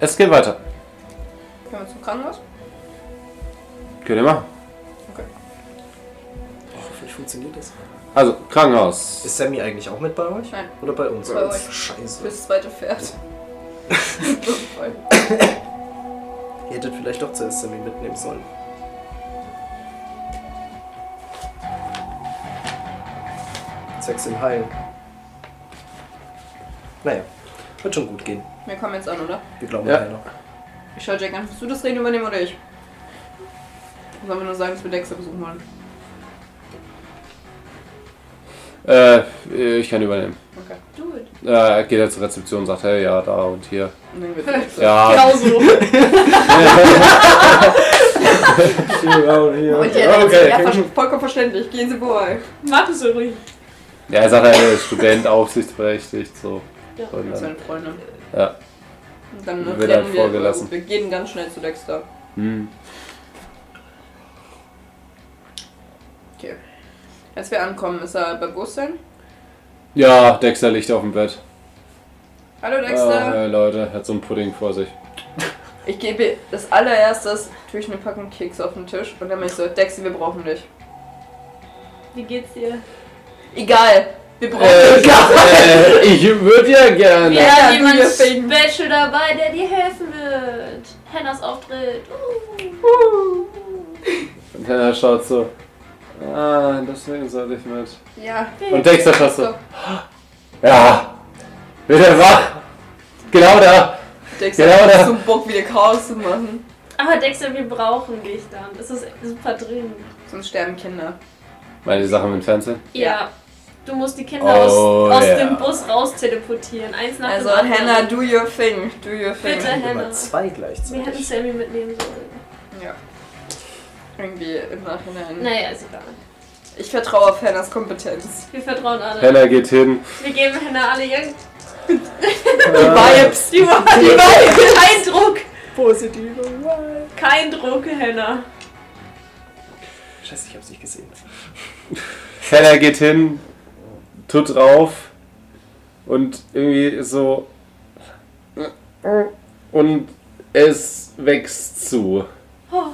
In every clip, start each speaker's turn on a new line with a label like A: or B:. A: Es geht weiter.
B: Können wir zum Krankenhaus?
A: Könnt ihr machen.
C: Hoffentlich funktioniert das.
A: Also, Krankenhaus.
C: Ist Sammy eigentlich auch mit bei euch?
B: Nein.
C: Oder bei uns?
B: Bei euch.
C: Scheiße.
B: Bis das zweite Pferd.
C: Ihr hättet vielleicht doch zuerst Sammy mitnehmen sollen. Sex im Heil. Naja, wird schon gut gehen.
B: Wir kommen jetzt an, oder?
C: Wir glauben
A: Ja.
C: ja. noch.
B: Ich schau Jack an. Willst du das Reden übernehmen oder ich? Sollen wir nur sagen, dass wir Dexter besuchen wollen?
A: Äh, ich kann übernehmen.
B: Okay. Do it.
A: Äh, er geht er zur Rezeption und sagt, hey, ja, da und hier.
B: Und dann wird Dexter.
A: Ja,
B: Genau so. Und die
A: Ja,
B: okay,
A: okay,
B: ja,
A: okay.
B: ver- vollkommen verständlich. Gehen Sie vorbei.
D: Mathe ist übrigens.
A: ja er sagt, er ist Student, aufsichtsberechtigt, so.
D: Ja.
A: Und
B: Mit
A: dann,
B: seinen Freunden.
A: Ja.
B: Und dann
A: Wird
B: klären
A: halt
B: wir,
A: vorgelassen.
B: wir gehen ganz schnell zu Dexter.
A: hm,
B: Okay. Als wir ankommen, ist er bei Bewusstsein.
A: ja, Dexter liegt auf dem Bett.
B: Hallo
A: Ah,
B: Dexter.
A: hey, Leute, hat so einen Pudding vor sich.
B: Ich gebe das allererstes natürlich eine Packung Kekse auf den Tisch und dann bin ich so, Dexter, wir brauchen dich.
D: Wie geht's dir?
B: Egal, wir brauchen
A: Äh,
B: dich.
A: äh, ich würde ja gerne.
D: Wir
B: Oh Ja,
D: haben
B: du
D: jemanden
B: ihr Fing.
D: Special dabei, der dir helfen wird. Hennas Auftritt. Uh.
A: Und Hannah schaut so. Ah, deswegen sollte ich mit.
B: Ja.
A: Und Dexter schaut so. Ja, bitte wach. Genau da.
B: Dexter
A: Genau,
B: hat
A: da-
B: so Bock, wieder Chaos zu machen.
D: Aber Dexter, wir brauchen dich dann. Das ist super dringend.
B: Sonst sterben Kinder.
A: Meine die Sache mit dem Fernsehen?
D: Ja. Du musst die Kinder
A: Oh,
D: aus, aus
A: ja.
D: dem Bus raus teleportieren. Eins nach
B: Also
D: dem anderen.
B: Hannah, do your thing. Do your thing.
D: Bitte. Hannah.
C: Immer zwei
D: Wir hätten
C: gleichzeitig.
D: Sammy mitnehmen sollen.
B: Ja. Irgendwie im Nachhinein.
D: Naja, ist egal.
B: Ich vertraue auf Hannahs Kompetenz.
D: Wir vertrauen alle.
A: Hannah geht hin.
D: Wir geben Henna alle ihren
B: Vibes.
D: die Vibes. Kein Druck.
B: Positive
D: Kein Druck, Henna.
C: Scheiße, ich hab's nicht gesehen.
A: Hannah geht hin, tut drauf und irgendwie so. Und es wächst zu.
D: Oh,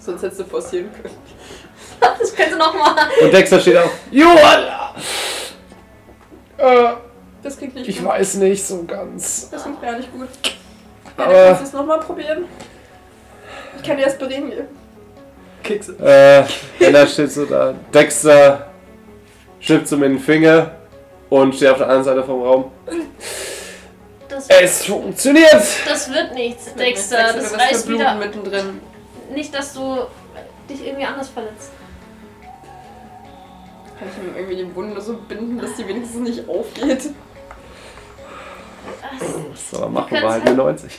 B: Sonst hättest du forcieren können.
D: das könnte nochmal.
A: Und Dexter steht auf. Joala! Äh,
B: Das klingt nicht
A: ich
B: gut.
A: weiß nicht so ganz.
B: Das klingt gar nicht gut.
A: Aber-
B: Aber kannst du es nochmal probieren? Ich kann dir das bereden geben.
C: Kekse.
A: Äh, Ella steht so da. Dexter schnippt so mit den Finger und steht auf der anderen Seite vom Raum.
D: Das,
A: Es funktioniert!
D: das wird nichts, Dexter. Das
B: du
D: reißt
B: Bluten
D: wieder.
B: mittendrin.
D: Nicht, dass du dich irgendwie anders verletzt.
B: Kann ich ihm irgendwie die Wunde so binden, dass die wenigstens nicht aufgeht?
D: Ach,
A: So, dann machen
D: Du
A: wir
D: kannst
A: halt eine 90.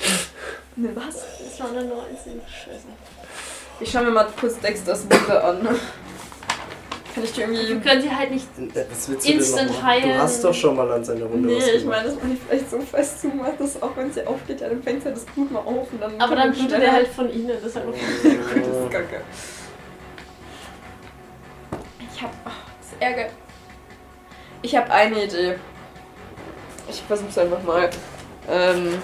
B: Ne, was?
D: Das war eine 19. Scheiße.
B: Ich schau mir mal kurz Dexters Wunde an. Kann ich dir
D: Wir
B: irgendwie.
D: können sie halt nicht.
C: Äh, Was willst du
D: Instant
C: denn noch machen?
D: heilen.
C: Du hast doch schon mal an
D: Also,
C: seiner Runde
B: Nee,
C: was
B: ich
C: gemacht.
B: meine, dass man die vielleicht so fest zumacht, dass auch wenn sie aufgeht, ja, dann fängt halt das Blut mal auf und dann.
D: Aber
B: kann
D: dann
B: man
D: blutet er
B: schneller-
D: halt von ihnen. Das ist halt okay.
B: Das ist kacke. Ich hab. ach, das ärgert. Ich hab eine Idee. Ich versuch's einfach mal. Ähm,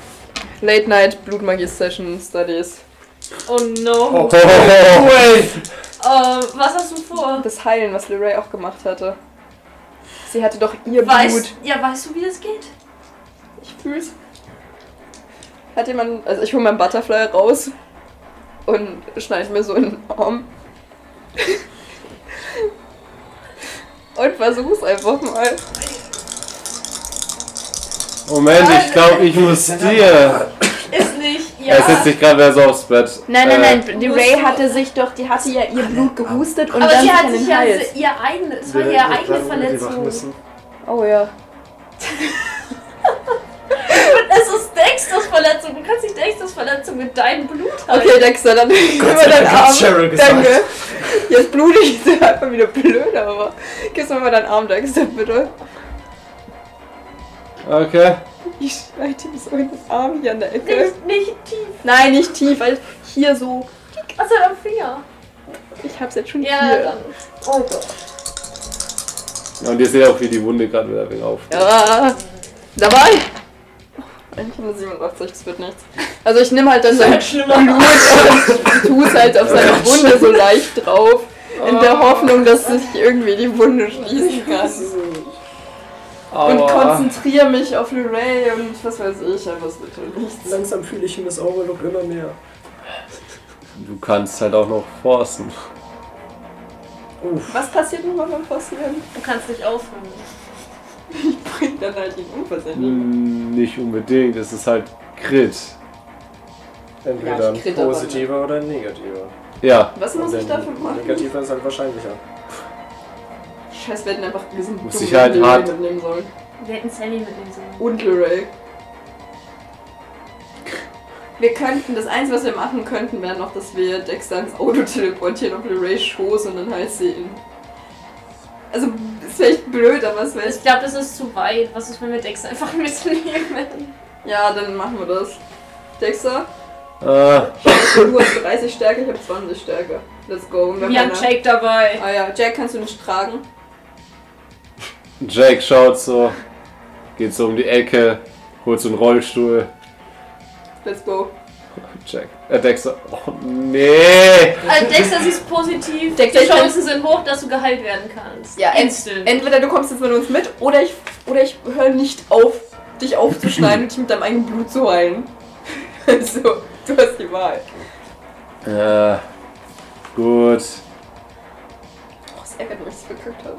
B: Late Night Blutmagie Session Studies.
D: Oh no.
A: Oh, wait.
D: Ähm, was hast du vor?
B: Das Heilen, was Leray auch gemacht hatte. Sie hatte doch ihr
D: Weißt,
B: Blut.
D: ja, weißt du, wie das geht?
B: Ich fühl's. Hat jemand. Also ich hol meinen Butterfly raus und schneide mir so in den Arm. und versuch's einfach mal.
A: Moment, ich glaube, ich muss dir.
D: Ist nicht. Ja.
A: Er setzt sich gerade wieder so aufs Bett.
E: Nein,
A: Äh,
E: nein, nein. Die
D: Musst
E: Ray
D: du-
E: hatte sich doch, die hatte ja ihr Blut gehustet und
D: Aber
E: dann
D: sie hat
E: an
D: sich
E: den
D: ja
E: Hals.
D: se- ihr eigene, es war ihre eigene Verletzung.
E: Oh ja.
D: Es ist Dexters Verletzung. Du kannst nicht Dexters Verletzung mit deinem Blut haben.
B: Okay, Dexter, dann gib mir deinen
C: Dank hat's
B: Arm.
C: Cheryl gesagt.
B: Danke. Jetzt blute ich ist einfach wieder blöd, aber gib's mir mal deinen Arm, Dexter, bitte.
A: Äh, Okay.
B: Ich schneide ihm so in den Arm hier an der Ecke.
D: Nicht, nicht tief.
B: Nein, nicht tief, weil hier so.
D: Also am Finger.
B: Ich hab's jetzt schon
D: Ja,
B: hier.
D: dann. Oh Gott.
A: Ja, Und ihr seht auch, wie die Wunde gerade wieder wegen auf.
B: Ja, dabei. Ich habe eine 87, das wird nichts. Also ich nehme halt dann sein
D: halt
B: Blut und tue es halt auf seine Wunde so leicht drauf. In
D: Oh.
B: der Hoffnung, dass ich irgendwie die Wunde schließen kann.
D: Oh.
B: Und konzentriere mich auf Luray und was weiß ich, aber es wird schon nichts.
C: Langsam fühle ich Miss Overlook immer mehr.
A: Du kannst halt auch noch forcen.
C: Uff.
B: Was passiert nochmal beim Passieren?
D: Du kannst dich aufhören.
B: Bringt dann halt den Unversehen.
A: Hm, Nicht unbedingt, es ist halt Crit.
B: Ja,
C: Entweder
B: ich
C: dann
B: krieg aber
C: positiver oder negativer.
A: Ja,
B: Was muss ich
C: Wenn
B: dafür machen?
C: Negativer ist halt wahrscheinlicher.
B: Scheiß, wir hätten einfach diesen
A: Muss ich
B: dummen
A: halt
B: Luray
A: hart-
B: mitnehmen sollen.
D: Wir hätten Sammy mitnehmen sollen.
B: Und Luray. Wir könnten, das Einzige, was wir machen könnten, wäre noch, dass wir Dexter ins Auto teleportieren auf Luray Schoß und dann halt sehen. Also, ist vielleicht blöd, aber es wäre
D: Ich glaube, das ist zu weit. Was ist, wenn wir Dex einfach mitnehmen?
B: Ja, dann machen wir das. Dexter,
A: ah,
B: du hast 30 Stärke, ich habe 20 Stärke. Let's go. Und wenn
D: Wir haben
B: einer-
D: Jake dabei.
B: Ah ja, Jack, kannst du nicht tragen?
A: Jack schaut so, geht so um die Ecke, holt so einen Rollstuhl.
B: Let's go.
A: Jack, äh, Dexter, oh nee!
D: Also Dexter, sie ist positiv.
B: Dex,
D: Die
B: Dex,
D: Chancen sind hoch, dass du geheilt werden kannst.
B: Ja, ent-
D: instant.
B: Entweder du kommst jetzt mit uns mit oder ich, oder ich höre nicht auf, dich aufzuschneiden und dich mit deinem eigenen Blut zu heilen. Also, du hast die Wahl.
A: Äh, gut.
B: Oh, es ärgert mich, dass ich verkackt habe.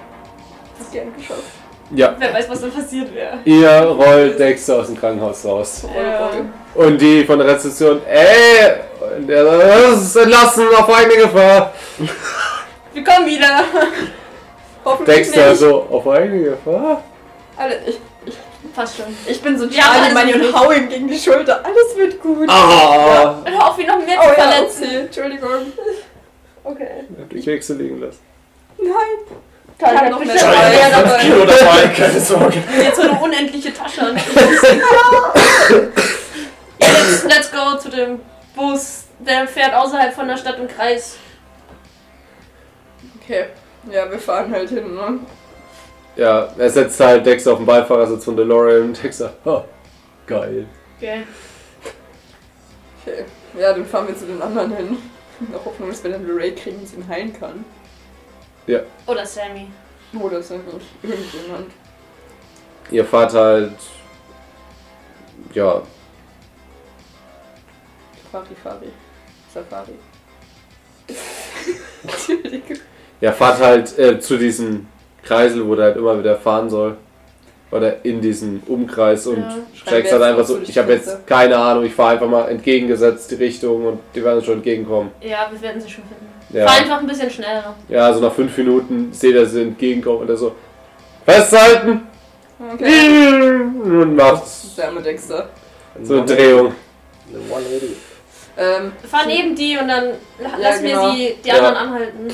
B: Hast du gerne geschafft.
A: Ja,
D: Wer weiß, was dann passiert wäre.
A: ihr rollt Dexter aus dem Krankenhaus
B: Ähm,
A: raus.
D: Ja.
B: Roll, roll.
A: Und die von der Rezeption, ey! Und der, das ist entlassen auf eigene Gefahr!
D: Wir kommen wieder.
B: Hoffentlich
A: Dexter
B: nicht.
A: so, auf eigene Gefahr?
B: Alle, ich,
D: Fast schon.
B: ich bin so
D: Ja,
B: Charlie
D: alles
B: Mann
D: wird
B: und hau ihm gegen die Schulter. Alles wird gut.
A: Ah!
D: Und hör auf, ihn noch mehr
B: Oh
D: zu
B: ja,
D: verletzen.
B: okay. Entschuldigung. Okay.
A: Die Kekse liegen lassen.
B: Nein.
D: Kann
B: Ich hab
D: ich
B: noch
D: noch
B: mehr
D: mit
B: dabei.
D: dabei.
B: Ja, dabei.
C: Kilo dabei, keine Sorge.
D: Jetzt so eine unendliche Tasche. an. ja, let's, let's go zu dem Bus. Der fährt außerhalb von der Stadt im Kreis.
B: Okay. Ja, wir fahren halt hin, ne?
A: Ja, er setzt halt Dexter auf den Beifahrersitz von DeLorean und Dexter, ha, geil.
D: Okay.
B: Okay. Ja, dann fahren wir zu den anderen hin. In der Hoffnung, dass wir dann Ray kriegen und sie ihn heilen kann.
D: Oder Sammy.
B: Oder ist einfach irgendjemand.
A: Ihr fahrt halt, ja,
B: Fari Fari. Safari. Entschuldigung.
A: ja fahrt halt äh, zu diesem Kreisel, wo der halt immer wieder fahren soll. Oder in diesem Umkreis und
D: Ja.
A: Jack sagt
B: Dann wär's
A: einfach
B: auch so
A: so,
B: die
A: ich habe
B: Spitze.
A: jetzt keine Ahnung, ich fahre einfach mal entgegengesetzt die Richtung und die werden schon entgegenkommen.
D: Ja, wir werden sie schon finden.
A: Ja.
D: Fahr einfach ein bisschen schneller.
A: Ja, so nach fünf Minuten seht ihr sie entgegenkommen und er so, festhalten!
B: Okay.
A: Und macht
B: Das ist der arme Dexter.
A: so eine
B: um.
A: Drehung.
C: Eine 180.
B: Ähm,
D: Wir fahren neben die und dann la- lassen
B: genau.
D: wir sie die
A: Ja.
D: anderen anhalten.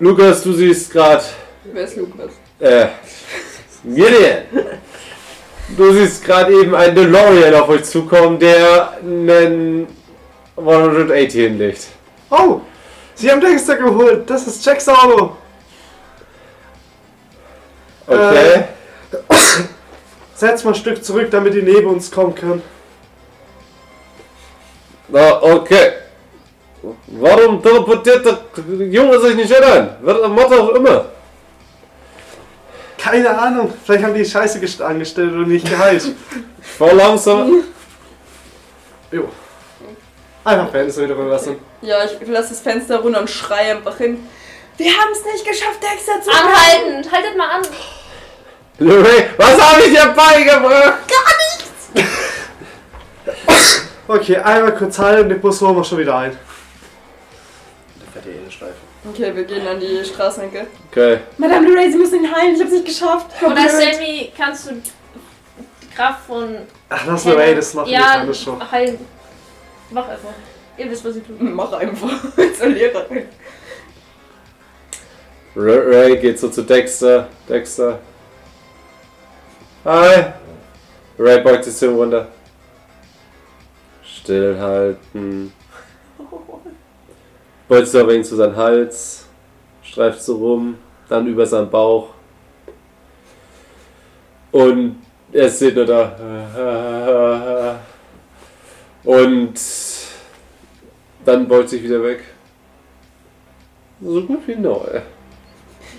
A: Lukas, du siehst gerade
B: wer ist Lukas?
A: Äh. Gideon! Du siehst gerade eben einen DeLorean auf euch zukommen, der einen 180 hinlegt.
F: Oh, Sie haben Dexter geholt. Das ist Jacks Auto.
A: Okay?
F: Setz mal ein Stück zurück, damit die neben uns kommen können.
A: Na, okay. Warum teleportiert der Junge sich nicht hin? Was auch immer.
F: Keine Ahnung. Vielleicht haben die Scheiße gest- angestellt und nicht geheilt.
A: Voll langsam.
F: jo. Einfach Fenster wieder überlassen.
B: Ja, ich lasse das Fenster runter und schreie einfach hin. Wir haben es nicht geschafft, Dexter zu
D: Anhalten! Haltet mal an!
A: Lurie, was habe ich dir beigebracht?
F: Okay, einmal kurz halten, den Bus holen wir schon wieder ein.
C: Der fährt ja eh eine Schleife.
B: Okay, wir gehen an die Straßenecke.
A: Okay.
B: Madame Luray, Sie müssen ihn heilen, ich hab's nicht geschafft.
D: Oder Sammy, kannst du die Kraft von.
F: Ach, lass mir ey, das machen, ich
D: ja,
F: kann das schon.
D: heilen. Mach einfach. Ihr wisst, was ich tue.
B: Mach einfach zur Lehrerin.
A: Ray, Ray geht so zu Dexter. Dexter. Hi. Ray beugt sich zu ihm runter. Stillhalten. Beutzt so ein wenig zu seinem Hals. Streift so rum. Dann über seinen Bauch. Und er steht nur da. Und dann beult sich wieder weg. So gut wie neu.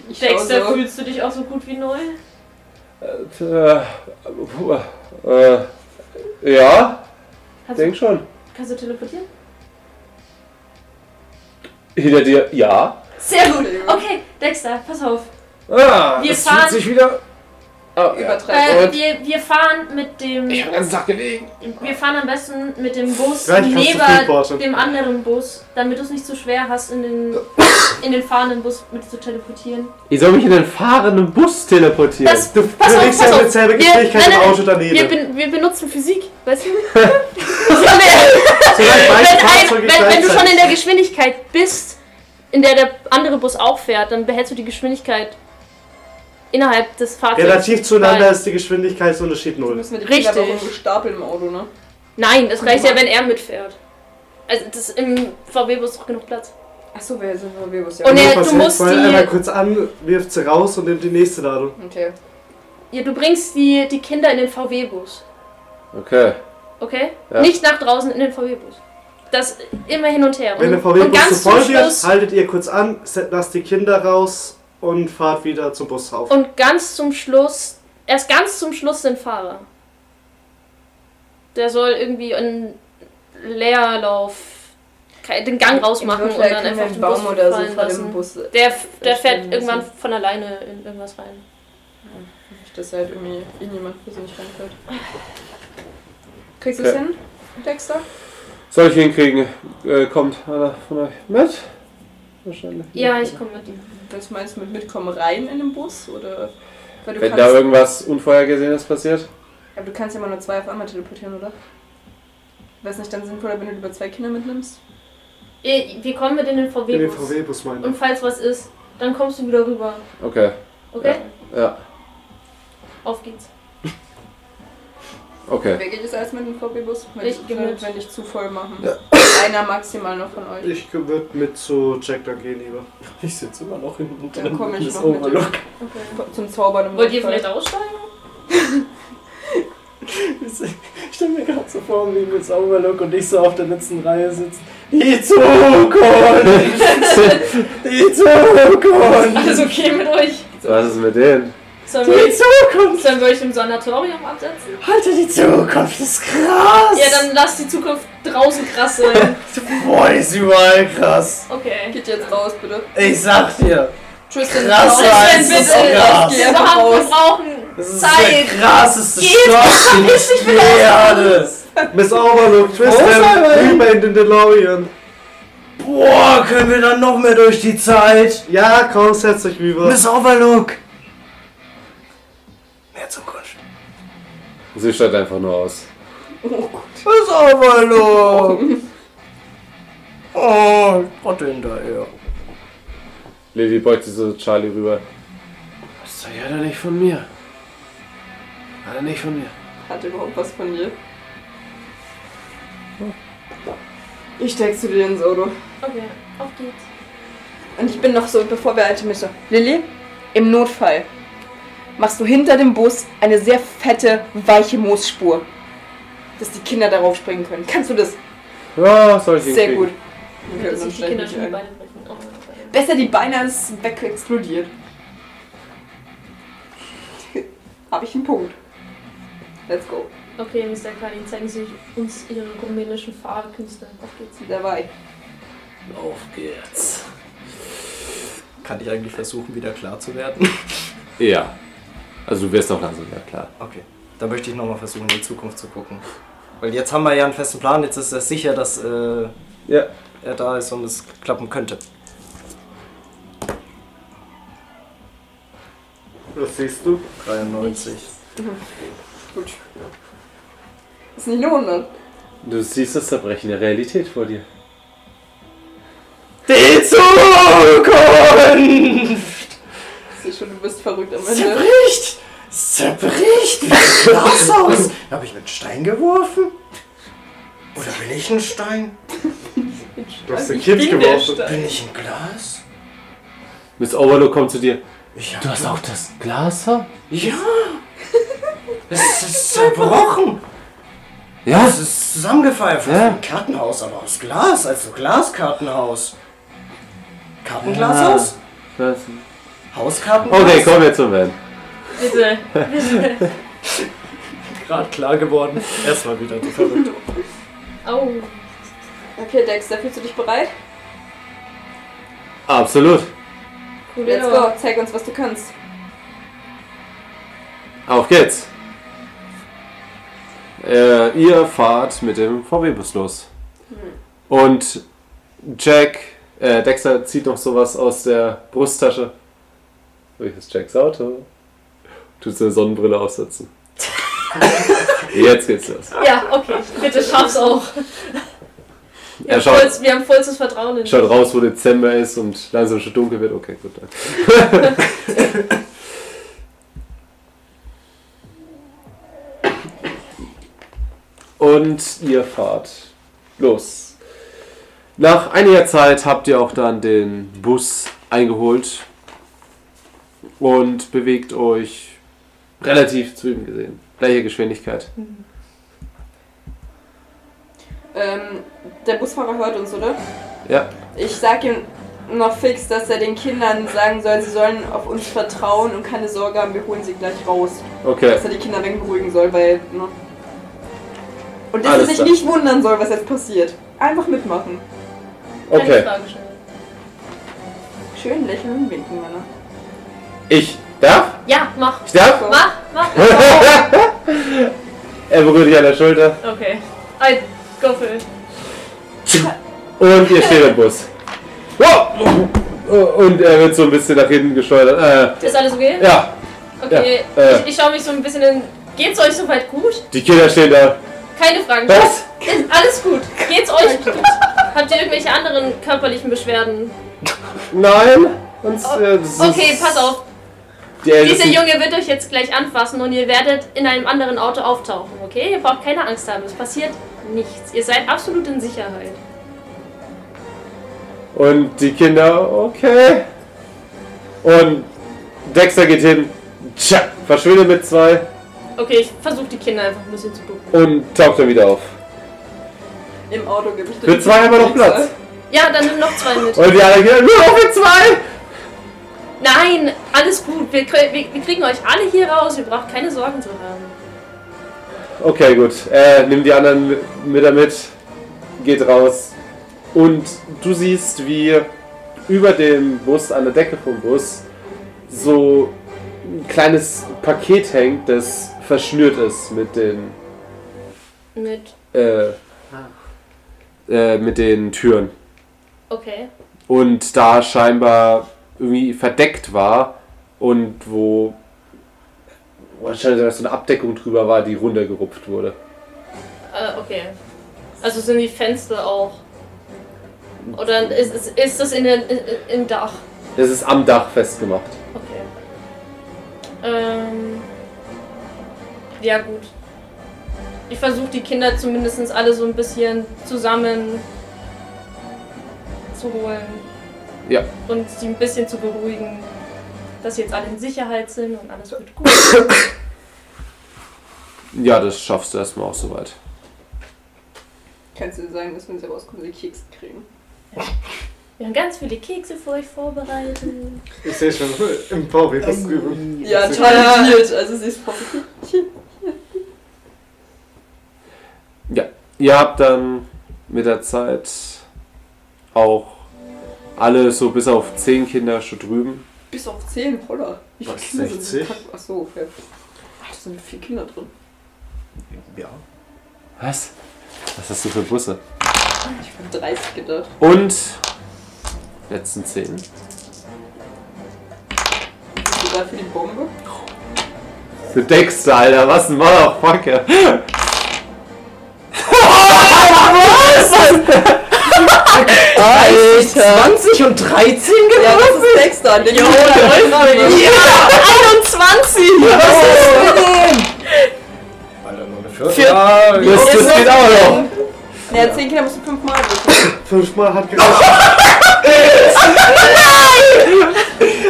B: Ich
D: Dexter,
B: schau so.
D: fühlst du dich auch so gut wie neu?
A: Äh, äh, ja,
D: Hast du,
A: denk schon.
D: kannst du teleportieren?
A: Hinter dir, ja.
D: Sehr gut. Okay, Dexter, pass auf.
A: Ah,
D: Wir
A: es fühlt
D: fahren-
A: sich wieder. Ah, ja.
B: Übertreiben.
D: Äh,
A: Und?
D: wir, wir fahren mit dem.
A: Ich hab den ganzen Tag gelegen.
D: Wir fahren am besten mit dem Bus
F: Vielleicht kannst du
D: neben
F: Skateboarden.
D: dem anderen Bus, damit du es nicht so schwer hast, in den, in den fahrenden Bus mit zu teleportieren.
A: Ich soll mich in den fahrenden Bus teleportieren.
D: Das,
F: Du
D: pass auf,
F: kriegst ja
D: pass auf.
F: dasselbe
D: Wir-
F: Geschwindigkeit
D: nein,
F: im
D: nein,
F: Auto daneben.
D: Wir, ben, wir benutzen Physik, weißt du?
F: Solange beide
D: wenn, ein,
F: Fahrzeuge
D: wenn, wenn du
F: gleichzeitig-
D: schon in der Geschwindigkeit bist, in der der andere Bus auch fährt, dann behältst du die Geschwindigkeit innerhalb des Fahrzeugs.
F: Relativ zueinander
D: Weil-
F: ist der Geschwindigkeitsunterschied
B: Du
F: null.
B: musst mit den
D: Richtig.
B: Kindern auch stapeln im Auto, ne?
D: Nein, es reicht ja, wenn er mitfährt. Also das im VW-Bus ist genug Platz.
B: Achso, wir sind von Vivus, ja.
D: Und
F: Nur
D: er- du
F: passiert,
D: musst
F: weil
D: die- Mhm.
F: einmal kurz an, wirft sie raus und nimmt die nächste Ladung.
B: okay.
D: Ja, du bringst die, die Kinder in den VW-Bus,
A: Okay.
D: okay?
A: Ja.
D: Nicht nach draußen in den VW-Bus. Das immer hin und her.
F: Wenn der
D: Und, und
F: VW-Bus zu
D: ganz
F: voll
D: zum
F: wird,
D: Schluss
F: haltet ihr kurz an, set- lasst die Kinder raus und fahrt wieder zum Bus rauf.
D: und ganz zum Schluss, erst ganz zum Schluss den Fahrer. Der soll irgendwie einen Leerlauf, ke- den Gang rausmachen
B: Im
D: und
B: Notfall
D: dann
B: können wir
D: einfach
B: einen
D: den
B: Baum
D: Bus
B: oder so
D: fallen
B: vor dem
D: lassen.
B: Bus.
D: Der, der fährt
B: Verstehen
D: irgendwann
B: lassen.
D: von alleine in irgendwas rein.
B: Dass halt irgendwie in jemand persönlich reinfällt. Kriegst du
A: Okay.
B: es hin, Dexter?
A: Soll ich hinkriegen? Äh, kommt einer von euch mit? Wahrscheinlich.
D: Ja,
A: nicht,
D: ich
A: oder?
D: komme mit.
B: Was meinst du mit mitkommen rein in den Bus? Oder. Weil du
A: Wenn da
B: kannst,
A: irgendwas Unvorhergesehenes passiert.
B: aber du kannst ja immer nur zwei auf einmal teleportieren, oder? Wäre es nicht dann sinnvoller, wenn du lieber zwei Kinder mitnimmst?
D: Ihr- Äh, Wir kommen mit in den
F: In den
D: VW-Bus.
F: VW-Bus meine
D: und
F: ich.
D: falls was ist, dann kommst du wieder rüber.
A: Okay.
D: Okay?
A: Ja.
D: Auf geht's.
A: Okay.
B: Wer geht jetzt alles mit dem VW-Bus? Wenn
D: Ich
B: ich,
D: geh mit.
B: wenn ich zu voll machen. Einer maximal noch von euch.
F: Ich würde mit zu Jack dann gehen lieber.
C: Ich sitze immer noch hinten
B: Dann komm ich
C: des
B: noch mit.
C: Overlock.
B: Zum Zaubern im
D: Wollt ihr
B: Notfall.
D: vielleicht aussteigen?
C: Ich stelle mir gerade so vor, wie mit Overlook und ich so auf der letzten Reihe sitzt. Die Zukunft! Die Zukunft!
D: Alles okay mit euch?
A: Was ist mit denen?
D: Sollen
C: Die
D: wir,
C: Zukunft!
D: sollen wir euch im Sanatorium absetzen?
C: Alter, die Zukunft ist krass!
D: Ja, dann lasst die Zukunft draußen krass sein.
C: Boah, ist überall krass!
D: Okay.
B: Geht jetzt raus, bitte.
C: Ich sag dir,
B: Tristan,
C: Krasser
B: raus.
C: als
B: Tristan,
C: das Gras.
B: Geh
D: Wir
B: einfach
D: haben, wir
B: raus.
D: brauchen
C: das ist
D: Zeit.
C: der krasseste
D: Geht
C: Stoff, den ich je hatte!
F: Miss Overlook, Tristan,
C: Overlook!
F: rüber in den DeLorean.
C: Boah, können wir dann noch mehr durch die Zeit?
F: Ja, komm, setz dich rüber.
C: Miss Overlook! Mehr Zukunft.
A: Sie steigt einfach nur aus.
C: Miss Overlook! Oh, Gott hinterher.
A: Lady beugt sich so zu Charlie rüber. Das sei ja dann nicht von mir. Alter, nicht von mir.
B: Hat überhaupt was von dir? Ich texte dir ins Auto.
D: Okay, auf geht's.
B: Und ich bin noch so, bevor wir alte Mische. Lilly, im Notfall machst du hinter dem Bus eine sehr fette, weiche Moosspur. Dass die Kinder darauf springen können. Kannst du das?
A: Ja, soll ich
B: Sehr
A: hinkriegen.
B: gut.
D: Ja, dass
B: dann
D: sich die
B: stell
D: Kinder
B: ich
D: schon
B: mich
D: die
B: ein.
D: Beine brechen. Oh, okay.
B: Besser die Beine als weg explodiert. Habe ich einen Punkt. Let's go.
D: okay, Mr. Kali, zeigen Sie uns Ihre rumänischen Fahrkünste. Auf geht's.
B: Dabei.
C: Auf geht's. Kann ich eigentlich versuchen, wieder klar zu werden?
A: Ja. Also du wirst noch langsam, ja klar.
C: Okay, dann möchte ich nochmal versuchen, in die Zukunft zu gucken. Weil jetzt haben wir ja einen festen Plan, jetzt ist er sicher, dass äh,
A: Ja.
C: er da ist und es klappen könnte.
F: Was siehst du?
C: 93.
B: Gut. Ist nicht nur 100.
A: Du siehst das Zerbrechen der Realität vor dir.
C: Die Zukunft!
B: Ich sehe schon, du bist verrückt am
C: Es
B: Ende.
C: zerbricht! Es zerbricht! Wie sieht das aus? Habe ich einen Stein geworfen? Oder bin ich ein Stein?
F: Du hast den Kind geworfen.
C: Bin ich ein Glas?
A: Miss Overlook kommt zu dir.
C: Ich
A: Du hast auch das Glas?
C: Ja! Es ist zerbrochen.
A: Ja,
C: Es ist zusammengepfeift.
A: Ja.
C: Ein Kartenhaus, aber aus Glas. Also Glaskartenhaus. Kartenglashaus?
A: Ah. das-
C: Hauskartenhaus?
A: Okay, kommen wir zum Van.
D: Bitte.
C: Gerade klar geworden. Erstmal wieder so verrückt.
D: Au.
B: Okay, Dexter, fühlst du dich bereit?
A: Absolut.
D: Cool,
B: Let's
D: ja.
B: go, zeig uns, was du kannst.
A: Auf geht's. Äh, ihr fahrt mit dem VW-Bus los. Und Jack, äh, Dexter zieht noch sowas aus der Brusttasche. Welches Jacks Auto? Tut seine Sonnenbrille aufsetzen. Jetzt geht's los.
D: Ja, okay. Bitte schaff's auch. Wir,
A: Er
D: haben
A: schaut,
D: vollst, wir haben vollstes Vertrauen in dich.
A: schaut raus, wo Dezember ist und langsam schon dunkel wird. Okay, gut. Danke. und ihr fahrt los. Nach einiger Zeit habt ihr auch dann den Bus eingeholt und bewegt euch relativ zu ihm gesehen. Gleiche Geschwindigkeit.
D: Hm.
B: Ähm, der Busfahrer hört uns, oder?
A: Ja.
B: Ich sag ihm noch fix, dass er den Kindern sagen soll, sie sollen auf uns vertrauen und keine Sorge haben, wir holen sie gleich raus.
A: Okay.
B: Dass er die Kinder wegberuhigen soll, weil. Ne? Und dass
A: Alles
B: er sich
A: klar.
B: nicht wundern soll, was jetzt passiert. Einfach mitmachen.
D: Keine
A: Okay.
D: Frage stellen.
B: Schön lächeln und winken, Männer.
A: Ich darf?
D: Ja, mach.
A: Ich darf?
B: So.
D: Mach, mach.
A: Er berührt dich an der Schulter.
D: Okay. I go for it.
A: Und ihr steht im Bus. Wow! Und er wird so ein bisschen nach hinten geschleudert.
D: Ist alles okay?
A: Äh, ja,
D: Okay.
A: Ja, äh.
D: ich, ich schaue mich so ein bisschen in. Geht's euch soweit gut?
A: die Kinder stehen da.
D: Keine Fragen.
A: Was?
D: Ist alles gut. Geht's euch gut? Habt ihr irgendwelche anderen körperlichen Beschwerden?
A: Nein? Uns, äh, das ist-
D: Okay, pass auf.
A: Die Ältesten-
D: Dieser Junge wird euch jetzt gleich anfassen und ihr werdet in einem anderen Auto auftauchen, okay? Ihr braucht keine Angst haben. Es passiert nichts. Ihr seid absolut in Sicherheit.
A: Und die Kinder, okay. Und Dexter geht hin. Tja, verschwindet mit zwei
D: Okay, ich versuche die Kinder einfach ein bisschen zu beruhigen.
A: und taucht dann wieder auf.
B: Im Auto gebe ich dir.
A: Für zwei haben wir noch Platz.
D: Ja, dann nimm noch zwei mit.
A: Und die anderen Kinder, nur noch für zwei!
D: Nein, alles gut. Wir, krie- wir, wir kriegen euch alle hier raus. Ihr braucht keine Sorgen zu haben.
A: Okay, gut. Äh, nimm die anderen mit- mit damit. Geht raus. Und du siehst, wie über dem Bus, an der Decke vom Bus, so ein kleines Paket hängt, das verschnürt ist mit den,
D: Mit.
A: äh, äh, mit den Türen.
D: Okay.
A: Und da scheinbar irgendwie verdeckt war und wo wahrscheinlich so eine Abdeckung drüber war, die runtergerupft wurde.
D: Äh, okay. Also sind die Fenster auch. Oder ist, ist, ist das in den, in, in- im Dach?
A: Das ist am Dach festgemacht.
D: Okay. Ähm. Ja, gut. Ich versuche die Kinder zumindest alle so ein bisschen zusammen zu holen.
A: Ja.
D: Und sie ein bisschen zu beruhigen, dass sie jetzt alle in Sicherheit sind und alles wird gut.
A: Ja, das schaffst du erstmal auch soweit.
B: Kannst du sagen, dass wenn sie rauskommen, sie Keks kriegen?
D: Wir haben ganz viele Kekse für euch vorbereitet.
F: Ich sehe schon im VW
D: Ähm,
F: das drüben.
B: Ja,
F: Ja.
B: tradiert. Also sie ist profitiert.
A: Ihr habt dann mit der Zeit auch alle so bis auf zehn Kinder schon drüben.
B: Bis auf 10, holla. Wie viele
C: Was,
B: Kinder sind
C: 60?
B: denn? Achso, okay. Ach, da sind vier Kinder drin.
C: Ja.
A: Was? Was hast du für Busse?
B: Ich hab 30 gedacht.
A: Und letzten zehn.
B: Bist du da für die Bombe?
A: Für Dexter, Alter, was ein Motherfucker. Alter!
C: 20 und 13 gemacht?
B: Ja, Genau, das ist Dexter. Den jo, ja.
D: 21!
C: Alter, nur eine Viertel.
A: Ja, das, das geht auch noch.
B: ja, 10 Kinder musst du fünfmal würfeln.
F: Fünfmal hat geklappt.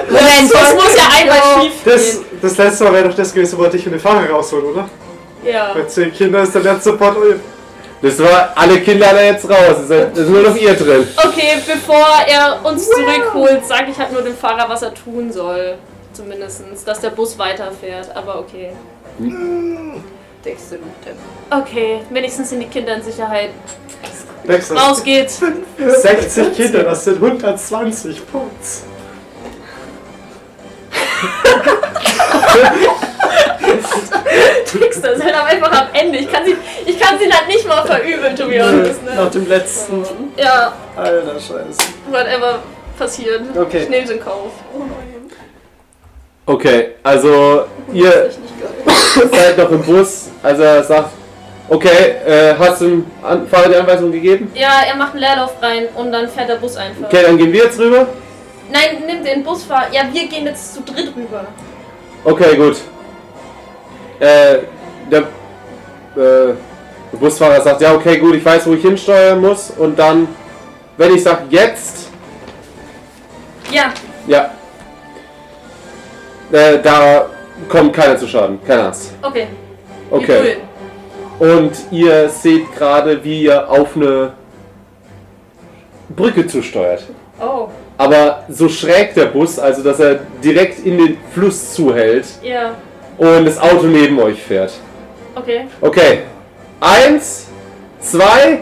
D: Moment, das muss ja einmal schief
F: Das,
D: gehen.
F: das letzte Mal wäre doch das gewesen, wo er dich und den Fahrer rausholt, oder?
D: Ja.
F: Bei zehn Kindern ist der letzte Part.
A: Das war alle Kinder da jetzt raus. Es ist- es ist nur noch ihr drin.
D: Okay, bevor er uns zurückholt, sage ich halt nur dem Fahrer, was er tun soll. Zumindestens, dass der Bus weiterfährt, aber okay.
B: Denkst du nicht denn?
D: Okay, wenigstens sind die Kinder in Sicherheit.
F: Nächstes.
D: Raus geht's!
F: 60 Kinder, das sind 120 Punkte.
D: Trickster ist halt am- einfach am Ende. Ich kann sie, ich kann sie halt nicht mal verübeln, to be honest.
C: Nach
D: Ne?
C: dem letzten.
D: Ja,
C: Alter Scheiße.
D: whatever passiert.
C: Okay.
D: Ich nehm's in Kauf.
B: Oh
A: Okay, also ihr seid noch im Bus. Also er sagt, okay, äh, hast du dem An- Fahrer die Anweisung gegeben?
D: Ja, er macht einen Leerlauf rein und dann fährt der Bus einfach.
A: Okay, dann gehen wir jetzt rüber.
D: Nein, nimm den Busfahrer. Ja, wir gehen jetzt zu dritt rüber.
A: Okay, gut. Äh, der, äh, der Busfahrer sagt, ja, okay, gut, ich weiß, wo ich hinsteuern muss. Und dann, wenn ich sage, jetzt,
D: Ja,
A: ja, äh, da kommt keiner zu Schaden, keine Angst.
D: okay. Wir
A: Okay.
D: grünen.
A: Und ihr seht gerade, wie ihr auf eine Brücke zusteuert.
D: Oh,
A: Aber so schräg der Bus, also dass er direkt in den Fluss zuhält
D: ja,
A: und das Auto neben euch fährt.
D: okay.
A: Okay. Eins, zwei,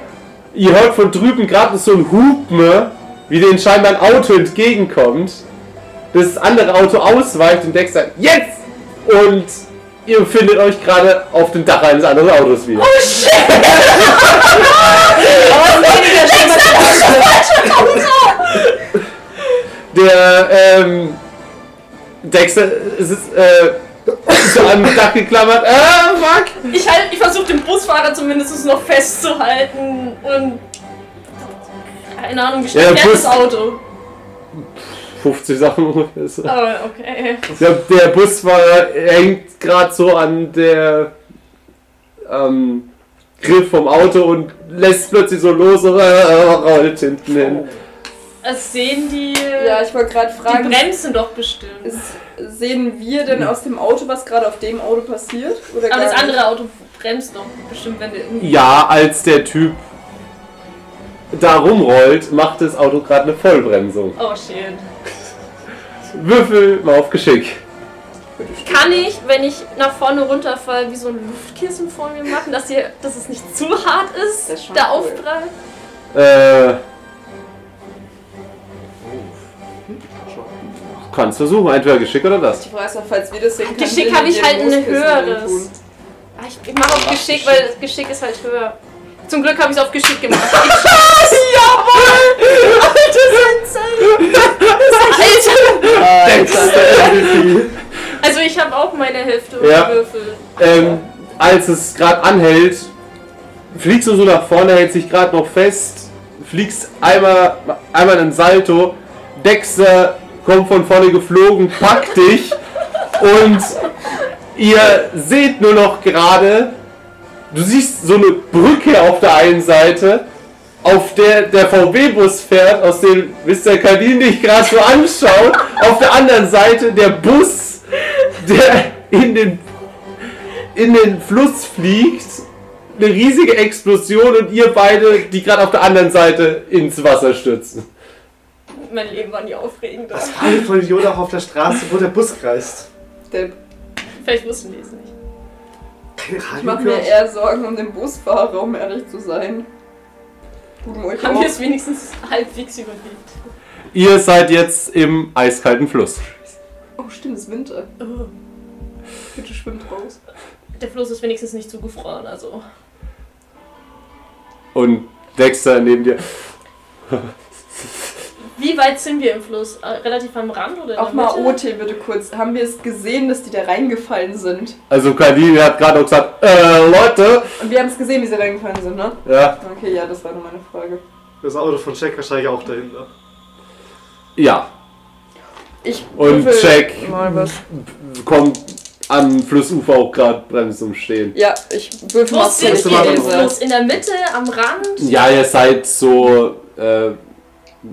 A: ihr hört von drüben gerade so ein Hupen, wie den scheinbar ein Auto entgegenkommt. Das andere Auto ausweicht und Dex sagt, jetzt! Und ihr findet euch gerade auf dem Dach eines anderen Autos wieder. Oh
B: Oh,
A: shit! Der, ähm, Dexter es ist, äh, so am Dach geklammert. Ah, fuck!
D: Ich, halt, ich versuche den Busfahrer zumindest noch festzuhalten und. Keine Ahnung, wie
A: Ja,
D: schnell
A: der
D: fährt
A: Bus-
D: das Auto?
A: 50 Sachen ungefähr. so.
D: Aber okay.
A: Der, der Busfahrer hängt gerade so an der ähm, Griff vom Auto und lässt plötzlich so los und äh, rollt hinten hin.
D: Das sehen die.
B: Ja, ich wollte gerade
D: die
B: fragen,
D: bremsen doch bestimmt.
B: ist, sehen wir denn aus dem Auto, was gerade auf dem Auto passiert? Oder
D: Aber
B: gar
D: das
B: nicht?
D: andere Auto bremst doch bestimmt, wenn der.
A: Ja, als der Typ da rumrollt, macht das Auto gerade eine Vollbremsung.
D: Oh shit.
A: Würfel mal auf Geschick.
D: Kann ich, wenn ich nach vorne runterfall, wie so ein Luftkissen vor mir machen, dass, ihr, dass es nicht zu hart ist,
B: Das ist schon
D: der
B: cool.
D: Aufprall?
A: Äh. Kannst versuchen, entweder Geschick oder das.
B: Die Frage ist noch, falls wir das sehen können.
D: Geschick
B: wir
D: habe ich
B: mit
D: halt
B: jedem
D: eine
B: Moskissen
D: höheres.
B: reintun.
D: Ah, Ich, ich mache auf Geschick, weil das Geschick ist halt höher. Zum Glück habe ich es auf Geschick gemacht. Also ich habe auch meine Hälfte
A: Ja.
D: Würfel.
A: Ähm, als es gerade anhält, fliegst du so nach vorne, hältst dich gerade noch fest, fliegst einmal, einmal einen Salto, Dexter kommt von vorne geflogen, packt dich und ihr seht nur noch gerade, du siehst so eine Brücke auf der einen Seite, auf der der VW-Bus fährt, aus dem Mr. Kadin dich gerade so anschaut, auf der anderen Seite der Bus, der in den in den Fluss fliegt, eine riesige Explosion und ihr beide, die gerade auf der anderen Seite ins Wasser stürzen.
D: Mein Leben war nie aufregend.
F: Das war ein Vollidiot auch auf der Straße, wo der Bus kreist.
B: Der-
D: Vielleicht wussten die es nicht.
F: Keine
B: Ich
F: Radio
B: mache mir
F: gehört.
B: eher Sorgen um den Busfahrer, um ehrlich zu sein. Guten euch
D: Haben
B: auch.
D: wir es wenigstens halbwegs überlebt.
A: Ihr seid jetzt im eiskalten Fluss.
B: Oh, stimmt, es ist Winter. Bitte schwimmt raus.
D: Oh, Der Fluss ist wenigstens nicht zugefroren, also.
A: Und Dexter neben dir.
D: Wie weit sind wir im Fluss? Äh, Relativ am Rand oder in
B: Auch
D: der
B: mal
D: Mitte?
B: OT bitte kurz. Haben wir es gesehen, dass die da reingefallen sind?
A: Also Kadin hat gerade auch gesagt, äh, Leute.
B: Und wir haben es gesehen, wie sie reingefallen sind, ne?
A: Ja.
B: Okay, ja, das war nur meine Frage.
F: Das Auto von Jack wahrscheinlich auch ne? dahinter.
A: Ja.
B: Ich
A: Und
B: würfel
A: check.
B: Mal was.
A: Kommt am Flussufer auch gerade Bremsen zum Stehen.
B: Ja, ich würfel
D: Wo
B: mal
D: sind
F: letzte
D: wir
F: Mal
D: im
F: noch.
D: Fluss? In der Mitte? Am Rand?
A: Ja, ihr seid so äh,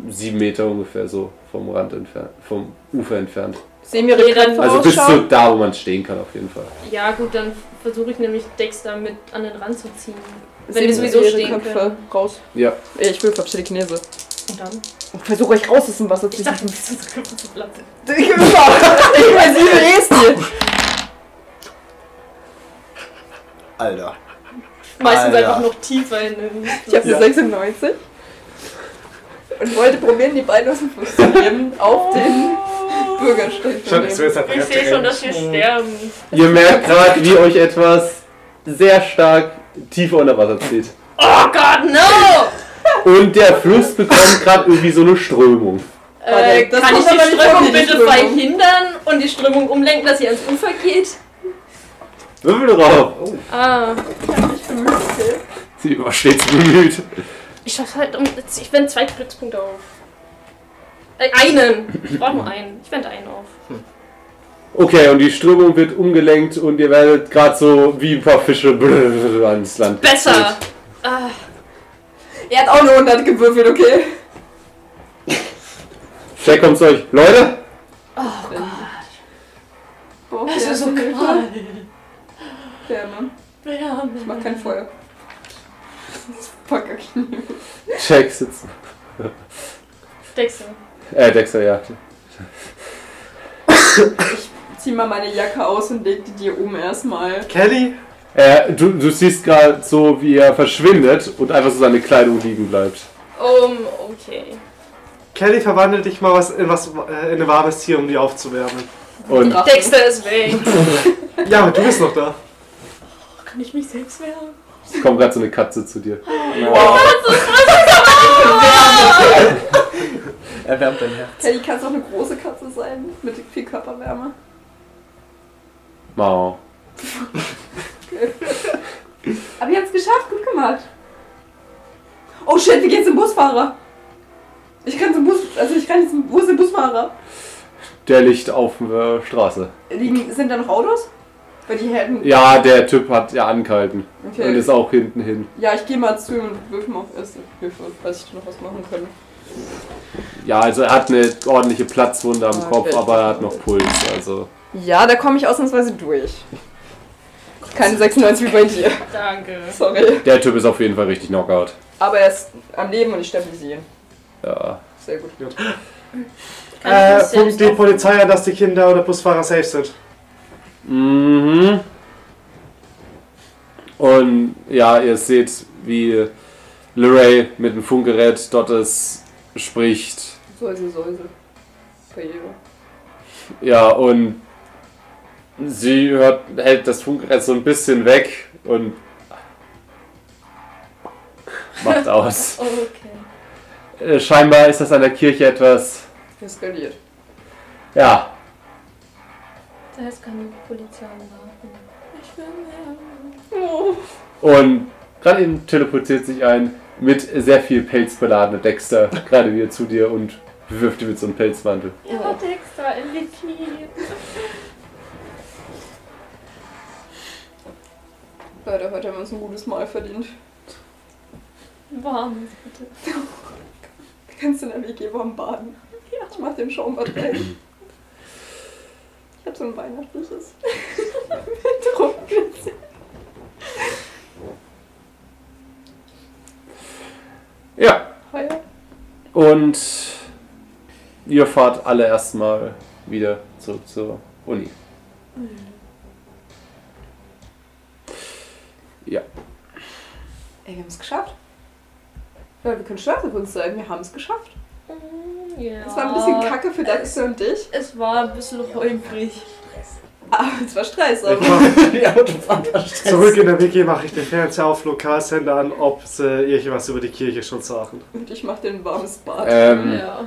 A: sieben Meter ungefähr so vom Rand entfernt, vom Ufer entfernt.
B: Sehen wir
D: Nee,
B: ihre
D: dann-
B: Köpfe
A: Also bis
B: ausschauen?
A: zu da, wo man stehen kann, auf jeden Fall.
D: Ja, gut, dann versuche ich nämlich Dexter mit an den Rand zu ziehen. Wenn
B: Sehen
D: wir sowieso
B: ihre
D: stehen
B: Köpfe
D: können.
B: raus.
A: Ja.
B: Ja, Ich will Papstelinese.
D: Und dann?
B: Ich versuche euch raus aus dem Wasser zu
D: Ich dachte, du bist unsere Köpfe zu platt.
B: Ich bin überhaupt- ich weiß nicht, wie ist die?
C: Alter.
D: Meistens
C: Alter.
D: einfach noch tiefer in den.
B: Ich habe
C: Ja.
B: eine 96 und wollte probieren, die Beine aus dem Fuß zu nehmen auf den Oh. Bürgersteig.
F: Schon, es wird halt
D: Ich sehe schon, dass wir sterben.
A: Ihr merkt gerade, wie euch etwas sehr stark tiefer unter Wasser zieht.
D: Oh Gott, no!
A: Und der Fluss bekommt gerade irgendwie so eine Strömung.
D: Äh,
B: Das
D: kann ich
B: kommt
D: die
B: aber nicht
D: Strömung
B: von mir, die
D: bitte
B: Strömung.
D: verhindern und die Strömung umlenken, dass sie ans Ufer geht?
A: Würfel drauf.
D: Ah.
A: Oh. Sie war stets bemüht.
D: Ich schaff halt um. Ich wende zwei Glückspunkte auf. Äh, einen! Ich brauche nur einen. Ich wende einen auf.
A: Okay, und die Strömung wird umgelenkt und ihr werdet gerade so wie ein paar Fische ans Land.
D: Besser!
A: gespült.
D: Ah,
B: Er hat auch nur 100 gewürfelt, okay?
A: Jack kommt's euch. Leute,
D: Oh
B: Boah,
D: das ist so kalt.
B: Oh, Ja, ne?
D: Ja,
B: Ich mach kein Feuer. Fuck, okay.
A: Jack sitzt.
D: Dexter.
A: Äh, Dexter, ja.
B: Zieh mal meine Jacke aus und leg die dir um erstmal.
F: Kelly?
A: Äh, du, du siehst gerade so, wie er verschwindet und einfach so seine Kleidung liegen bleibt.
D: Um, okay.
F: Kelly verwandelt dich mal was in, was, äh, in ein warmes Tier, um die aufzuwärmen.
A: Und
B: Drachen.
D: Dexter ist weg.
F: Ja, aber du bist noch da.
D: Kann ich mich selbst wehren?
A: es kommt gerade so eine Katze zu dir.
D: Oh.
C: Erwärmt dein Herz.
B: Teddy, kann es auch eine große Katze sein? Mit viel Körperwärme?
A: Mau.
B: Aber ihr habt's geschafft, gut gemacht. Oh shit, wie geht's dem Busfahrer? Ich kann zum Bus, also ich kann jetzt, wo ist der Busfahrer?
A: Der liegt auf der Straße.
B: Liegen, sind da noch Autos? Weil die hätten,
A: Ja, der Typ hat ja angehalten. Und
B: okay.
A: ist auch hinten hin.
B: Ja, ich gehe mal zu ihm und wirf ihm auf erste Hilfe, falls ich noch was machen kann.
A: Ja, also er hat eine ordentliche Platzwunde am
B: Ah,
A: Kopf,
B: okay.
A: aber er hat noch Puls. Also.
B: Ja, da komme ich ausnahmsweise durch. Keine 96 wie bei dir,
D: Danke.
B: sorry.
A: Der Typ ist auf jeden Fall richtig Knockout.
B: Aber er ist am Leben und ich stabilisiere ihn.
A: Ja.
B: Sehr gut.
D: Kann ich
F: Äh,
D: mich selbst
F: funkt die Polizei an, dass die Kinder oder Busfahrer safe sind.
A: Mhm. Und ja, ihr seht, wie Leray mit dem Funkgerät Dottes spricht.
B: Säuse, Säuse. Bei jedem.
A: Ja, und sie hört, hält das Funkgerät so ein bisschen weg und macht aus.
D: Oh, Okay.
A: Äh, Scheinbar ist das an der Kirche etwas.
B: Eskaliert.
A: Ja,
D: Da ist keine Polizei am Hafen. Ich will mehr.
B: Oh.
A: Und gerade eben teleportiert sich ein mit sehr viel Pelz beladener Dexter gerade wieder zu dir und wirft dir mit so einem Pelzmantel.
D: Ja, Dexter, MVP.
B: Leute, heute haben wir uns ein gutes Mal verdient.
D: Warm, bitte.
B: Du kannst in der WG warm baden. Ja. Ich mach den Schaumbad rein. Ich hab so ein weihnachtliches. Mit Rumkitzel.
A: Ja,
B: Heuer.
A: und ihr fahrt alle erstmal wieder zurück zur Uni. Ja,
B: Ey, wir haben es geschafft. Leute, wir können stolz auf uns sein. Wir haben es geschafft.
D: Mm, Ja.
B: Es war ein bisschen kacke für Daxe und dich.
D: Es war ein bisschen holprig.
B: Aber es Ah, war Stress.
F: Ich
B: Aber
F: mach,
C: Die Autofahrt war stressig.
F: zurück in der WG mache ich den Fernseher auf Lokalsender an, ob sie irgendwas über die Kirche schon sagen.
B: und ich mach den warmes Bad.
A: ähm,
D: Ja.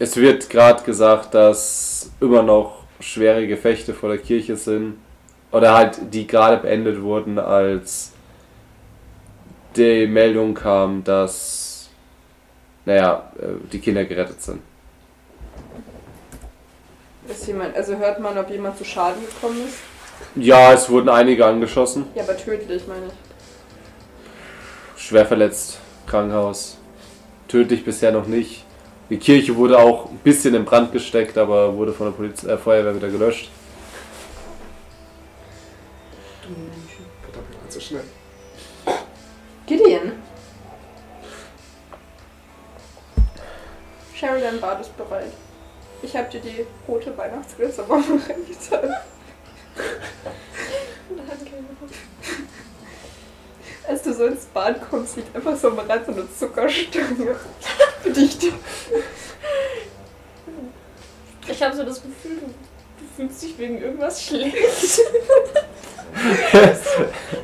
A: es wird gerade gesagt, dass immer noch schwere Gefechte vor der Kirche sind. Oder halt, die gerade beendet wurden, als die Meldung kam, dass, naja, äh, die Kinder gerettet sind.
B: Ist jemand, also hört man, ob jemand zu Schaden gekommen ist?
A: Ja, es wurden einige angeschossen,
B: Ja, aber tödlich, meine ich.
A: schwer verletzt, Krankenhaus. Tödlich bisher noch nicht. Die Kirche wurde auch ein bisschen in Brand gesteckt, aber wurde von der Poliz äh, Feuerwehr wieder gelöscht.
F: Verdammt, ich war zu schnell.
G: Gideon.
B: Sheridan war das bereit. Ich habe dir die rote Weihnachtsgläserwoche reingetan. Als du so ins Bad kommst, liegt einfach so am Rand so eine Zuckerstange. Dicht.
D: Ich habe so das Gefühl, du, du fühlst dich wegen irgendwas schlecht.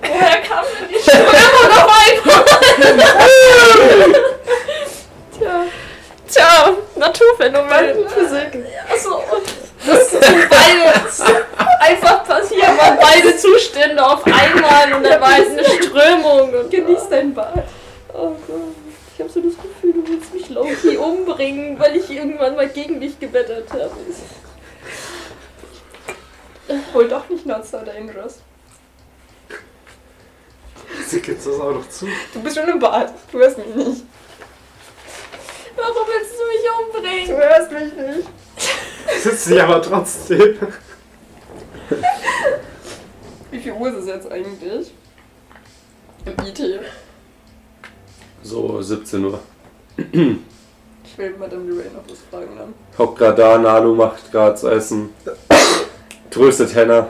D: Woher kam denn die Stimme noch einfach? Tja. Tja, Naturphänomen. Physik. Achso, und das sind beides einfach passiert, waren beide Zustände auf einmal und dann war es eine Strömung. Und
B: Genieß dein Bad.
D: Oh Gott, ich habe so das Gefühl, du willst mich low-key umbringen, weil ich irgendwann mal gegen dich gebettert habe.
B: Wohl doch nicht Not So Dangerous.
F: Sie gibt das auch noch zu.
B: Du bist schon im Bad. Du hörst mich nicht.
D: Warum willst du mich
B: Du
D: umbringen?
B: hörst mich nicht.
F: Sitzt sie aber trotzdem.
B: Wie viel Uhr ist es jetzt eigentlich? Im E IT.
A: So 17 Uhr.
B: Ich will Madame Lorraine noch was fragen ne? dann.
A: Hockt gerade da, Nalu macht gerade zu essen. Tröstet Henna,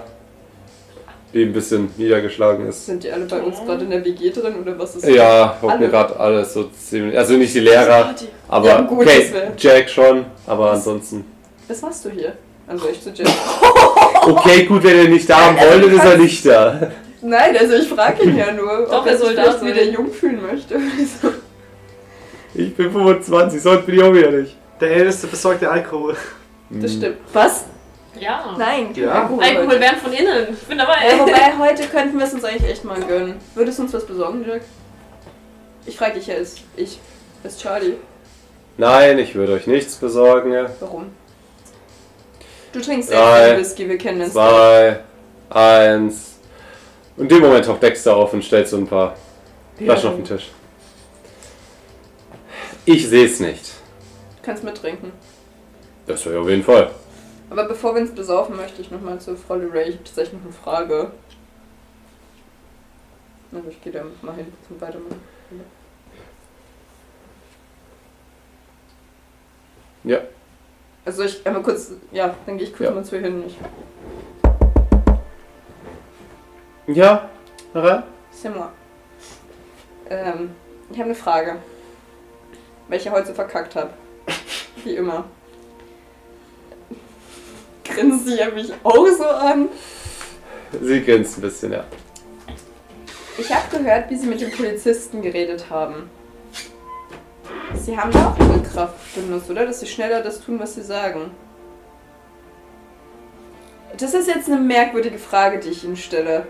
A: die ein bisschen niedergeschlagen ist.
B: Sind die alle bei uns gerade in der WG drin oder was ist
A: Ja, hocken
B: Alle.
A: gerade alles so ziemlich. Also nicht die Lehrer, aber
B: Also- Ja, gut,
A: okay,
B: das wär-
A: Jack schon, aber ansonsten.
B: Was machst du hier? Also ich zu Jim.
A: Okay, gut, wenn ihr nicht da haben wolltet, ist er nicht da.
B: Nein, also ich frage ihn ja nur,
D: Doch,
B: ob
D: er
B: er sich
D: soll da
B: vielleicht
D: sein.
B: wieder jung fühlen möchte.
A: Ich bin 25, sonst bin ich auch wieder nicht.
F: Der Älteste besorgt dir Alkohol.
B: Das
A: Hm.
B: stimmt. Was?
D: Ja.
B: Nein, kein
F: Ja.
B: Alkohol.
D: Alkohol
B: heute.
D: werden von innen. Ich bin dabei.
B: Ja, wobei, heute könnten wir es uns eigentlich echt mal gönnen. Würdest du uns was besorgen, Jack? Ich frage dich ja, ist ich. Ist Charlie.
A: Nein, ich würde euch nichts besorgen.
B: Warum? Du trinkst sehr
A: Drei,
B: viel Whisky, wir kennen den Style.
A: Zwei, eins. Und in dem Moment taucht Dexter auf und stellt so ein paar Flaschen auf den Tisch. Ich sehe es nicht.
B: Du kannst mittrinken.
A: Das höre ich auf jeden Fall.
B: Aber bevor wir uns besaufen, möchte ich nochmal zu Frau Leray. Ich habe tatsächlich noch eine Frage. Also ich gehe da mal hin zum Weitermachen.
A: Ja.
B: Also ich einmal kurz, ja, dann gehe ich kurz
A: Ja.
B: mal zu ihr hin. Ich,
A: Ja, rein.
B: c'est moi. Ähm, ich habe eine Frage. Weil ich ja heute so verkackt habe. Wie immer. Grinst sie ja mich auch so an.
A: Sie grinst ein bisschen, ja.
B: Ich habe gehört, wie sie mit den Polizisten geredet haben. Sie haben da auch ihre Kraft benutzt, oder? Dass sie schneller das tun, was sie sagen. Das ist jetzt eine merkwürdige Frage, die ich Ihnen stelle.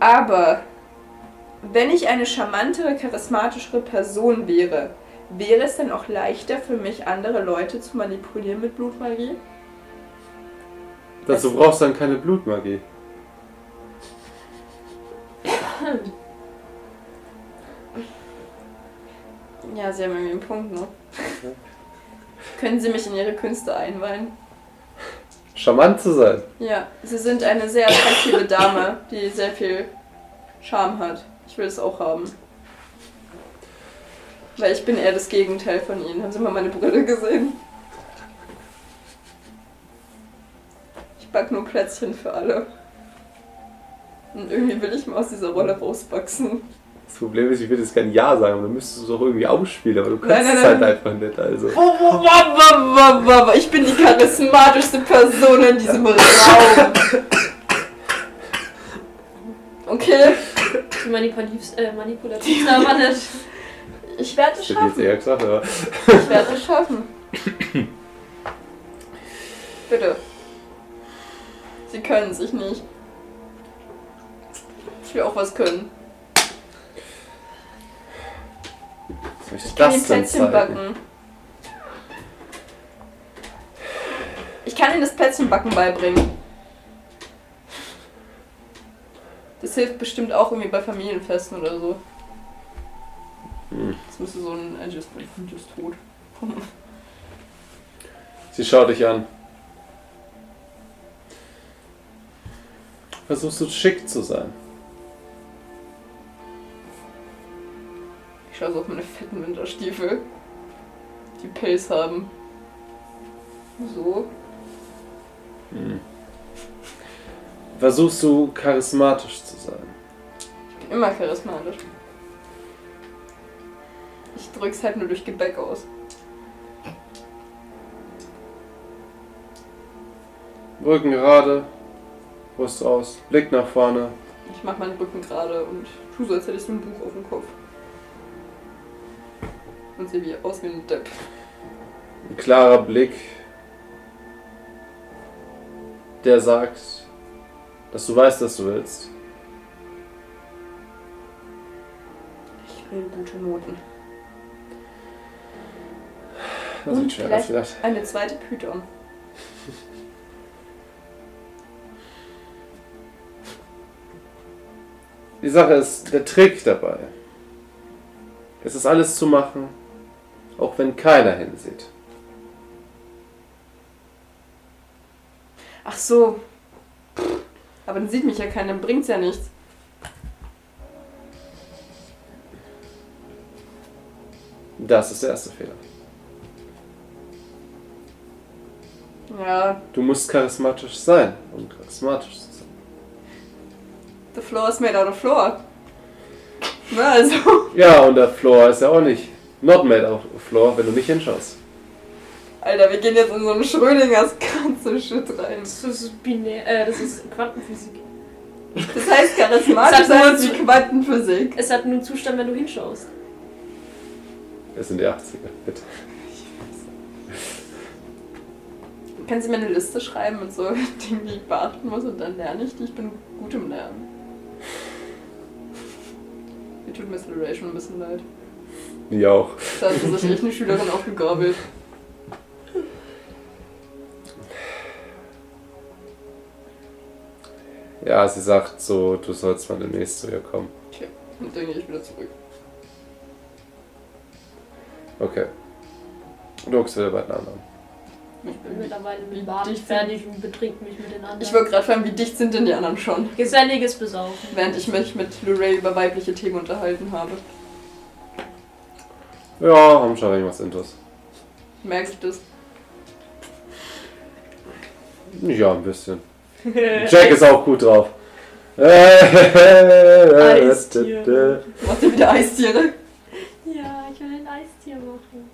B: Aber wenn ich eine charmantere, charismatischere Person wäre, wäre es dann auch leichter für mich, andere Leute zu manipulieren mit Blutmagie?
A: Dazu brauchst du dann keine Blutmagie.
B: Ja, Sie haben irgendwie einen Punkt, ne? Können Sie mich in Ihre Künste einweihen?
A: Charmant zu sein.
B: Ja, sie sind eine sehr attraktive Dame, die sehr viel Charme hat. Ich will es auch haben. Weil ich bin eher das Gegenteil von ihnen. Haben Sie mal meine Brille gesehen? Ich back nur Plätzchen für alle. Und irgendwie will ich mal aus dieser Rolle rauswachsen.
A: Das Problem ist, ich will jetzt kein Ja sagen, aber dann müsstest du es auch irgendwie ausspielen, aber du kannst
B: Nein, nein,
A: es halt
B: nein.
A: einfach nicht. Also.
B: Wow, wow, wow, wow, wow, wow. Ich bin die charismatischste Person in diesem Raum. Okay.
D: Die manipulativ, äh, manipulativ da war nicht.
B: Ich werde
A: Das hätte ich jetzt
B: es schaffen.
A: eher gesagt, aber.
B: Ich werde es schaffen. Bitte. Sie können sich nicht. Ich will auch was können.
A: Was soll ich
B: Ich
A: das denn
B: kann Ihnen
A: zeigen?
B: Plätzchen backen. Ich kann Ihnen das Plätzchenbacken beibringen.
A: Hm.
B: Das hilft bestimmt auch irgendwie bei Familienfesten oder so. Das musste so ein Adjustment. Du bist tot.
A: Sie schaut dich an. Versuchst du schick zu sein?
B: Ich schaue so auf meine fetten Winterstiefel, die Pelz haben. So.
A: Hm. Versuchst du charismatisch zu sein?
B: Ich bin immer charismatisch. Ich drück's halt nur durch Gebäck aus.
A: Rücken gerade, Brust aus, Blick nach vorne.
B: Ich mach meinen Rücken gerade und tu so, als hätte ich so ein Buch auf dem Kopf. Und sehe wie aus wie ein Depp.
A: Ein klarer Blick, der sagt, dass du weißt, was du willst.
B: Ich will gute Noten.
A: Das
B: Und
A: sieht schwer aus, gedacht.
B: Eine zweite Python.
A: Die Sache ist, der Trick dabei. Es ist alles zu machen, auch wenn keiner hinsieht.
B: Ach so. Pff, Aber dann sieht mich ja keiner, dann bringt's ja nichts.
A: Das ist der erste Fehler.
B: Ja,
A: Du musst charismatisch sein, um charismatisch zu sein.
B: the floor is made out of floor. Na, also.
A: Ja, und der Floor ist ja auch nicht. Not made of Floor, wenn du nicht hinschaust.
B: Alter, wir gehen jetzt in so einen Schrödingers ganze Shit rein.
D: Das ist binär, äh, das ist Quantenphysik.
B: Das heißt
D: Das
B: charismatisch
D: hat nur
B: sein ist
D: zu-
B: wie Quantenphysik.
D: Es hat nur einen Zustand, wenn du hinschaust.
A: Es sind die 80er, bitte.
B: Kannst du mir eine Liste schreiben mit so Dingen, die ich beachten muss und dann lerne ich die? Ich bin gut im Lernen. Mir tut Miss Leray schon ein bisschen leid.
A: Die auch.
B: Da hat sie sich echt eine Schülerin aufgegabelt.
A: Ja, sie sagt so, du sollst mal demnächst zu ihr kommen.
B: Und dann gehe ich wieder zurück.
A: Okay. Du guckst wieder bei den anderen.
B: Ich,
D: Ich bin
B: bin
D: mittlerweile mit
B: Wie
D: dem Baden
B: dicht
D: fertig und betrink mich mit den anderen.
B: ich wollte gerade fragen, wie dicht sind denn die anderen schon?
D: Geselliges Besaufen.
B: Während ich mich mit Luray über weibliche Themen unterhalten habe.
A: Ja, haben schon irgendwas Intus.
B: Merkst du das?
A: Ja, ein bisschen. Jack ist auch gut drauf. Eistier.
B: Macht ihr wieder Eistiere?
D: Ja, ich will ein Eistier machen.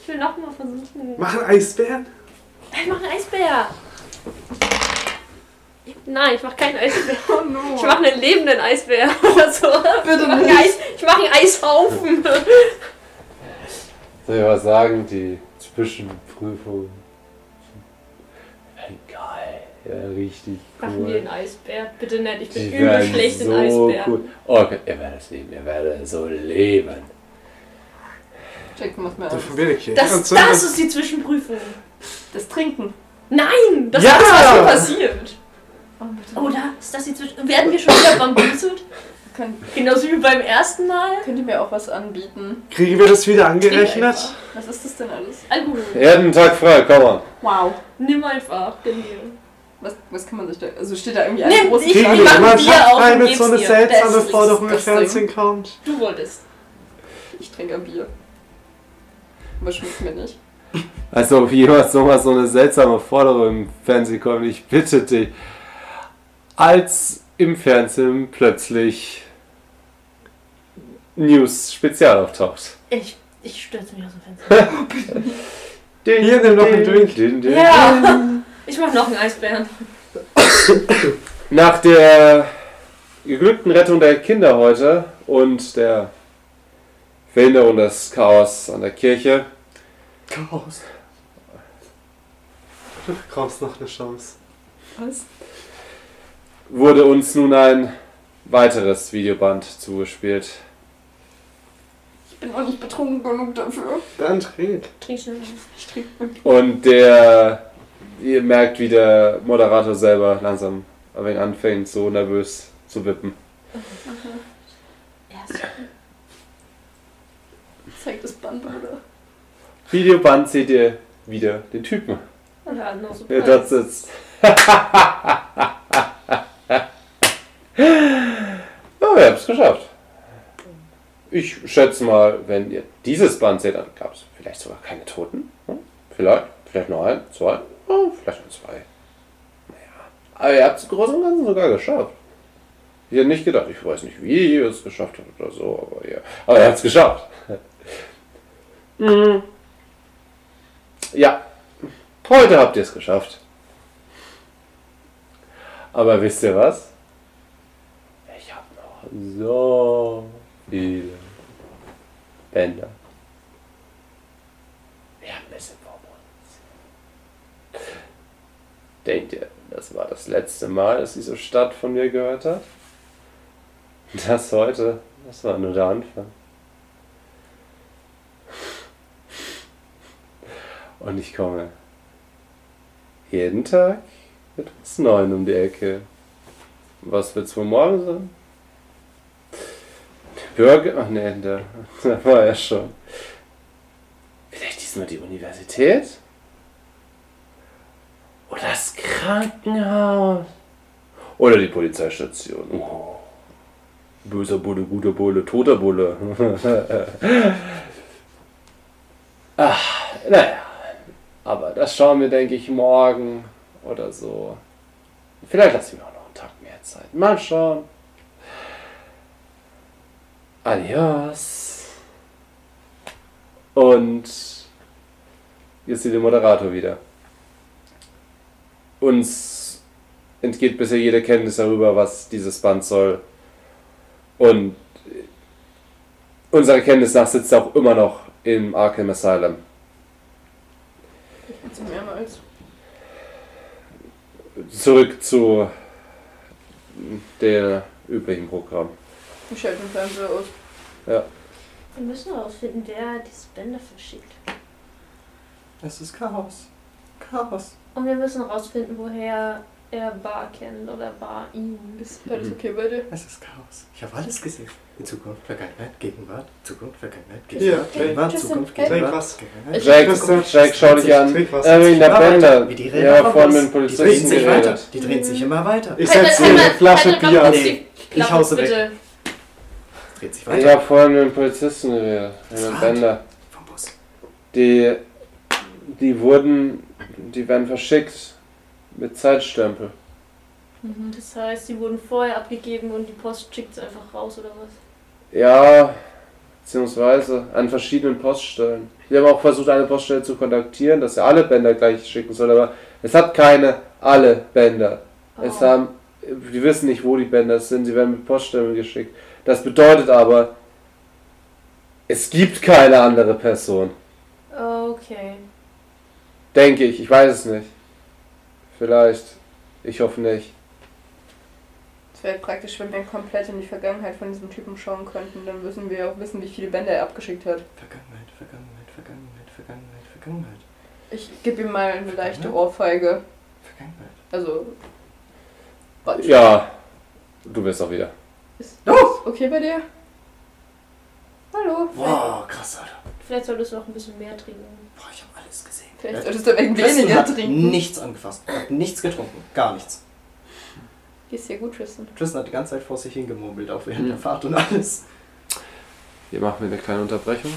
D: Ich will nochmal versuchen.
F: Mach einen Eisbären?
D: Ich mache einen Eisbär. Nein, ich mache keinen Eisbär.
B: Oh no.
D: Ich mache einen lebenden Eisbär oder so.
B: Bitte
D: ich mache einen,
B: nicht.
D: Eis, ich mach einen Eishaufen.
A: Soll ich was sagen? Die Zwischenprüfung. Geil. Ja, richtig
D: Machen wir
A: cool.
D: einen Eisbär? Bitte nicht, ich bin
A: Die
D: übel
A: werden
D: schlecht in
A: so
D: Eisbären.
A: cool. Oh Gott, ihr werdet es lieben, ihr werdet so leben.
B: Jack macht mir Angst.
F: Davon will ich hier.
D: Das, das ist die Zwischenprüfung.
B: Das Trinken.
D: Nein, das
A: Ja!
D: ist was schon passiert.
B: Oh, bitte.
D: Oder? Ist das die Zwischenprüfung? Werden wir schon wieder bambuselt?
B: Könnt,
D: Genauso wie beim ersten Mal?
B: könnt ihr mir auch was anbieten?
F: Kriegen wir das wieder
D: Trink
F: angerechnet?
D: einfach.
B: Was ist das denn alles?
D: Alkohol.
A: Ihr habt einen Tag frei, komm mal.
B: Wow.
D: Nimm einfach. Daniel.
B: Was, was kann man sich da. Also steht da irgendwie
D: Nimm
B: ein großes
D: die-
F: Kriegen
D: Ich
F: wir
D: mach
F: immer
D: ein
F: einen
D: Bier
F: Tag
D: auf
F: frei
D: und
F: mit
D: geb's
F: so einer
D: dir.
F: seltsamen
B: Das ist
F: Forderung im
B: das Ding.
F: Fernsehen kommt?
D: Du wolltest.
B: Ich trinke ein Bier. Aber schmeckt mir nicht.
A: Als Also, ob jemals nochmal so eine seltsame Forderung im Fernsehen kommt. Ich bitte dich. Als im Fernsehen plötzlich News spezial auftaucht.
D: Ich, ich stürze mich aus dem Fenster.
F: Hier, nimm noch einen Drink.
D: Ja! Ich mach noch einen Eisbären.
A: Nach der geglückten Rettung der Kinder heute und der Verhinderung des Chaos an der Kirche
F: Chaos. Du bekommst noch eine Chance.
B: Was?
A: wurde uns nun ein weiteres Videoband zugespielt.
B: Ich bin auch nicht betrunken genug dafür.
F: Dann trink.
D: Trink schnell.
B: Ich trinke ein Bier.
A: Und der, ihr merkt, wie der Moderator selber langsam ein wenig anfängt, so nervös zu wippen.
D: Erst.
H: Zeig das Band, Bruder.
A: Videoband seht ihr wieder den Typen,
H: Ja, no, super.
A: der dort sitzt. ja, wir haben es geschafft. Ich schätze mal, wenn ihr dieses Band seht, dann gab es vielleicht sogar keine Toten. Hm? Vielleicht, vielleicht nur ein, zwei, oh, vielleicht nur zwei. Naja. Aber ihr habt es im Großen und Ganzen sogar geschafft. Ich hätte nicht gedacht, ich weiß nicht, wie ihr es geschafft habt oder so, aber ihr, aber ihr habt es geschafft. Mhm. Ja, heute habt ihr es geschafft. Aber wisst ihr was? Ich habe noch so viele Bänder. Wir haben ein bisschen vor uns. Denkt ihr, das war das letzte Mal, dass diese Stadt von mir gehört hat? Das heute, das war nur der Anfang. Und ich komme jeden Tag mit was Neuem um die Ecke. Was wird's wohl morgen sein? Der Bürger. Ach nee, der, der war ja schon. Vielleicht diesmal die Universität? Oder das Krankenhaus? Oder die Polizeistation. Oh. Böser Bulle, guter Bulle, toter Bulle. Ach, naja. Aber das schauen wir, denke ich, morgen oder so. Vielleicht lasse ich mir auch noch einen Tag mehr Zeit. Mal schauen. Adios. Und jetzt sieht der Moderator wieder. Uns entgeht bisher jede Kenntnis darüber, was dieses Band soll. Und unserer Kenntnis nach sitzt er auch immer noch im Arkham Asylum.
B: Zu mehrmals.
A: zurück zu der üblichen Programm.
B: Ich schalte den Fernseher aus.
D: Wir müssen herausfinden, wer diese Bänder verschickt.
C: Es ist Chaos. Chaos.
D: Und wir müssen herausfinden, woher er Bar kennt oder Bar ihn.
B: Ist alles okay bei dir?
C: Es ist Chaos. Ich habe alles gesehen. In Zukunft, Vergangenheit, Gegenwart, Zukunft, Vergangenheit,
F: Ja,
C: Gegenwart,
F: trink,
C: Gegenwart,
H: Justin,
C: Zukunft,
H: hey.
F: trink
C: Gegenwart,
F: was.
C: Vergangenheit.
B: Ich-
A: Jack,
F: Christian,
A: Jack, schau dich an.
F: trink was.
A: Erwin, der
C: Immer
A: Bänder.
C: weiter, wie die Räder
A: Ja,
C: kommen.
A: vorhin mit dem
C: Die drehen
A: Polizisten
C: sich weiter.
A: geredet.
C: Die drehen sich immer weiter.
F: Ich
H: Halt,
F: setze
H: halt,
F: mir eine
H: halt,
F: Flasche
H: halt, halt,
F: Bier
H: halt,
F: an.
H: halt,
C: Nee,
H: Die
C: ich hause
H: bitte.
C: weg. Dreht sich
A: Ich
C: weiter.
A: habe vorhin mit dem Polizisten geredet. Mit dem
C: Fuck.
A: Bänder.
C: Vom Bus.
A: Die, die wurden, die werden verschickt mit Zeitstempel.
B: Mhm.
D: Das heißt, sie wurden vorher abgegeben und die Post schickt es einfach raus oder was?
A: Ja, beziehungsweise an verschiedenen Poststellen. Wir haben auch versucht, eine Poststelle zu kontaktieren, dass er alle Bänder gleich schicken soll, aber es hat keine alle Bänder. Es haben, wir wissen nicht, wo die Bänder sind, sie werden mit Poststellen geschickt. Das bedeutet aber, es gibt keine andere Person.
D: Oh, Okay.
A: Denke ich, ich weiß es nicht. Vielleicht. Ich hoffe nicht.
B: Es wäre praktisch, wenn wir komplett in die Vergangenheit von diesem Typen schauen könnten. Dann müssen wir auch wissen, wie viele Bänder er abgeschickt hat.
C: Vergangenheit, Vergangenheit, Vergangenheit, Vergangenheit, Vergangenheit,
B: Ich gebe ihm mal eine leichte Ohrfeige.
C: Vergangenheit.
B: Also.
A: Ja, du bist auch wieder.
B: Ist das okay bei dir? Hallo?
C: Wow, krass, Alter.
D: Vielleicht solltest du noch ein bisschen mehr trinken.
C: Boah, ich habe alles gesehen.
B: Vielleicht
C: Ja.
B: solltest du aber ein
C: Tristan
B: weniger
C: hat
B: trinken.
C: nichts angefasst, hat nichts getrunken, gar nichts.
B: Geht's dir gut, Tristan?
C: Tristan hat die ganze Zeit vor sich hingemurmelt, auch während
A: Mhm.
C: der Fahrt und alles.
A: Hier machen wir eine kleine Unterbrechung.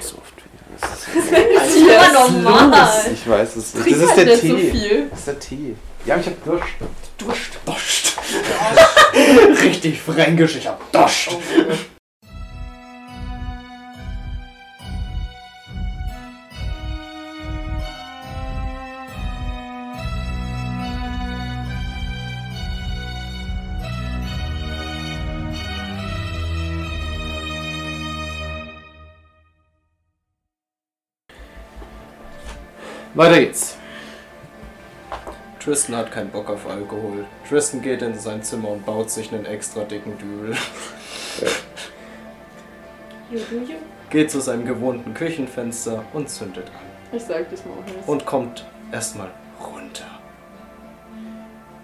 A: So oft wieder. Das ist-
B: Das ist ja
D: normal.
A: Ich weiß es nicht.
B: Trink
A: Das ist
B: halt
A: der
B: nicht so
A: Tee.
B: viel.
A: Das ist der Tee. Ja, ich hab Durst.
C: Duscht. Duscht. Richtig fränkisch, ich hab Duscht.
A: Oh Weiter geht's.
C: Tristan hat keinen Bock auf Alkohol. Tristan geht in sein Zimmer und baut sich einen extra dicken Dübel.
D: You do you?
C: Geht zu seinem gewohnten Küchenfenster und zündet an.
B: Ich sag das mal auch nicht.
C: Und kommt erstmal runter.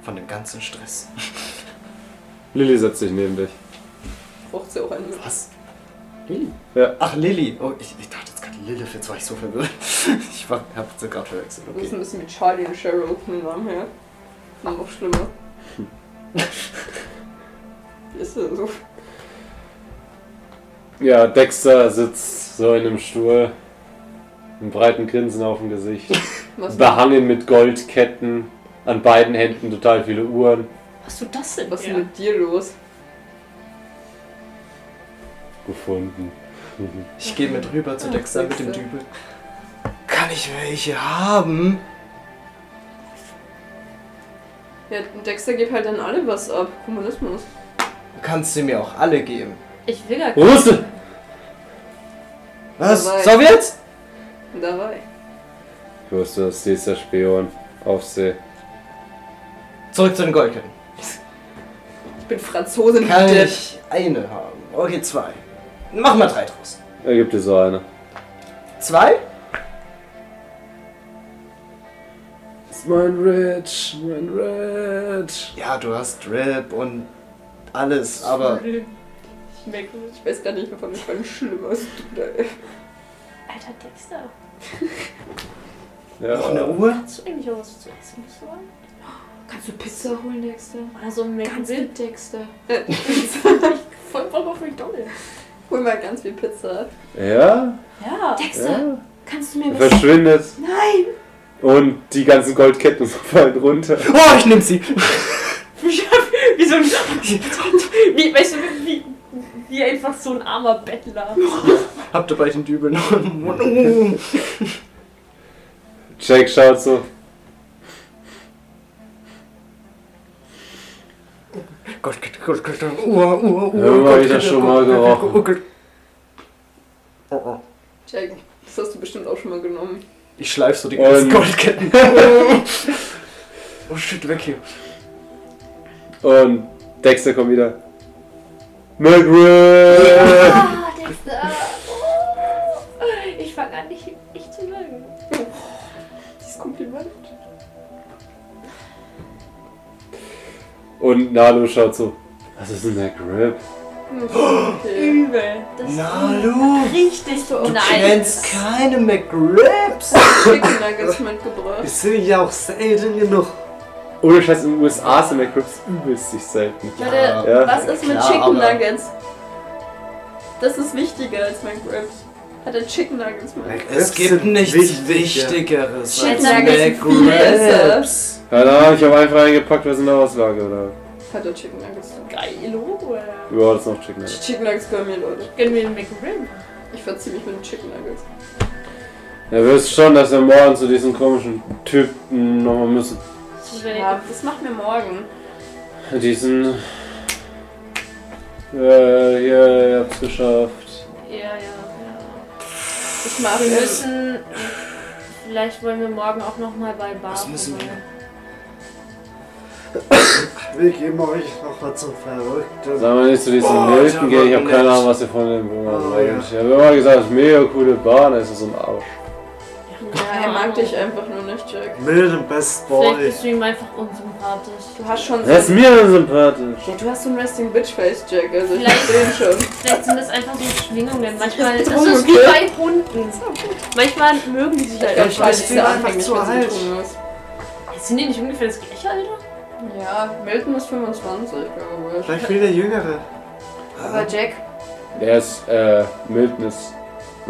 C: Von dem ganzen Stress.
A: Lilly setzt sich neben dich.
B: braucht sie auch einen.
C: Was? Lilly?
A: Ja.
C: Ach, Lilly. Oh, ich, ich dachte jetzt gerade Lilith, jetzt war ich so verwirrt. Ich war- hab sie gerade verwechselt.
B: Das ist
C: Okay.
B: ein bisschen mit Charlie und Cheryl von den Namen her. Noch Hm. schlimmer. ist ja so.
A: Ja, Dexter sitzt so in einem Stuhl, einen breiten Grinsen auf dem Gesicht,
B: Was,
A: behangen mit Goldketten, an beiden Händen total viele Uhren.
D: Was du das denn?
B: was ist
D: ja.
B: mit dir los?
A: Gefunden.
C: Ich gehe mit rüber zu
B: Ach,
C: Dexter mit dem
B: Dexter.
C: Dübel. Kann ich welche haben?
B: Ja, Dexter gibt halt an alle was ab. Kommunismus.
C: Du kannst sie mir auch alle geben.
D: Ich will gar
A: Russe!
C: Was?
B: Dabei.
C: Sowjets?
B: Dabei.
A: Ich wusste, dass dieser Spion auf See.
C: Zurück zu den Goldketten.
B: Ich bin Franzosin.
C: Kann
B: Depp.
C: ich eine haben? Okay, zwei. Mach mal drei draus.
A: Er gibt dir so eine.
C: Zwei?
A: It's mein Rich, mein Rich.
C: Ja, du hast Rip und alles, aber
D: Ich merke es.
B: Ich weiß gar nicht, wovon ich beim Schlimmersten da
D: Alter Dexter,
A: Ja.
C: noch eine Uhr?
D: hast du eigentlich auch was zu essen? Bist du mal?
B: Kannst du Pizza holen, Dexter?
D: Also ein
B: Ganz
D: McDonald's.
B: viel Dexter.
D: Voll Bock auf McDonald's.
B: Hol mal ganz viel Pizza.
A: Ja?
D: Ja.
A: ja.
B: Kannst du mir
A: Er verschwindet.
B: Nein!
A: Und die ganzen Goldketten fallen runter.
C: Oh, ich nehm sie!
D: Wie so ein. Wie, weißt du, wie, wie einfach so ein armer Bettler.
C: Habt ihr bei den Dübel noch einen Mund?
A: Jake schaut so.
C: Goldkette, Goldkette, Uhr, Uhr, Uhr.
A: Irgendwann hab ich
C: Goldkette,
A: das schon mal
C: Goldkette,
A: gerochen.
C: Goldkette. Oh, oh.
B: Jack, das hast du bestimmt auch schon mal genommen.
C: Ich schleif so die ganzen
A: Und-
C: Goldketten. oh shit, weg hier.
A: Und Dexter kommt wieder. Magritte!
D: Ah, Dexter. Oh. Ich fange an, dich, dich zu mögen.
B: Dieses Kompliment.
A: Und Nalo schaut so. Was ist denn der Grip?
B: Hm, Okay.
D: Übel. Das
C: Nalu!
D: Richtig so.
C: Du kennst keine McRibs!
B: Chicken Nuggets mitgebracht.
F: Das sind ja auch selten genug.
A: Ohne Scheiß, in den USA sind McRibs übelst sich selten.
B: Leute,
A: Ja.
B: was ist mit
C: klar,
B: Chicken
C: aber-
B: Nuggets? Das ist wichtiger als McRibs. Hat er Chicken Nuggets mit?
C: Es gibt nichts Wichtigeres
B: Chicken
C: als
B: Nuggets sind viel
C: McRibs.
A: Keine Ahnung, ich habe einfach eingepackt, was in der Auslage oder.
B: Hat er Chicken Nuggets mit?
D: Geil, oder?
A: Ja, das ist noch Chicken. Nugget.
B: Chicken Nuggets bei mir, Leute.
D: Gönnen wir einen McRib.
B: Ich verzieh mich mit den Chicken Nuggets.
A: Er wisst schon, dass er morgen zu diesem komischen Typen nochmal müssen.
B: Ja, das machen wir morgen.
A: Diesen. Äh, hier, ihr habt's geschafft.
D: Ja, ja, ja.
B: Ich mag
D: Wir
B: es.
D: müssen. Vielleicht wollen wir morgen auch nochmal bei Bar.
C: Was müssen wir?
D: vorbei.
F: Wir geben euch noch was zum Verrückten.
A: Sag mal nicht zu diesen
C: Oh,
A: Milton gehen, ich
C: der
A: hab
C: war
A: keine
C: nett.
A: Ahnung, was ihr von dem Buch
F: Oh,
A: meint. Ich hab immer gesagt, es ist mega coole Bahn, es ist so ein Arsch.
B: Ja, er mag dich einfach nur nicht, Jack.
F: Milden Best
D: Vielleicht
F: Boy.
D: bist du ihm einfach unsympathisch.
B: Du hast schon
A: Er ist
B: so.
A: mir unsympathisch.
B: Ja, du hast so ein Resting Bitch Face, Jack. Also ich
D: Vielleicht-
B: verstehe ihn schon.
D: Vielleicht sind das einfach so Schwingungen. Manchmal
B: Das
D: das
B: ist
D: ist
B: drum,
D: es wie
B: okay?
D: bei Hunden. Manchmal mögen die sich halt
B: Ja,
F: glaub,
B: ich
D: einfach.
B: weiß,
F: ich
B: diese
F: bin einfach
B: anfänglich,
F: zu
B: wenn sie
F: alt.
B: tun muss.
D: Sind die nicht ungefähr das gleiche Alter?
B: Ja, Milton ist 25, glaube ich.
F: Vielleicht will der Jüngere.
B: Aber Jack,
A: Der ist, äh, Milton ist.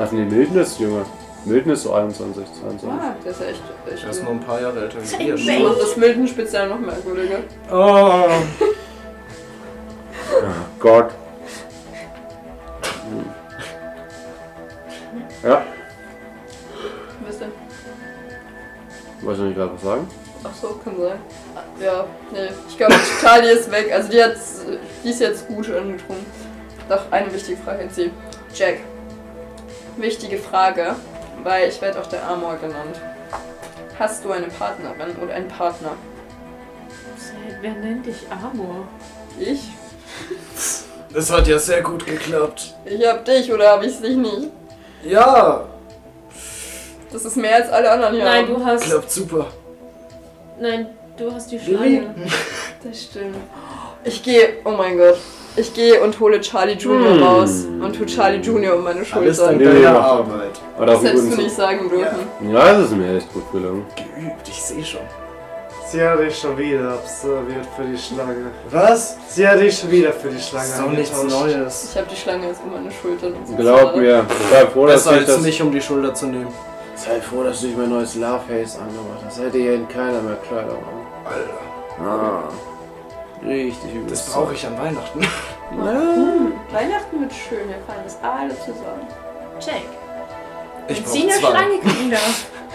A: Ach nee, Milton ist jünger. Milton ist so 21, 22.
B: ah, der ist echt. echt
C: Er ist nur ein paar Jahre älter wie wir.
B: Ich mach das Milton-Spezial noch merkwürdiger.
C: Oh. Ah.
A: Gott. Ja,
B: Was denn?
A: wolltest du nicht gerade was sagen?
B: Ach so, kann sein. Ja, nee. Ich glaube, Charlie ist weg. Also die, hat's, die ist jetzt gut angetrunken. Doch, eine wichtige Frage jetzt sie. Jack. Wichtige Frage, weil ich werde auch der Amor genannt. Hast du eine Partnerin oder einen Partner?
D: Wer nennt dich Amor?
B: Ich?
C: Das hat ja sehr gut geklappt.
B: Ich hab dich oder hab ich dich nicht?
C: Ja,
B: Das ist mehr als alle anderen hier.
D: Nein, du hast.
C: klappt super.
D: Nein, du hast die
C: Lilly?
D: Schlange.
B: Das stimmt. Ich gehe, oh mein Gott. Ich gehe und hole Charlie Junior raus und tue Charlie Junior um meine
C: Alles
B: Schulter.
C: dank
A: Nee,
C: deiner
A: nee, mach.
C: Arbeit.
A: Hat auch
B: Das
A: einen
B: hättest du
A: guten
B: nicht sagen dürfen.
A: Ja, das ist mir echt gut gelungen.
C: Geübt, ich sehe schon.
F: Sie hat dich schon wieder abserviert für die Schlange.
C: Was?
F: Sie hat dich schon wieder für die Schlange
C: Das ist doch nichts
F: eingetauscht.
C: Neues.
B: Ich habe die Schlange jetzt um meine Schulter. und so
A: Glaub
B: gerade.
A: mir. Sei froh, dass
C: Besser
A: ich
C: als
A: das.
C: mich um die Schulter zu nehmen.
A: Sei froh, dass du nicht mein neues Loveface angemacht hast. Hätte hier in keiner mehr Kleidung an.
C: Alter,
A: Ah. Richtig übel.
C: das brauche ich an Weihnachten.
E: Weihnachten wird schön, wir feiern das alle zusammen.
I: Check.
C: Ich brauche
I: Zieh eine
C: zwei.
I: Schlange, Kinder.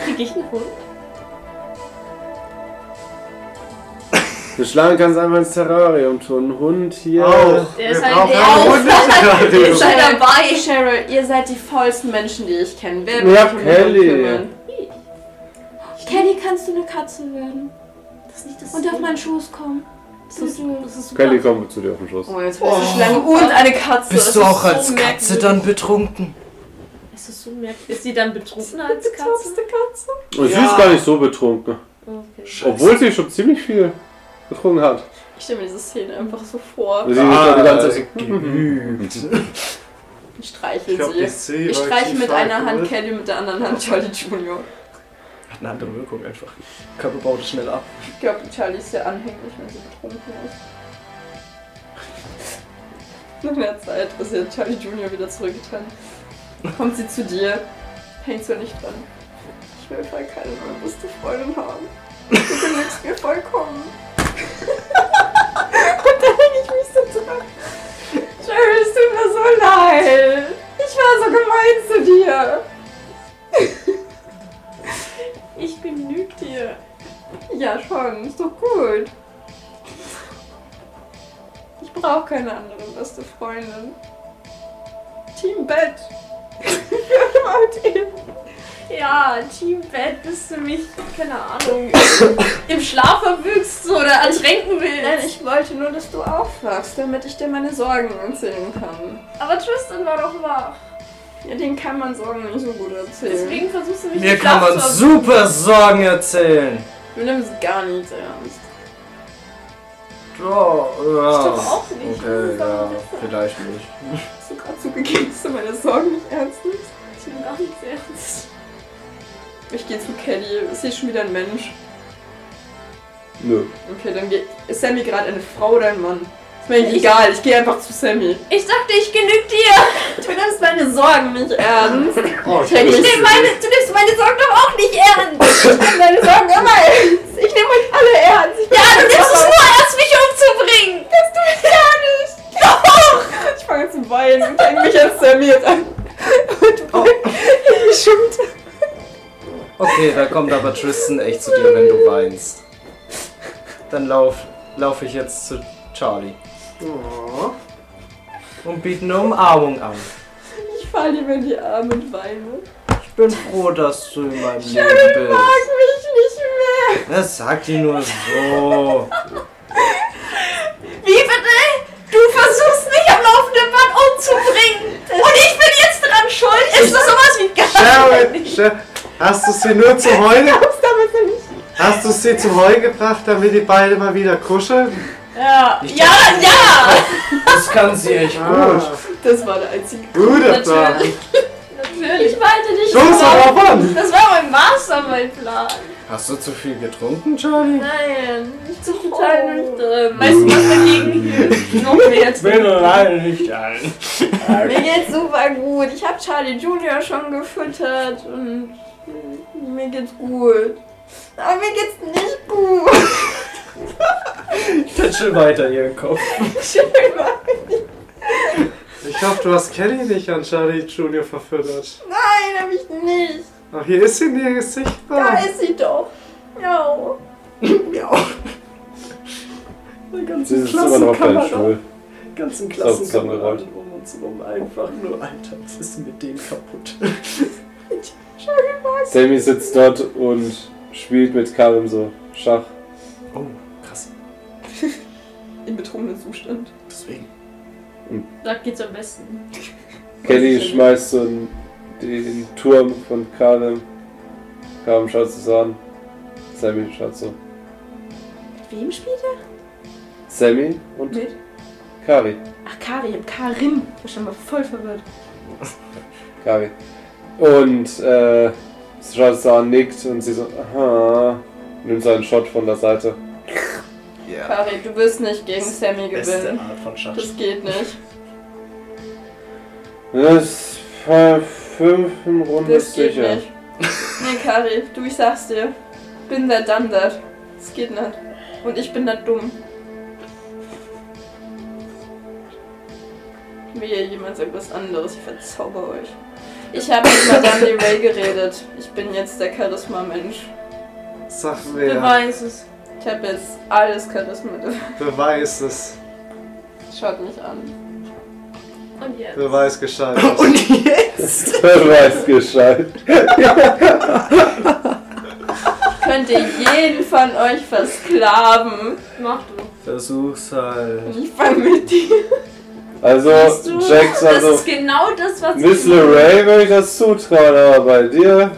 I: Krieg ich einen Hund?
A: Eine Schlange kannst du einfach ins Terrarium tun. Ein Hund hier.
C: Oh.
F: Auch.
I: Der
F: Wir
I: ist halt
F: brauchen
I: der
F: auch
I: Aus-
F: Hunde.
B: Sei
E: Cheryl,
B: dabei, Cheryl, ihr seid die faulsten Menschen, die ich kenne. Wer
A: Ja,
B: sich um
A: Kelly.
B: mich kümmern?
E: Kelly, kannst du eine Katze werden?
I: Das ist nicht das
E: Und auf meinen Schoß kommen?
I: Das ist, das ist super.
A: Kelly, komm zu dir auf den Schuss.
B: Oh, jetzt bist
C: Oh.
B: du Schlange und eine Katze.
C: Bist
B: Das
C: du
B: ist
C: auch
B: so
C: als Katze
B: merkwürdig.
C: dann betrunken?
I: Es ist so merkwürdig. Ist sie dann betrunken als Katze?
A: Und sie
C: Ja.
A: ist gar nicht so betrunken.
I: Okay.
A: Obwohl sie schon ziemlich viel getrunken hat.
B: Ich stelle mir diese Szene einfach so vor.
A: Sie ist
C: Ah,
A: ja die ganze Zeit-
C: geübt.
B: Ich
F: Ich
B: streichel
F: glaub,
B: sie.
F: die Serie
B: Ich
F: war
B: streiche mit
F: tief
B: einer Hand
F: alkohol.
B: Kelly, mit der anderen Hand Charlie Junior.
C: Hat eine andere Wirkung einfach. Körper baut es schnell ab.
B: Ich glaube, Charlie ist sehr anhänglich, wenn sie betrunken ist. Nach einer Zeit ist ja Charlie Junior wieder zurückgetan. Kommt sie zu dir, hängst du nicht dran. Ich will voll keine neue beste Freundin haben. Du genügst mir vollkommen. Und dann häng ich mich so dran. Charlie, es tut mir so leid. Ich war so gemein zu dir.
I: Ich genüg dir.
B: Ja, schon. Ist doch gut. Ich brauche keine andere beste Freundin. Team Bett.
I: Ja, Teambett, bis du mich, keine Ahnung, im Schlaf erwüchst oder ertränken
B: Nein,
I: willst.
B: ich wollte nur, dass du aufwachst, damit ich dir meine Sorgen erzählen kann.
I: Aber Tristan war doch wach.
B: Ja, den kann man Sorgen nicht so gut erzählen.
I: Deswegen versuchst du mich
C: Mir
I: im
C: kann
I: Schlaf
C: man
I: zu
C: super Sorgen erzählen.
B: Du nimmst gar nichts ernst.
C: Oh,
I: Ich
C: ja.
I: doch auch nicht. Das
A: Okay,
I: ist doch-
A: ja, vielleicht nicht.
B: Hast du gerade zugegeben, dass du meine Sorgen nicht ernst nimmst?
I: Ich bin gar nicht sehr ernst.
B: Ich gehe zu Kelly. Ist hier schon wieder ein Mensch?
A: Nö.
B: Okay, dann geh. Ist Sammy gerade eine Frau oder ein Mann? Ist mir eigentlich egal, ich gehe einfach zu Sammy.
I: Ich dachte, ich genüg dir.
B: Du nimmst meine Sorgen nicht ernst.
F: Oh, ich
B: Kelly,
F: bin-
I: Nimm meine, du nimmst meine Sorgen doch auch nicht ernst.
B: Meine Sorgen immer ernst. Ich nehme euch alle ernst. Ich bin
I: Ja, du
B: eine
I: nimmst es
B: Frau.
I: nur ernst, mich umzubringen.
B: Das tue ich gar nicht. Doch. Ich fange an zu weinen und hänge mich an Sammy jetzt an. Und oh. ich stimmt.
C: Okay, da kommt aber Tristan echt zu dir, wenn du weinst. Dann lauf, lauf ich jetzt zu Charlie
F: Oh.
C: und biete eine Umarmung an.
B: Ich falle ihm in die Arme und weine.
C: Ich bin froh, dass du in meinem Leben
B: Mag
C: bist.
B: mich nicht mehr.
C: Das sagt die nur so.
I: Wie bitte? Du versuchst mich am laufenden Band umzubringen. Und ich bin jetzt dran schuld. Ist das sowas wie gar
F: Sharon, Sha- hast du sie nur zu Heulen?
B: Was damit denn nicht?
F: Hast du sie zu Heu gebracht, damit die beide mal wieder kuscheln?
I: Ja,
C: Ich
I: ja, ja.
C: Das kann sie echt
F: Ah,
C: gut.
B: Das war der einzige.
F: guter Plan.
I: Natürlich. Ich wollte dich
F: Los, aber wann?
I: Das war mein Mastermind-Plan.
C: Hast du zu viel getrunken, Charlie?
I: Nein, ich bin total
B: Oh.
I: nüchtern. Weißt du, was wir liegen? Noch mehr jetzt.
C: leider nicht ein.
B: Mir geht's super gut. Ich habe Charlie Junior schon gefüttert und mir geht's gut. Aber mir geht's nicht gut.
C: Tätschel weiter ihren Kopf.
F: Ich hoffe, du hast Kelly nicht an Charlie Junior verfüttert.
B: Nein, hab ich nicht.
F: Ach, hier ist sie nirgends sichtbar.
B: Da ist sie doch. Ja.
A: Sie sitzt immer noch auf deinen Stuhl.
C: ganzen
A: Klassen- zusammengerollt.
C: um uns herum einfach nur Alter, was ist mit denen kaputt?
A: Sammy sitzt dort und spielt mit Karim so Schach.
C: Oh, krass.
B: Im betrunkenen Zustand.
C: Deswegen.
I: Da geht's am besten.
A: Kelly schmeißt so einen, den Turm von Karim. Karim schaut sich so an. Sammy schaut so.
I: Wem spielt er?
A: Sammy und
I: Mit?
A: Kari.
I: Ach,
B: Kari, ich hab Karim. Ich war schon mal voll verwirrt.
A: Gabi. Und äh, sie schaut es an, nickt und sie so, aha, nimmt seinen Shot von der Seite.
C: Ja.
B: Kari, du wirst nicht gegen Sammy
C: Beste
B: gewinnen.
C: Art von Schach.
B: Das geht nicht.
A: Das ist bei fünften Runde
B: Das geht
A: sicher.
B: nicht. Nee, Kari, du, ich sag's dir. Bin der done that. Das geht nicht. Und ich bin da dumm. Mir jemand sagt was anderes, ich verzauber euch. Ich habe mit Madame Ray geredet. Ich bin jetzt der Charisma-Mensch.
F: Sag
D: Wer
F: mir,
D: weiß es.
B: Ich habe jetzt alles Charisma.
F: beweis es.
B: Schaut mich an.
D: Und jetzt.
F: Beweis gescheit.
C: Und jetzt?
A: Wer weiß Bescheid.
B: Könnt ihr jeden von euch versklaven?
D: Mach du.
C: Versuch's halt.
B: Ich fang mit dir.
A: Also,
D: Siehst du?
A: Jax,
D: Das
A: also,
D: ist genau das, was
A: Miss LeRae würde ich das zutrauen, aber bei dir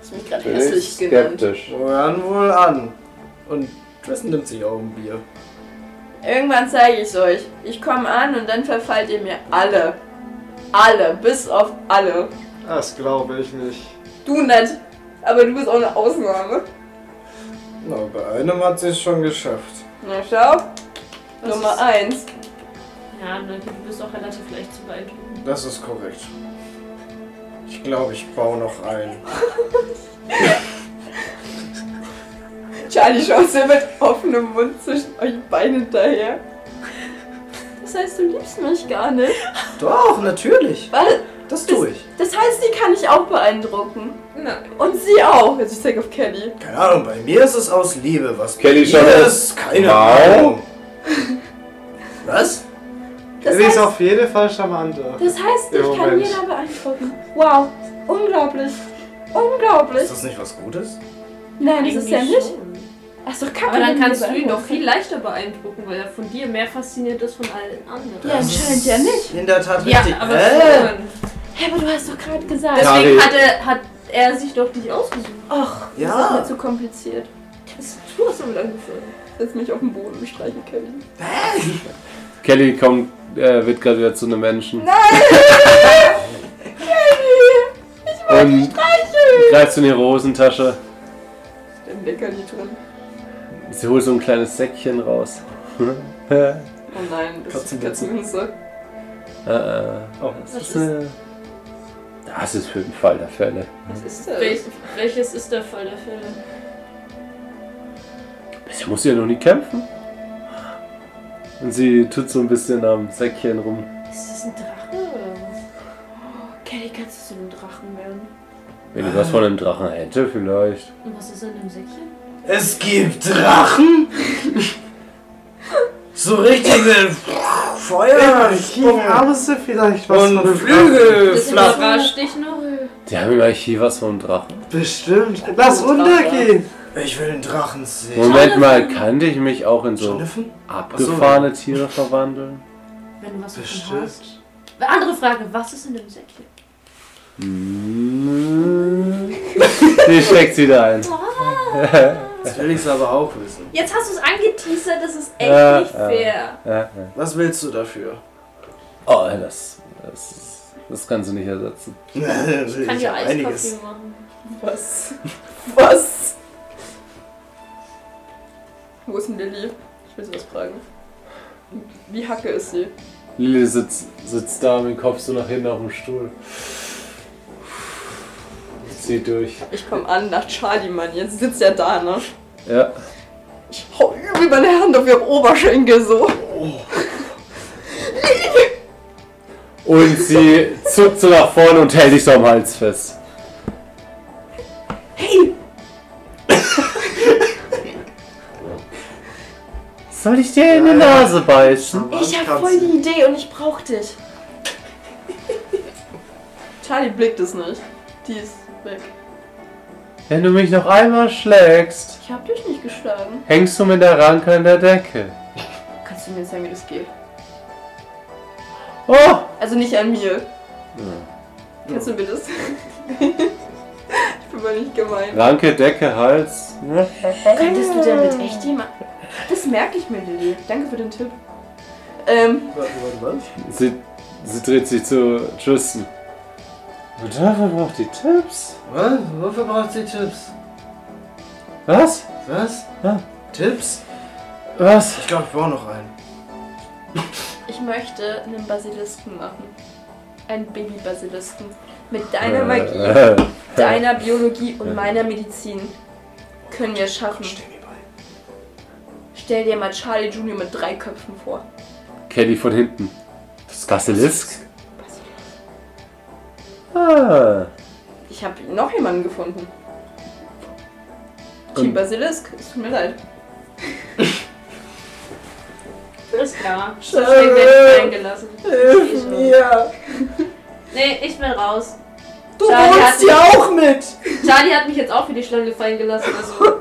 B: Hast mich gerade
A: bin ich
B: hässlich genannt.
A: skeptisch.
C: Woran wohl an? Und Tristan nimmt sich auch ein Bier.
B: Irgendwann zeige ich's euch. Ich komme an und dann verfallt ihr mir alle. Alle, bis auf alle.
F: Das glaube ich nicht.
B: Du nicht. Aber du bist auch eine Ausnahme.
C: Na, bei einem hat sie es schon geschafft.
B: Na schau.
D: Was
B: Nummer
D: ist-
B: 1.
D: Ja, Leute, du bist auch relativ leicht zu beeindrucken.
C: Das ist korrekt. Ich glaube, ich baue noch ein.
B: Charlie schaut sehr mit offenem Mund zwischen euch beiden hinterher. Das heißt, du liebst mich gar nicht.
C: Doch, natürlich.
B: Warte,
C: Das tue ich.
B: das heißt, die kann ich auch beeindrucken.
D: Nein.
B: Und sie auch. Also ich zeige auf Kelly.
C: Keine Ahnung, bei mir ist es aus Liebe. Was
A: Kelly
C: bei mir
A: schon
C: ist, keine
A: Wow.
C: Ahnung. Was?
B: Das
F: sie ist
B: heißt,
F: auf jeden Fall charmanter.
B: das heißt
F: Im
B: ich kann
F: Moment.
B: jeder beeindrucken. Wow. Unglaublich. Unglaublich.
C: Ist das nicht was Gutes?
B: Nein, das ist ja
D: Eigentlich
B: nicht.
D: schon.
B: Ach so, Kacke.
D: Aber dann kannst du ihn doch
B: doch
D: viel leichter beeindrucken, weil er von dir mehr fasziniert ist von allen anderen.
B: Ja, anscheinend ja nicht.
C: In der Tat
D: Ja,
C: richtig.
D: aber
C: Äh,
D: schon.
B: Hä, aber du hast doch gerade gesagt.
A: Kari,
D: Deswegen hat er, hat er sich doch dich ausgesucht.
B: Ach, das ist
C: Ja.
B: mir zu kompliziert.
D: Das du hast damit angefangen.
B: Setz mich auf den Boden und streichen, Kevin.
A: Kelly kommt, äh, wird gerade wieder zu einem Menschen.
B: Kevin!
A: und greift in ihre Hosentasche.
B: Ein Leckerli drin.
A: Sie holt so ein kleines Säckchen raus. Äh,
B: Oh nein, das ist
A: Katzenwitze.
B: Katzenhunze.
A: Äh, äh,
F: Oh.
A: das,
D: Was
A: ist eine, das ist für den Fall der Fälle.
B: Was ist das?
D: Welch, welches ist der Fall der Fälle?
A: Sie muss ja noch nie kämpfen. Und sie tut so ein bisschen am Säckchen rum.
D: Ist das ein Drache oder was? Oh, Kelly, kannst du zu einem Drachen werden?
A: Wenn ich was von einem Drachen hätte, vielleicht.
D: Und was ist in dem Säckchen?
C: es gibt Drachen? so richtige Feuer.
B: Oh.
F: Warum haben sie vielleicht was von
C: Und
F: dem Drachen?
D: Das
C: Flügelflappen.
D: überrascht dich noch.
A: Die haben im Archiv was vom Drachen.
F: Bestimmt. Lass runtergehen.
C: Ich will einen Drachen sehen.
A: Moment mal, kannte ich mich auch in so
C: Jonathan?
A: Ah, abgefahrene Tiere verwandeln?
D: Wenn du was davon hast.
F: Bestimmt.
D: Andere Frage, was ist in dem Säckchen?
A: Hm. Sie steckt wieder ein.
C: Jetzt will ich es aber auch wissen.
D: Jetzt hast du es angeteasert, das ist echt
A: Ja,
D: nicht
A: ja.
D: fair.
A: Ja, ja.
C: Was willst du dafür?
A: Oh, das, das, das kannst du nicht ersetzen.
D: Ich kann
C: Kann
D: dir Eiskaffee machen.
B: Was? Was? Wo ist denn Lilly? Ich will sie was fragen. Wie hacke ist sie?
A: Lili sitzt, sitzt da mit dem Kopf so nach hinten auf dem Stuhl. Zieht durch.
B: Ich komme an nach Charlie, Mann. Jetzt sitzt er da, ne?
A: Ja.
B: Ich hau übel meine Hand auf ihren Oberschenkel so.
A: Und sie zuckt so nach vorne und hält dich so am Hals fest.
B: Hey!
A: Soll ich dir in die Nase beißen?
B: Ich habe voll die Idee und ich brauch dich. Charlie blickt es nicht. Die ist weg.
A: Wenn du mich noch einmal schlägst,
B: Ich hab dich nicht geschlagen.
A: hängst du mit der Ranke an der Decke.
B: Kannst du mir sagen, wie das geht?
A: Oh!
B: Also nicht an mir. Kannst du mir das? ich bin mal nicht gemein.
A: Ranke, Decke, Hals. ne?
B: Könntest du damit echt jemand. Das merke ich mir, Lilly. Danke für den Tipp. Ähm,
F: Warte, warte, warte.
A: Sie, sie dreht sich zu Tristan. Und dafür braucht die Tipps?
C: Was? Wofür braucht sie Tipps?
A: Was?
C: Was?
A: Ja.
C: Tipps?
A: Was?
C: Ich glaube, ich brauche noch einen.
B: ich möchte einen Basilisken machen. Einen Baby-Basilisken. Mit
A: Äh.
B: deiner Magie, deiner Biologie und meiner Medizin. Können wir schaffen. Stell dir mal Charlie Junior mit drei Köpfen vor.
A: Kelly von hinten. Das Basilisk? Ah.
B: Ich habe noch jemanden gefunden.
A: Und-
B: Team Basilisk, es tut mir leid.
D: Ist klar.
B: Deswegen werde ich eingelassen.
C: Hilf mir!
D: Nee, ich bin raus.
C: Du
D: Charlie
C: wohnst
D: hat-
C: hier auch mit!
D: Charlie hat mich jetzt auch für die Schlange fallen gelassen. Also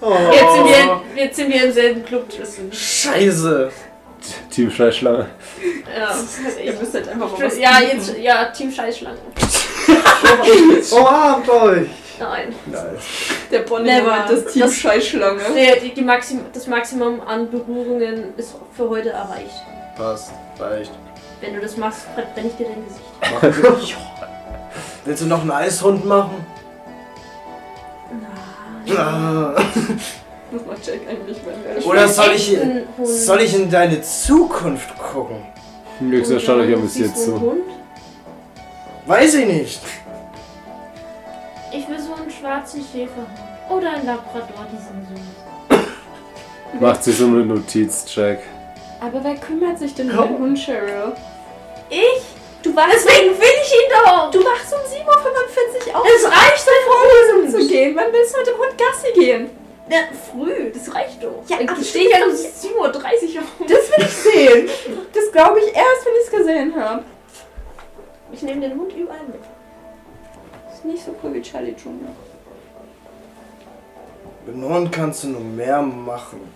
F: Oh.
D: jetzt, sind wir, jetzt sind wir im selben Club, Tristan.
C: Scheiße!
A: Team Scheißschlange.
D: Ja,
B: Ihr müsst halt einfach mal was
D: ich, ja,
B: bieten.
D: jetzt, ja, Team Scheißschlange.
F: Umarmt Oh, euch!
D: Nein.
B: Der Bonnie
D: Never.
B: Never. das Team
D: Das-
B: Scheißschlange.
D: Nee, die, die Maxim, das Maximum an Berührungen ist für heute erreicht.
C: Passt. Reicht.
D: Wenn du das machst, brenne ich dir dein Gesicht.
C: Willst du noch einen Eishund machen? Ah.
B: Das macht Jack eigentlich, wenn er
C: Oder soll ich,
D: Echten Hund.
C: soll ich in deine Zukunft gucken?
A: Nix, schaut euch ein bisschen
D: Siehst du einen
A: zu.
D: Hund?
C: Weiß ich nicht.
D: Ich will so einen schwarzen Schäferhund. Oder einen Labrador, die sind süß.
A: Macht sich so eine Notiz, Jack.
B: Aber wer kümmert sich denn um den Hund, Cheryl?
D: Ich? Du um- warst Deswegen will ich ihn doch!
B: Du wachst um 7.45 Uhr auf,
D: es reicht doch
B: um zu gehen. Wann willst du mit dem Hund Gassi gehen?
D: Na, früh, das reicht doch.
B: Ja,
D: Dann
B: aber
D: stehe ich ja um 7.30 Uhr auf.
B: Das will ich sehen. Das glaube ich erst, wenn ich es gesehen habe.
D: Ich nehme den Hund überall mit.
B: Ist nicht so cool wie Charlie Junior.
C: Mit einem Hund kannst du nur mehr machen.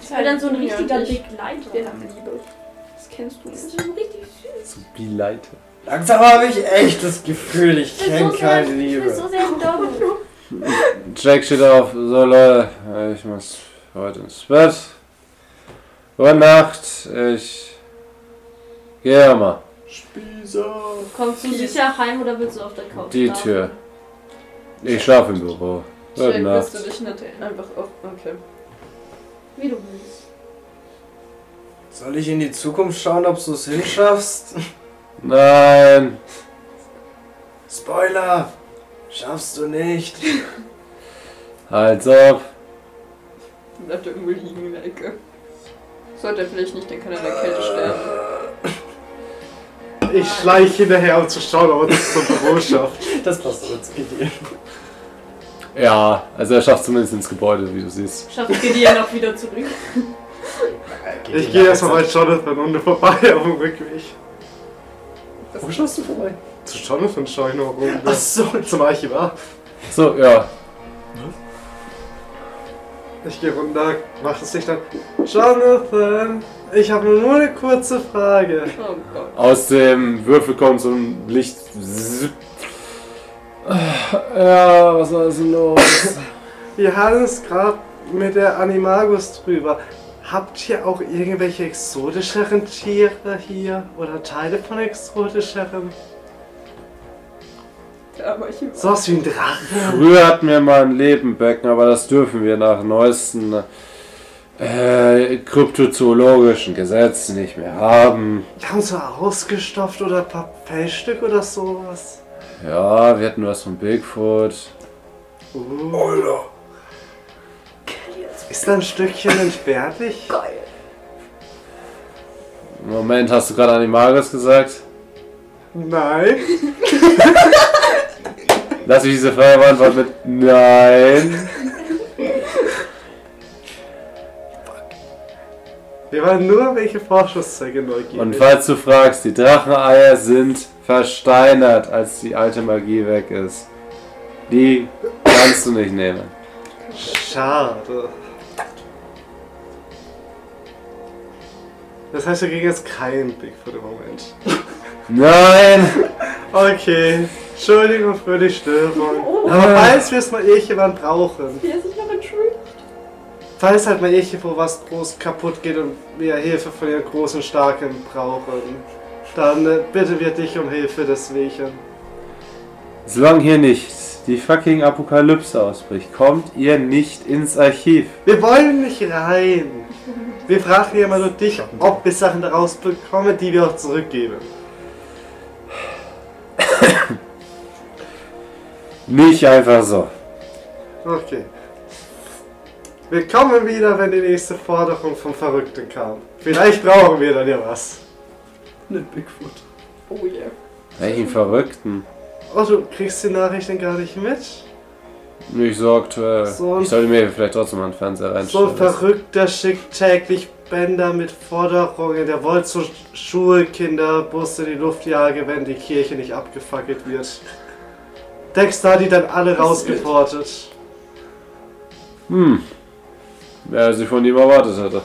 D: Ich bin dann so ein richtiger
B: Dick.
D: Begleiter.
B: Liebe. Das kennst du
D: Das
B: nicht.
D: ist so richtig süß.
A: So Beleite.
C: Langsam habe ich echt das Gefühl, ich
D: Ich bin
C: kenne
D: so
C: keine
D: sehr- Ich bin so
C: Liebe.
D: sehr ein Doggo.
A: Jack steht auf. So Leute, äh, ich muss heute ins Bett. Gute Nacht. Ich gehe mal.
C: Spießer.
D: Kommst du sicher heim oder willst du auf der Couch
A: Die
D: schlafen?
A: Tür. Ich schlafe im Büro. Gute
B: Jack, wirst
A: Nacht.
B: du dich nicht einfach auf. Okay.
D: Wie du willst.
C: Soll ich in die Zukunft schauen, ob du es hinschaffst?
A: Nein.
C: Spoiler! Schaffst du nicht.
A: Halt's ab.
B: Dann bleibt er irgendwo liegen in der Ecke. Sollte er vielleicht nicht, dann kann er in der Kälte sterben.
F: Ich schleiche hinterher, um zu schauen, ob er das zum Büro schafft.
C: Das passt aber zu dir.
A: Ja, also er schafft zumindest ins Gebäude, wie du siehst.
D: Schafft ihr die ja noch wieder zurück?
F: Ich gehe erstmal bei Jonathan und vorbei auf dem Rückweg.
C: Wo schaust du vorbei?
F: Zu Jonathan schaue ich noch rum.
C: Ach so.
F: Zum Archivar.
A: So, ja.
F: Ich gehe runter, mach das Licht an. Jonathan, ich habe nur eine kurze Frage.
B: Oh Gott.
A: Aus dem Würfel kommt so ein Licht. Ja, was war denn los?
F: Wir hatten es gerade mit der Animagus drüber. Habt ihr auch irgendwelche exotischeren Tiere hier oder Teile von exotischeren?
B: Ja, aber ich
F: Sowas wie ein Drachen.
A: Früher hatten wir mal ein Lebenbecken, aber das dürfen wir nach neuesten äh, kryptozoologischen Gesetzen nicht mehr haben.
F: Die haben so ausgestopft oder Papellstück oder sowas.
A: Ja, wir hatten was von Bigfoot.
F: Uh, ist da ein Stückchen entbehrlich?
A: Moment, hast du gerade Animagus gesagt?
F: Nein.
A: Lass mich diese Frage beantworten mit Nein.
F: Wir waren nur welche Forschungszwecke neugierig.
A: Und falls du fragst, die Dracheneier sind versteinert, als die alte Magie weg ist. Die kannst du nicht nehmen.
F: Schade. Das heißt, wir kriegen jetzt keinen Bigfoot im Moment.
A: Nein!
F: Okay. Entschuldigung für die Störung. Aber falls wir es mal irgendjemand brauchen.
B: Wer sich noch entschuldigt?
F: Falls halt mal irgendwo was groß kaputt geht und wir Hilfe von den großen Starken brauchen, dann äh, bitten wir dich um Hilfe deswegen.
A: Solange hier nicht die fucking Apokalypse ausbricht, kommt ihr nicht ins Archiv.
F: Wir wollen nicht rein. Wir fragen ja mal nur dich, ob wir Sachen daraus bekommen, die wir auch zurückgeben.
A: Nicht einfach so.
F: Okay. Wir kommen wieder, wenn die nächste Forderung vom Verrückten kam. Vielleicht brauchen wir dann ja was.
C: Eine Bigfoot.
B: Oh yeah.
A: Welchen Verrückten?
F: Oh, du kriegst die Nachrichten gar nicht mit?
A: Ich sorgte,
F: So ein-
A: ich sollte mir vielleicht trotzdem mal einen Fernseher
F: So
A: reinstellen.
F: ein Verrückter schickt täglich Bänder mit Forderungen. Der wollte so Schulkinderbusse in die Luft jagen, wenn die Kirche nicht abgefackelt wird. Dexter hat die dann alle rausgeportet.
A: hm. Wer sie von ihm erwartet hatte.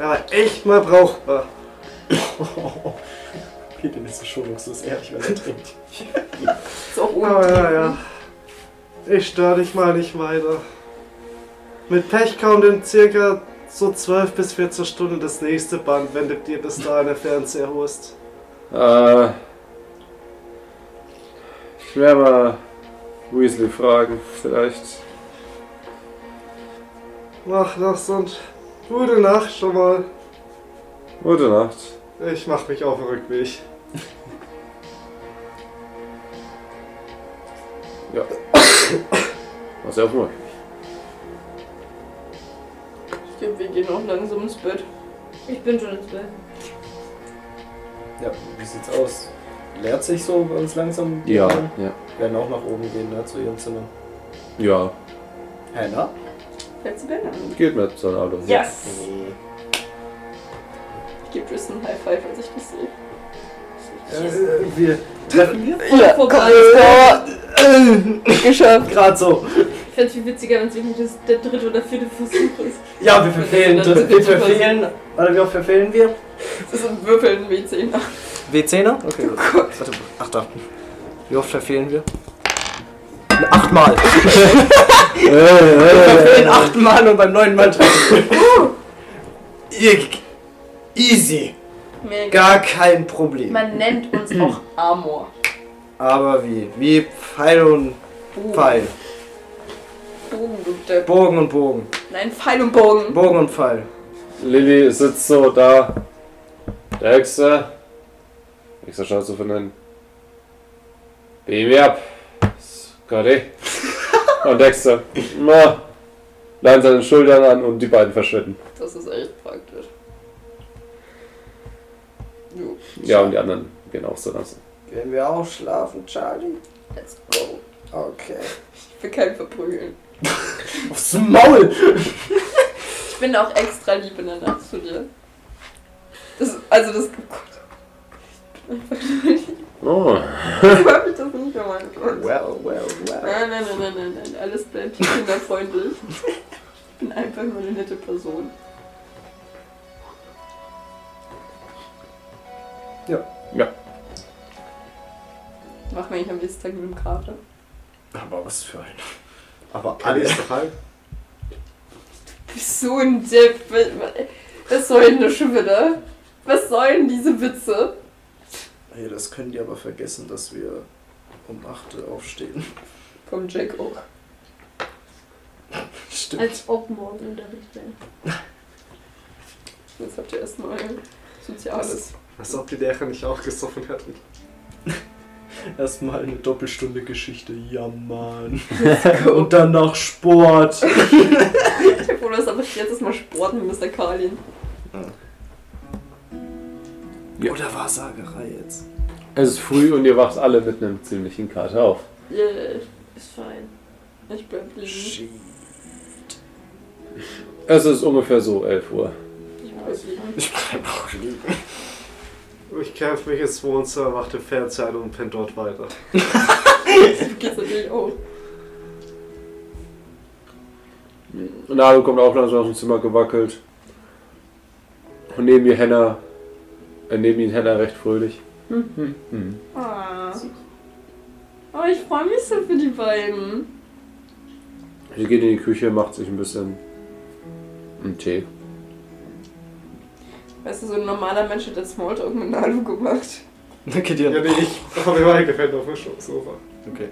F: Der war echt mal brauchbar.
C: Geht in diese Schonungslos ehrlich, was er trinkt.
B: Ist auch
F: Aber
B: ohne.
F: ja, ja. Ich störe dich mal nicht weiter. Mit Pech kommt in circa so 12 bis 14 Stunden das nächste Band, wenn du dir bis dahin den Fernseher holst.
A: Äh. Ich werde mal Weasley fragen, vielleicht.
F: Mach das und gute Nacht schon mal.
A: Gute Nacht.
F: Ich mach mich auf den Rückweg.
A: Ja. Was ja auch mal.
B: Ich glaube, wir gehen auch langsam ins Bett.
D: Ich bin schon ins Bett.
C: Ja, wie sieht's aus? Leert sich so bei uns langsam? die
A: Ja,
C: Erde?
A: ja.
C: Werden auch nach oben gehen, ne, zu ihrem Zimmer.
A: Ja,
C: Hannah?
B: Fällst du Bett an?
A: geht mit so einem Auto.
B: Yes!
C: Nee.
B: Ich gebe Tristan einen High Five, als ich dich sehe.
C: Äh, wir treffen hier
B: Ja, vorbei. Geschafft.
C: gerade so.
D: Ich fände es viel witziger, wenn es wirklich das, der dritte oder vierte Versuch ist.
C: Ja, wir verfehlen.
B: Das ist
C: wir
B: super.
C: verfehlen. Oder wie oft verfehlen wir?
B: Das sind Würfel in W10.
C: W10er? Okay. Oh Warte, ach da. Wie oft verfehlen wir? Achtmal. Wir verfehlen achtmal und beim neunten Mal treffen. Ich- Easy.
B: Mega.
C: Gar kein Problem.
B: Man nennt uns auch Amor.
C: Aber wie? Wie Pfeil und Pfeil.
B: Bogen, du Depp.
C: Bogen und Bogen.
B: Nein, Pfeil und Bogen.
C: Bogen und Pfeil.
A: Lilly sitzt so da. Der Hexer. Hexer schaut so von den. Beam mir ab. KD. Und Dexter. Na. Leihen seine Schultern an und die beiden verschwinden.
B: Das ist echt praktisch. Jo,
A: Ja, und die anderen gehen auch so langsam.
C: Werden wir auch schlafen, Charlie?
B: let's go.
C: Okay.
B: Ich will keinen verprügeln.
C: Aufs Maul!
B: Ich bin auch extra lieb in der Nacht zu dir. Das, also das... Oh Gott. Ich bin einfach nur lieb.
A: Oh.
B: Ich hab ich das nicht gemeint.
C: Well, well, well.
B: Nein, nein, nein, nein, nein, nein. Alles bleibt kinderfreundlich. Ich bin einfach nur eine nette Person.
C: Ja.
A: Ja.
B: Machen wir eigentlich am nächsten Tag mit dem Kater.
C: Aber was für ein. Aber
F: Alles
C: alles.
F: daheim.
B: Bist so ein Depp. Was soll denn das schon wieder? Was sollen diese Witze?
C: Hey, das könnt ihr aber vergessen, dass wir um 8 Uhr aufstehen.
B: Vom Jack auch.
C: Stimmt.
D: Als ob morgen Unterricht wäre.
B: Jetzt habt ihr erstmal Soziales.
F: Als ob die Lehrer nicht auch gesoffen hätten.
C: Erstmal eine Doppelstunde Geschichte. Ja, Mann. Und danach Sport.
B: Oder ist aber jetzt erstmal Sport mit Mr. Kalin.
A: Ja.
C: Oder Wahrsagerei jetzt.
A: Es ist früh und ihr wacht alle mit einem ziemlichen Kater auf.
B: Yeah,
D: Ist fein.
B: ich bleib liegen.
C: Shit.
A: Es ist ungefähr so 11 Uhr.
B: Ich bleib liegen.
C: Ich bleib auch liegen.
F: Ich kämpfe mich ins Wohnzimmer, mach den Fernseher an und penne dort weiter.
B: Du gehst natürlich auch.
A: Nalu kommt auch langsam aus dem Zimmer gewackelt. Und neben ihr Henna, äh, neben ihn Henna recht fröhlich. Mhm.
B: Ah. Oh, ich freue mich so für die beiden.
A: Sie geht in die Küche, macht sich ein bisschen einen Tee.
B: Weißt du, so ein normaler Mensch hat das Smalltalk mit Nalu gemacht.
C: Danke dir.
F: Ja, nee, ich habe mir gefällt auf dem Sofa.
C: Okay.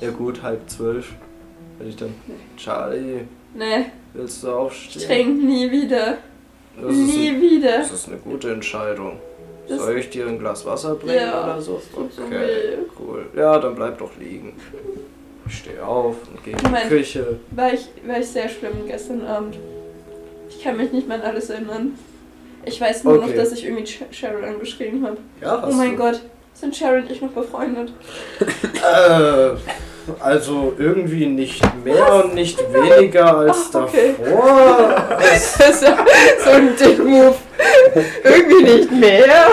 C: Ja gut, halb zwölf. Hätte ich dann. Charlie,
B: Nee,
C: willst du aufstehen?
B: trink nie wieder.
C: Das ist,
B: Nie
C: ein,
B: wieder.
C: das ist eine gute Entscheidung.
B: Das-
C: Soll ich dir ein Glas Wasser bringen
B: Ja,
C: oder so?
B: tut so
C: Okay,
B: weh.
C: cool. Ja, dann bleib doch liegen. Ich stehe auf und gehe in die
B: Moment.
C: Küche.
B: War ich, war ich sehr schlimm gestern Abend. Ich kann mich nicht mehr an alles erinnern. Ich weiß nur noch,
C: Okay.
B: dass ich irgendwie Ch- Cheryl angeschrieben habe.
C: Ja,
B: Oh
C: hast
B: mein
C: du.
B: Gott, sind Cheryl und ich noch befreundet?
C: Äh, also irgendwie nicht mehr und nicht weniger als
B: Ah, okay.
C: davor.
J: Das ist ja so ein Dick-Move. Irgendwie nicht mehr.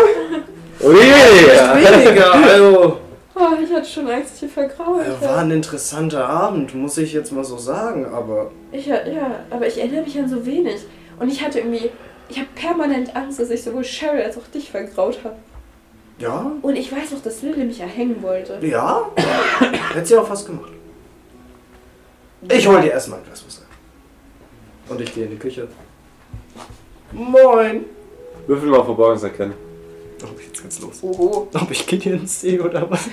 A: Ui!
C: Weniger, also.
B: Oh, ich hatte schon Angst, dass ich vergraue.
C: Äh, War ein interessanter Abend, muss ich jetzt mal so sagen, aber
B: Ich, ja, ja, aber ich erinnere mich an so wenig. Und ich hatte irgendwie, ich habe permanent Angst, dass ich sowohl Cheryl als auch dich vergraut habe.
C: ja,
B: Und ich weiß noch, dass Lily mich erhängen wollte.
C: ja, hätte sie auch was gemacht. Ich hol dir erstmal ein Glas Wasser. Und ich gehe in die Küche. Moin!
A: Würfel mal Verborgenes erkennen.
C: Ob ich jetzt ganz los?
B: Oho.
C: Ob ich Gideon sehe oder was?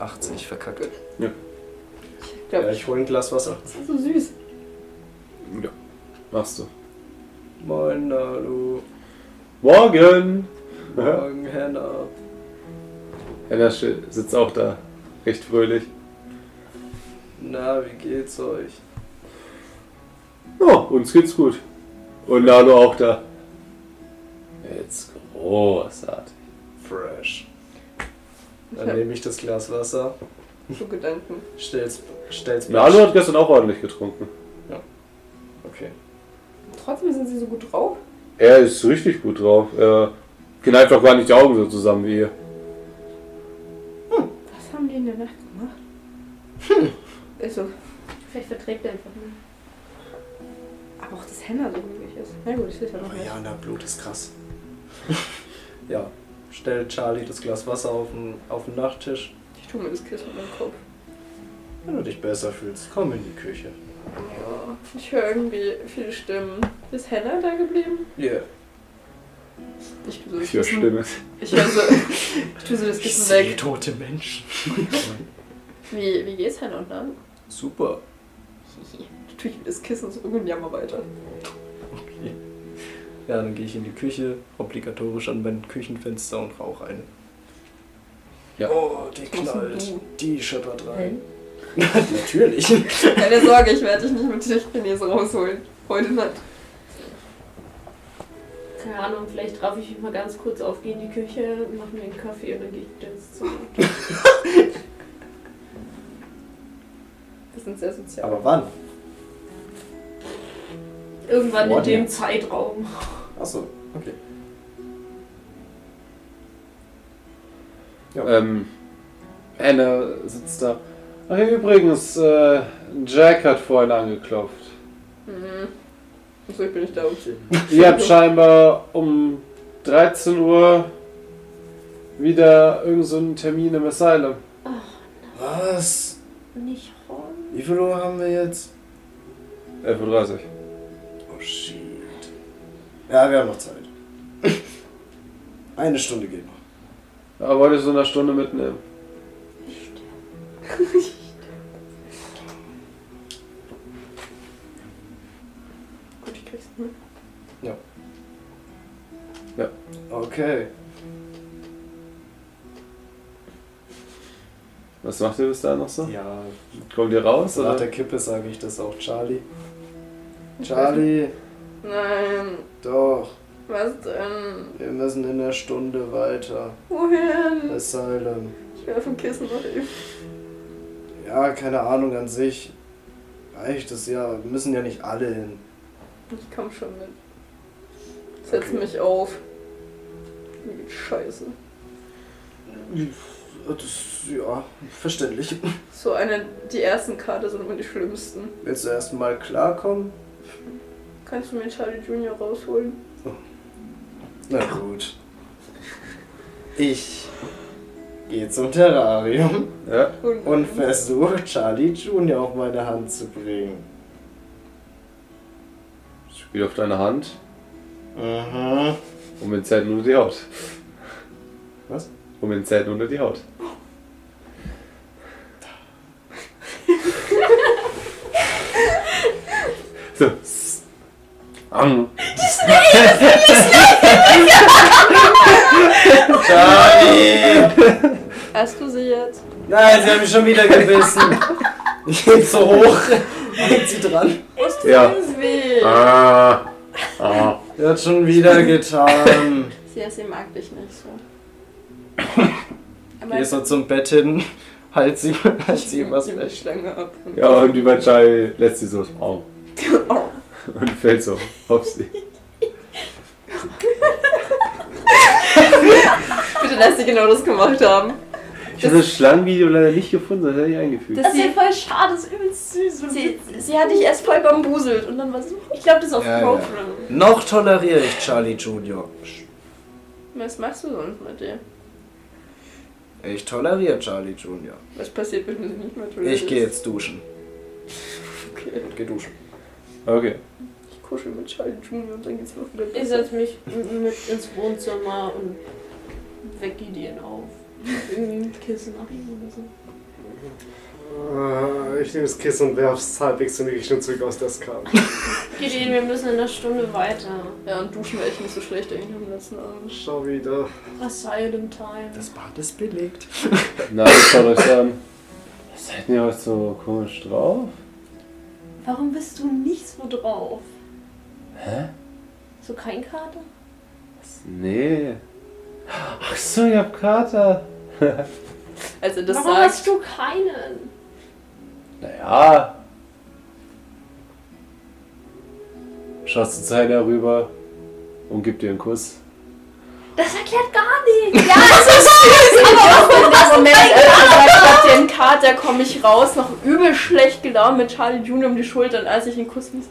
C: 82, verkacke.
B: Ich
C: Ja,
B: glaube,
C: ich hole ein Glas Wasser.
B: das ist so süß.
A: Machst du.
C: Moin, hallo.
A: Morgen!
C: Morgen, Hannah.
A: Henna sch- sitzt auch da. Recht fröhlich.
C: Na, wie geht's euch?
A: Ja, Oh, uns geht's gut. Und Nalo auch da. Jetzt großartig.
C: Fresh. Dann nehme ich das Glas Wasser,
B: So Gedanken.
C: stell's, stell's
A: Nalo hat gestern auch ordentlich getrunken.
C: Okay.
B: Trotzdem sind sie so gut drauf.
A: Er ist richtig gut drauf. Er kneift auch gar nicht die Augen so zusammen wie ihr.
B: Was haben die in der Nacht gemacht? Hm. Ist so.
D: Vielleicht verträgt er einfach nicht.
B: Aber auch das Henna so glücklich ist. Na gut, das ist Oh ja noch nicht.
C: Ja, na, Blut ist krass. ja, stellt Charlie das Glas Wasser auf den, auf den Nachttisch.
B: Ich tue mir das Kissen in den Kopf.
C: Wenn du dich besser fühlst, komm in die Küche.
B: Ja. Ich höre irgendwie viele Stimmen. Ist Henna da geblieben?
C: Yeah.
B: Ich tue so das
A: Ich höre
B: Kissen.
A: Stimmes.
B: Ich höre so, ich tue so das Kissen weg.
C: tote Menschen.
B: Wie, wie geht's Henna und dann?
C: Super.
B: Tue ich mir das Kissen so und jammer weiter.
C: Okay. Ja, dann gehe ich in die Küche, obligatorisch an mein Küchenfenster und rauche eine.
A: Ja.
C: Oh, die
B: Was
C: knallt.
B: denn
C: Die scheppert rein. Natürlich.
B: Keine Sorge, ich werde dich nicht mit Tischchinesen rausholen. Heute Nacht.
D: Keine Ahnung, vielleicht traf ich mich mal ganz kurz auf, gehe in die Küche, mache mir einen Kaffee und dann gehe ich ins Zimmer.
B: Wir sind sehr sozial.
C: Aber wann?
D: Irgendwann in
C: What
D: dem
C: now?
D: Zeitraum.
C: Achso, okay.
A: Ähm, Anna sitzt da. Ach ja, übrigens, äh, Jack hat vorhin angeklopft.
B: Mhm. So, ich bin nicht da. um
A: Ihr habt scheinbar um 13 Uhr wieder irgendeinen so einen Termin im Asylum.
C: Was?
D: Nicht Horn.
C: Wie viel Uhr haben wir jetzt?
A: 11.30 Uhr.
C: Oh shit. Ja, wir haben noch Zeit. Eine Stunde geht noch.
A: Aber wollte so eine Stunde mitnehmen.
B: Gut, ich krieg's nicht.
C: Okay.
A: Was macht ihr bis dahin noch so?
C: Ja,
A: Kommt ihr raus?
C: nach
A: Oder?
C: der Kippe sage ich das auch Charlie. Charlie,
B: Nein.
C: doch,
B: Was denn?
C: wir müssen in der Stunde weiter.
B: Wohin?
C: Asylum.
B: Ich werfe ein Kissen nach ihm.
C: Ja, keine Ahnung an sich. Reicht es ja, müssen ja nicht alle hin.
B: Ich komm schon mit. Setz
C: Okay.
B: mich auf. Mir geht's Scheiße.
C: Das, ja, verständlich.
B: So eine, die ersten Karte sind immer die schlimmsten.
C: Willst du erstmal klarkommen?
B: Kannst du mir Charlie Junior rausholen?
C: Na gut. Ich geht zum Terrarium
A: Ja.
C: und versucht Charlie Junior auf meine Hand zu bringen.
A: Spiel auf deine Hand
C: Mhm.
A: und mit Zettel unter die Haut.
C: Was?
A: Und mit Zettel unter die Haut. so. Ang.
C: Charlie!
B: Hast du sie jetzt?
C: Nein, sie haben mich schon wieder gebissen. Ich bin so hoch. Hängt sie dran.
A: Ja.
B: Weh.
A: Ah. Ah.
C: Er hat schon wieder getan.
B: CSC mag dich nicht so.
C: Geh so zum Bett hin. Halt sie, halt sie was
B: Ziemlich
C: weg.
B: Schlange ab.
A: Ja, und die Bajai lässt sie so. Au. Und fällt so auf sie.
B: Bitte lass sie genau das gemacht haben.
A: Ich habe das Schlangenvideo leider nicht gefunden, das hätte ich eingefügt.
B: Dass
D: Das ist ja
B: sie,
D: voll schade, das ist übelst süß. Und
B: sie, sie hat dich erst voll bambuselt und dann war sie.
D: Ich glaube, das ist auf
C: Ja, ja.
D: Profile.
K: Noch toleriere ich Charlie Junior.
B: Was machst du sonst mit dir?
K: Ich toleriere Charlie Junior.
B: Was passiert, wenn du sie nicht mehr tust?
K: Ich gehe jetzt duschen.
C: Geh duschen.
A: Okay.
B: Ich kuschel mit Charlie Junior und dann geht's mir auch wieder
D: Ich
B: besser.
D: setze mich m- mit ins Wohnzimmer und wecke ihn auf. Irgendwie mit Kissen nach ihm oder so.
F: Äh, Ich nehme das Kissen und werf's halbwegs in die Richtung zurück, aus der es kam.
D: Gideon, wir müssen in einer Stunde weiter.
B: Ja, und duschen wäre echt nicht so schlecht eigentlich am letzten Abend.
F: Schau wieder.
D: Asylum Time.
K: Das Bad ist belegt.
A: Na, schaut euch an. Seid ihr heute so komisch drauf?
D: Warum bist du nicht so drauf?
A: Hä?
D: So kein Kater?
A: Nee. Ach so, ich hab Kater.
B: Als er Also, das
D: Warum
B: sagt,
D: hast du keinen?
A: Naja. Schaust du zu Heiner rüber und gib dir einen Kuss.
D: Das erklärt gar nichts.
B: Ja, das ist süß, aber auch in dem Moment, als er sagt, ich hab den Kater, komme ich raus, noch übel schlecht gelaunt mit Charlie Junior um die Schultern, als ich ihn küssen muss.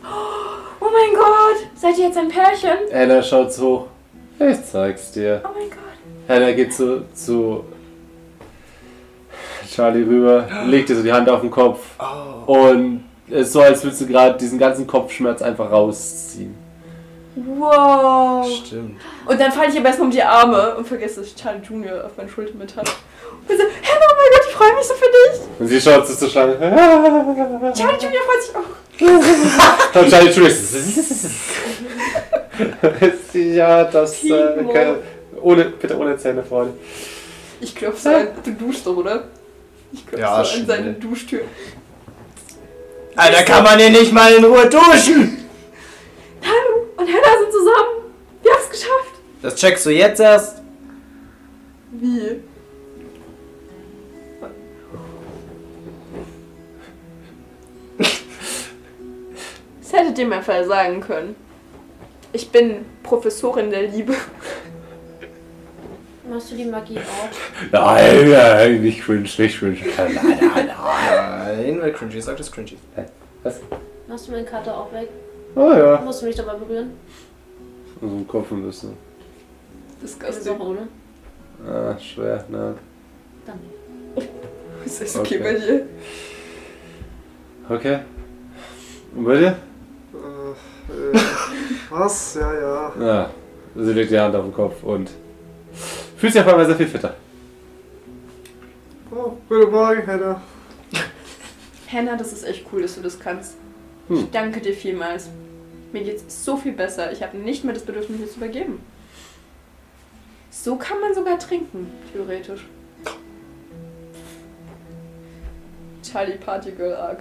D: Oh mein Gott, seid ihr jetzt ein Pärchen?
A: Heiner schaut so hoch. Ich zeig's dir.
D: Oh mein Gott.
A: Heiner geht zu, zu Charlie rüber, legt dir so die Hand auf den Kopf
D: Oh.
A: und es ist so, als würdest du gerade diesen ganzen Kopfschmerz einfach rausziehen.
B: Wow.
K: Stimmt.
B: Und dann falle ich ihr besser um die Arme und vergesse, dass ich Charlie Junior auf meinen Schultern mit hat. Und so, hey, oh mein Gott, ich freue mich so für dich.
A: Und sie schaut zu zur Schlange.
B: Charlie Junior freut sich auch.
A: Und Charlie Junior ja, das äh, keine, ohne, bitte ohne Zähne, Freunde.
B: Ich klopfe so an, du duschst doch, oder? Ich klopfe
K: Ja,
B: so an
K: schnell.
B: seine Duschtür.
K: Alter, kann man hier nicht mal in Ruhe duschen?
B: Hallo und Hannah sind zusammen. Wir haben's geschafft.
K: Das checkst du jetzt erst.
B: Wie? Das hättet ihr mir vorher sagen können. Ich bin Professorin der Liebe.
D: Machst du die Magie auch?
A: Nein, nein, nicht cringe, nicht cringe. Nein, nein, nein.
K: Nein, weil cringy sagt es cringy.
D: Machst du meinen Kater auch weg?
A: Oh ja.
D: Musst du mich dabei berühren?
A: Und so ein Kopf ein bisschen.
D: Das ist auch
B: Disgusting.
D: ohne.
A: Ah, schwer, ne?
D: Danke.
B: Ist das okay,
A: Okay.
B: bei dir?
A: Okay. Und bei dir?
F: Äh, äh, was? Ja, ja.
A: Ja, sie legt die Hand auf den Kopf und fühlt sich auf einmal sehr viel fitter.
F: Oh, guten Morgen, Hannah.
B: Hannah, das ist echt cool, dass du das kannst. Ich
A: Hm.
B: danke dir vielmals. Mir geht's so viel besser. Ich habe nicht mehr das Bedürfnis, mir zu übergeben. So kann man sogar trinken, theoretisch. Charlie Party Girl Arc.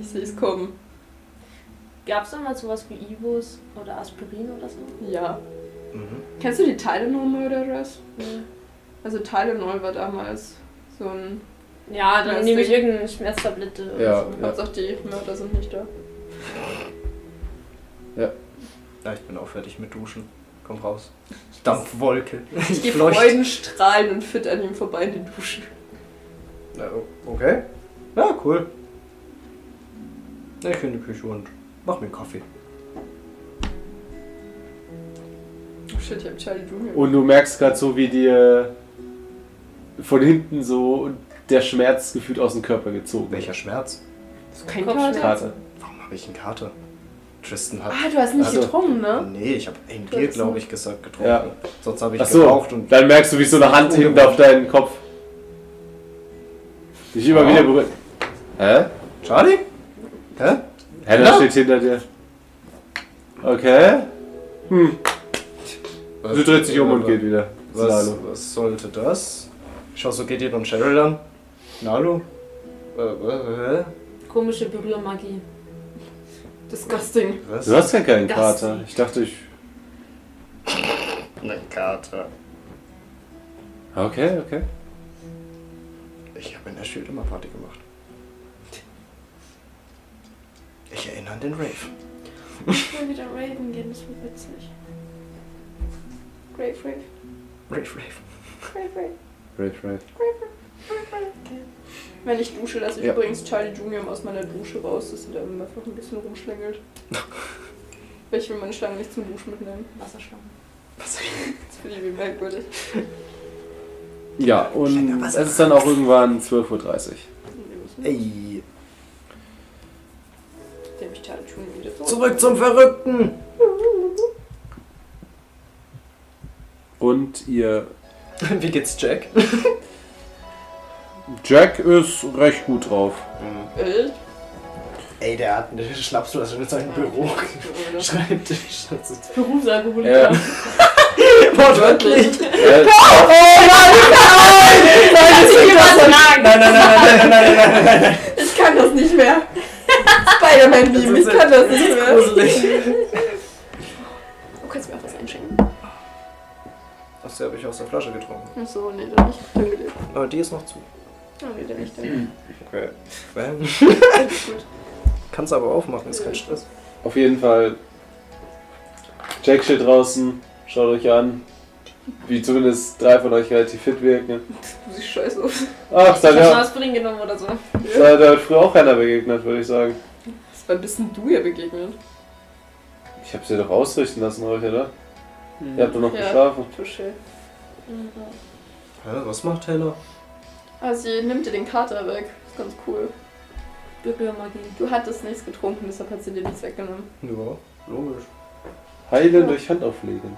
B: Ich sehe es kommen.
D: Gab's damals sowas wie Ibus oder Aspirin oder so?
B: Ja.
K: Mhm.
B: Kennst du die Tylenol-Mörderes? Also Tylenol war damals so ein...
D: Ja, dann
B: Weißt
D: nehme
B: du?
D: ich irgendeine Schmerztablette oder
A: Ja,
D: so.
A: ja.
B: Hauptsache die Mörder sind nicht da.
K: Ja, ich bin auch fertig mit Duschen. Komm raus. Dampfwolke.
B: Ich gehe
K: Fleucht.
B: freudenstrahlend und fit an ihm vorbei in die Dusche.
K: Na, o- okay. Ja, cool. Na, Ich gehe in die Küche und mach mir einen Kaffee.
B: Oh Shit, ich hab Charlie Junior.
A: Und du merkst gerade so, wie dir von hinten so der Schmerz gefühlt aus dem Körper gezogen.
C: Welcher Schmerz?
L: Das kann ich
A: Karte.
C: Warum habe ich eine Karte? Tristan hat.
L: Ah, du hast nicht
C: Also-
L: getrunken, ne?
C: Nee, ich habe ein Bier, glaube ich, gesagt, getrunken.
A: Ja.
C: Sonst habe ich
A: Ach so,
C: geraucht und.
A: dann merkst du, wie so eine Hand hinten auf deinen Kopf dich immer
C: Oh.
A: wieder berührt. Hä?
C: Charlie? Hä?
A: Hannah
C: Ja.
A: steht hinter dir. Okay. Hm. Sie dreht sich um und geht wieder.
C: Was,
A: Lalo.
C: was sollte das? Ich hoffe, so geht ihr und Cheryl an. Nalu? Äh, äh, äh,
D: Komische Berührmagie.
L: Disgusting.
C: was?
A: Du hast ja keinen
D: Das-
A: Kater. Ich dachte, ich.
C: Eine Karte.
A: Okay, okay.
C: Ich habe in der Schule immer Party gemacht. Ich erinnere an den Rave.
M: Ich will wieder raven gehen, das wird witzig. Rave, rave,
C: Rave, Rave.
M: rave, rave.
A: Great, great.
B: Wenn ich dusche, lasse ich
C: Ja.
B: übrigens Charlie Junior aus meiner Dusche raus, dass sie da einfach ein bisschen rumschlängelt. Weil ich will meine Schlange nicht zum Duschen mitnehmen.
D: Wasserschlangen.
B: Das finde ich wie merkwürdig.
A: Ja, und es ist dann auch irgendwann 12.30 Uhr.
C: Ey.
B: Nehme ich Charlie Junior wieder so.
C: Zurück zum Verrückten!
A: Und ihr.
C: Wie geht's Jack?
A: Jack ist recht gut drauf.
B: Äh,
C: Ey, der hat eine Schnapsflasche mit seinem Büro. Schreibtisch. Das ist
A: Er,
C: wortwörtlich.
A: er,
C: Nein, nein, nein, nein, nein, nein, nein, nein, nein.
B: Ich kann das nicht mehr. Spider-Man-Meme, ich kann das nicht mehr.
C: Gruselig.
M: Du kannst mir auch was einschenken.
C: Achso, habe ich aus der Flasche getrunken.
M: Achso, nee, dann nicht. Danke dir.
C: Aber die ist noch zu.
D: Ah,
M: Danke dir nicht. Danke.
C: Okay. Kannst aber aufmachen, ist kein Stress.
A: Auf jeden Fall. Jack steht draußen, schaut euch an. Wie zumindest drei von euch relativ fit wirken.
B: Du siehst scheiße aus.
A: Ach,
D: Ich
A: seid
D: hab schon
A: ihr,
D: Aspirin genommen oder so.
A: seid ihr früher auch keiner begegnet, würde ich sagen.
B: Das war ein bisschen du ihr begegnet.
A: Ich hab's dir doch ausrichten lassen heute, oder? Ihr habt doch noch geschlafen.
B: Touché.
C: Hä, was macht Heller?
B: Ah, sie nimmt dir den Kater weg. Ist ganz cool.
D: Berührmagie.
B: Du hattest nichts getrunken, deshalb hat sie dir nichts weggenommen.
C: Ja, logisch.
A: Heilen durch Handauflegen.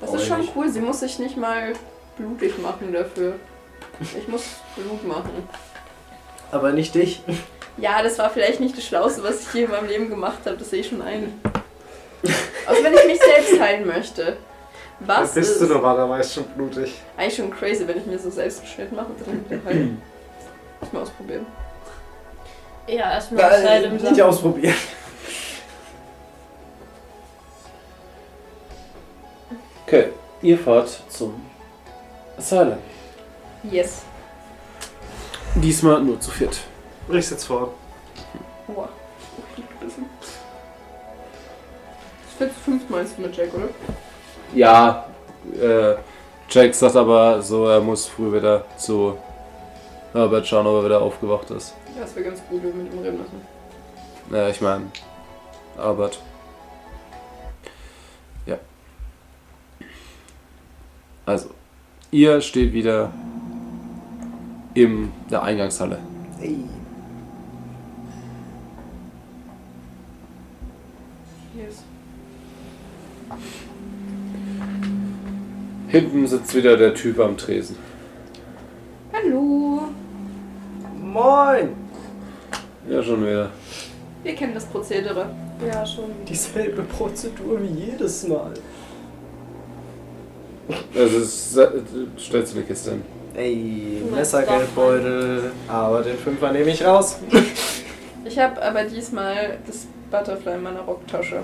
B: Das
C: Brauch
B: ist
C: ich
B: schon
C: nicht.
B: cool. Sie muss sich nicht mal blutig machen dafür. Ich muss Blut machen.
C: Aber nicht dich.
B: Ja, das war vielleicht nicht das Schlauste, was ich je in meinem Leben gemacht habe. Das sehe ich schon ein. Auch wenn ich mich selbst heilen möchte. Was
F: Dann bist
B: ist
F: du normalerweise schon blutig.
B: eigentlich schon crazy, wenn ich mir so selbst einen Schnitt mache und dann den heile. Muss ich mal ausprobieren.
D: Ja, erstmal das Heil im
C: nicht
D: Saft.
C: ausprobieren.
A: Okay, ihr fahrt zum Asylum.
B: Yes.
A: Diesmal nur zu viert.
F: Ich sitz vor.
B: Boah. Das wird fünft meinst du mit Jack, oder?
A: Ja, äh, Jack sagt aber so, er muss früh wieder zu Herbert schauen, ob er wieder aufgewacht ist.
B: Ja, das wäre ganz gut, wenn wir mit ihm reden müssen.
A: Ja, ich meine, Albert. Ja. Also, ihr steht wieder in der Eingangshalle.
C: Ey.
B: Yes.
A: Hinten sitzt wieder der Typ am Tresen.
B: Hallo.
C: Moin!
A: Ja, schon wieder.
B: Wir kennen das Prozedere.
M: Ja, schon.
C: Dieselbe Prozedur wie jedes Mal.
A: Also, es ist, stellst du eine Kiste hin.
C: Ey,
D: Du meinst
C: Messergeldbeutel. Aber den Fünfer nehme ich raus.
B: Ich habe aber diesmal das Butterfly in meiner Rocktasche.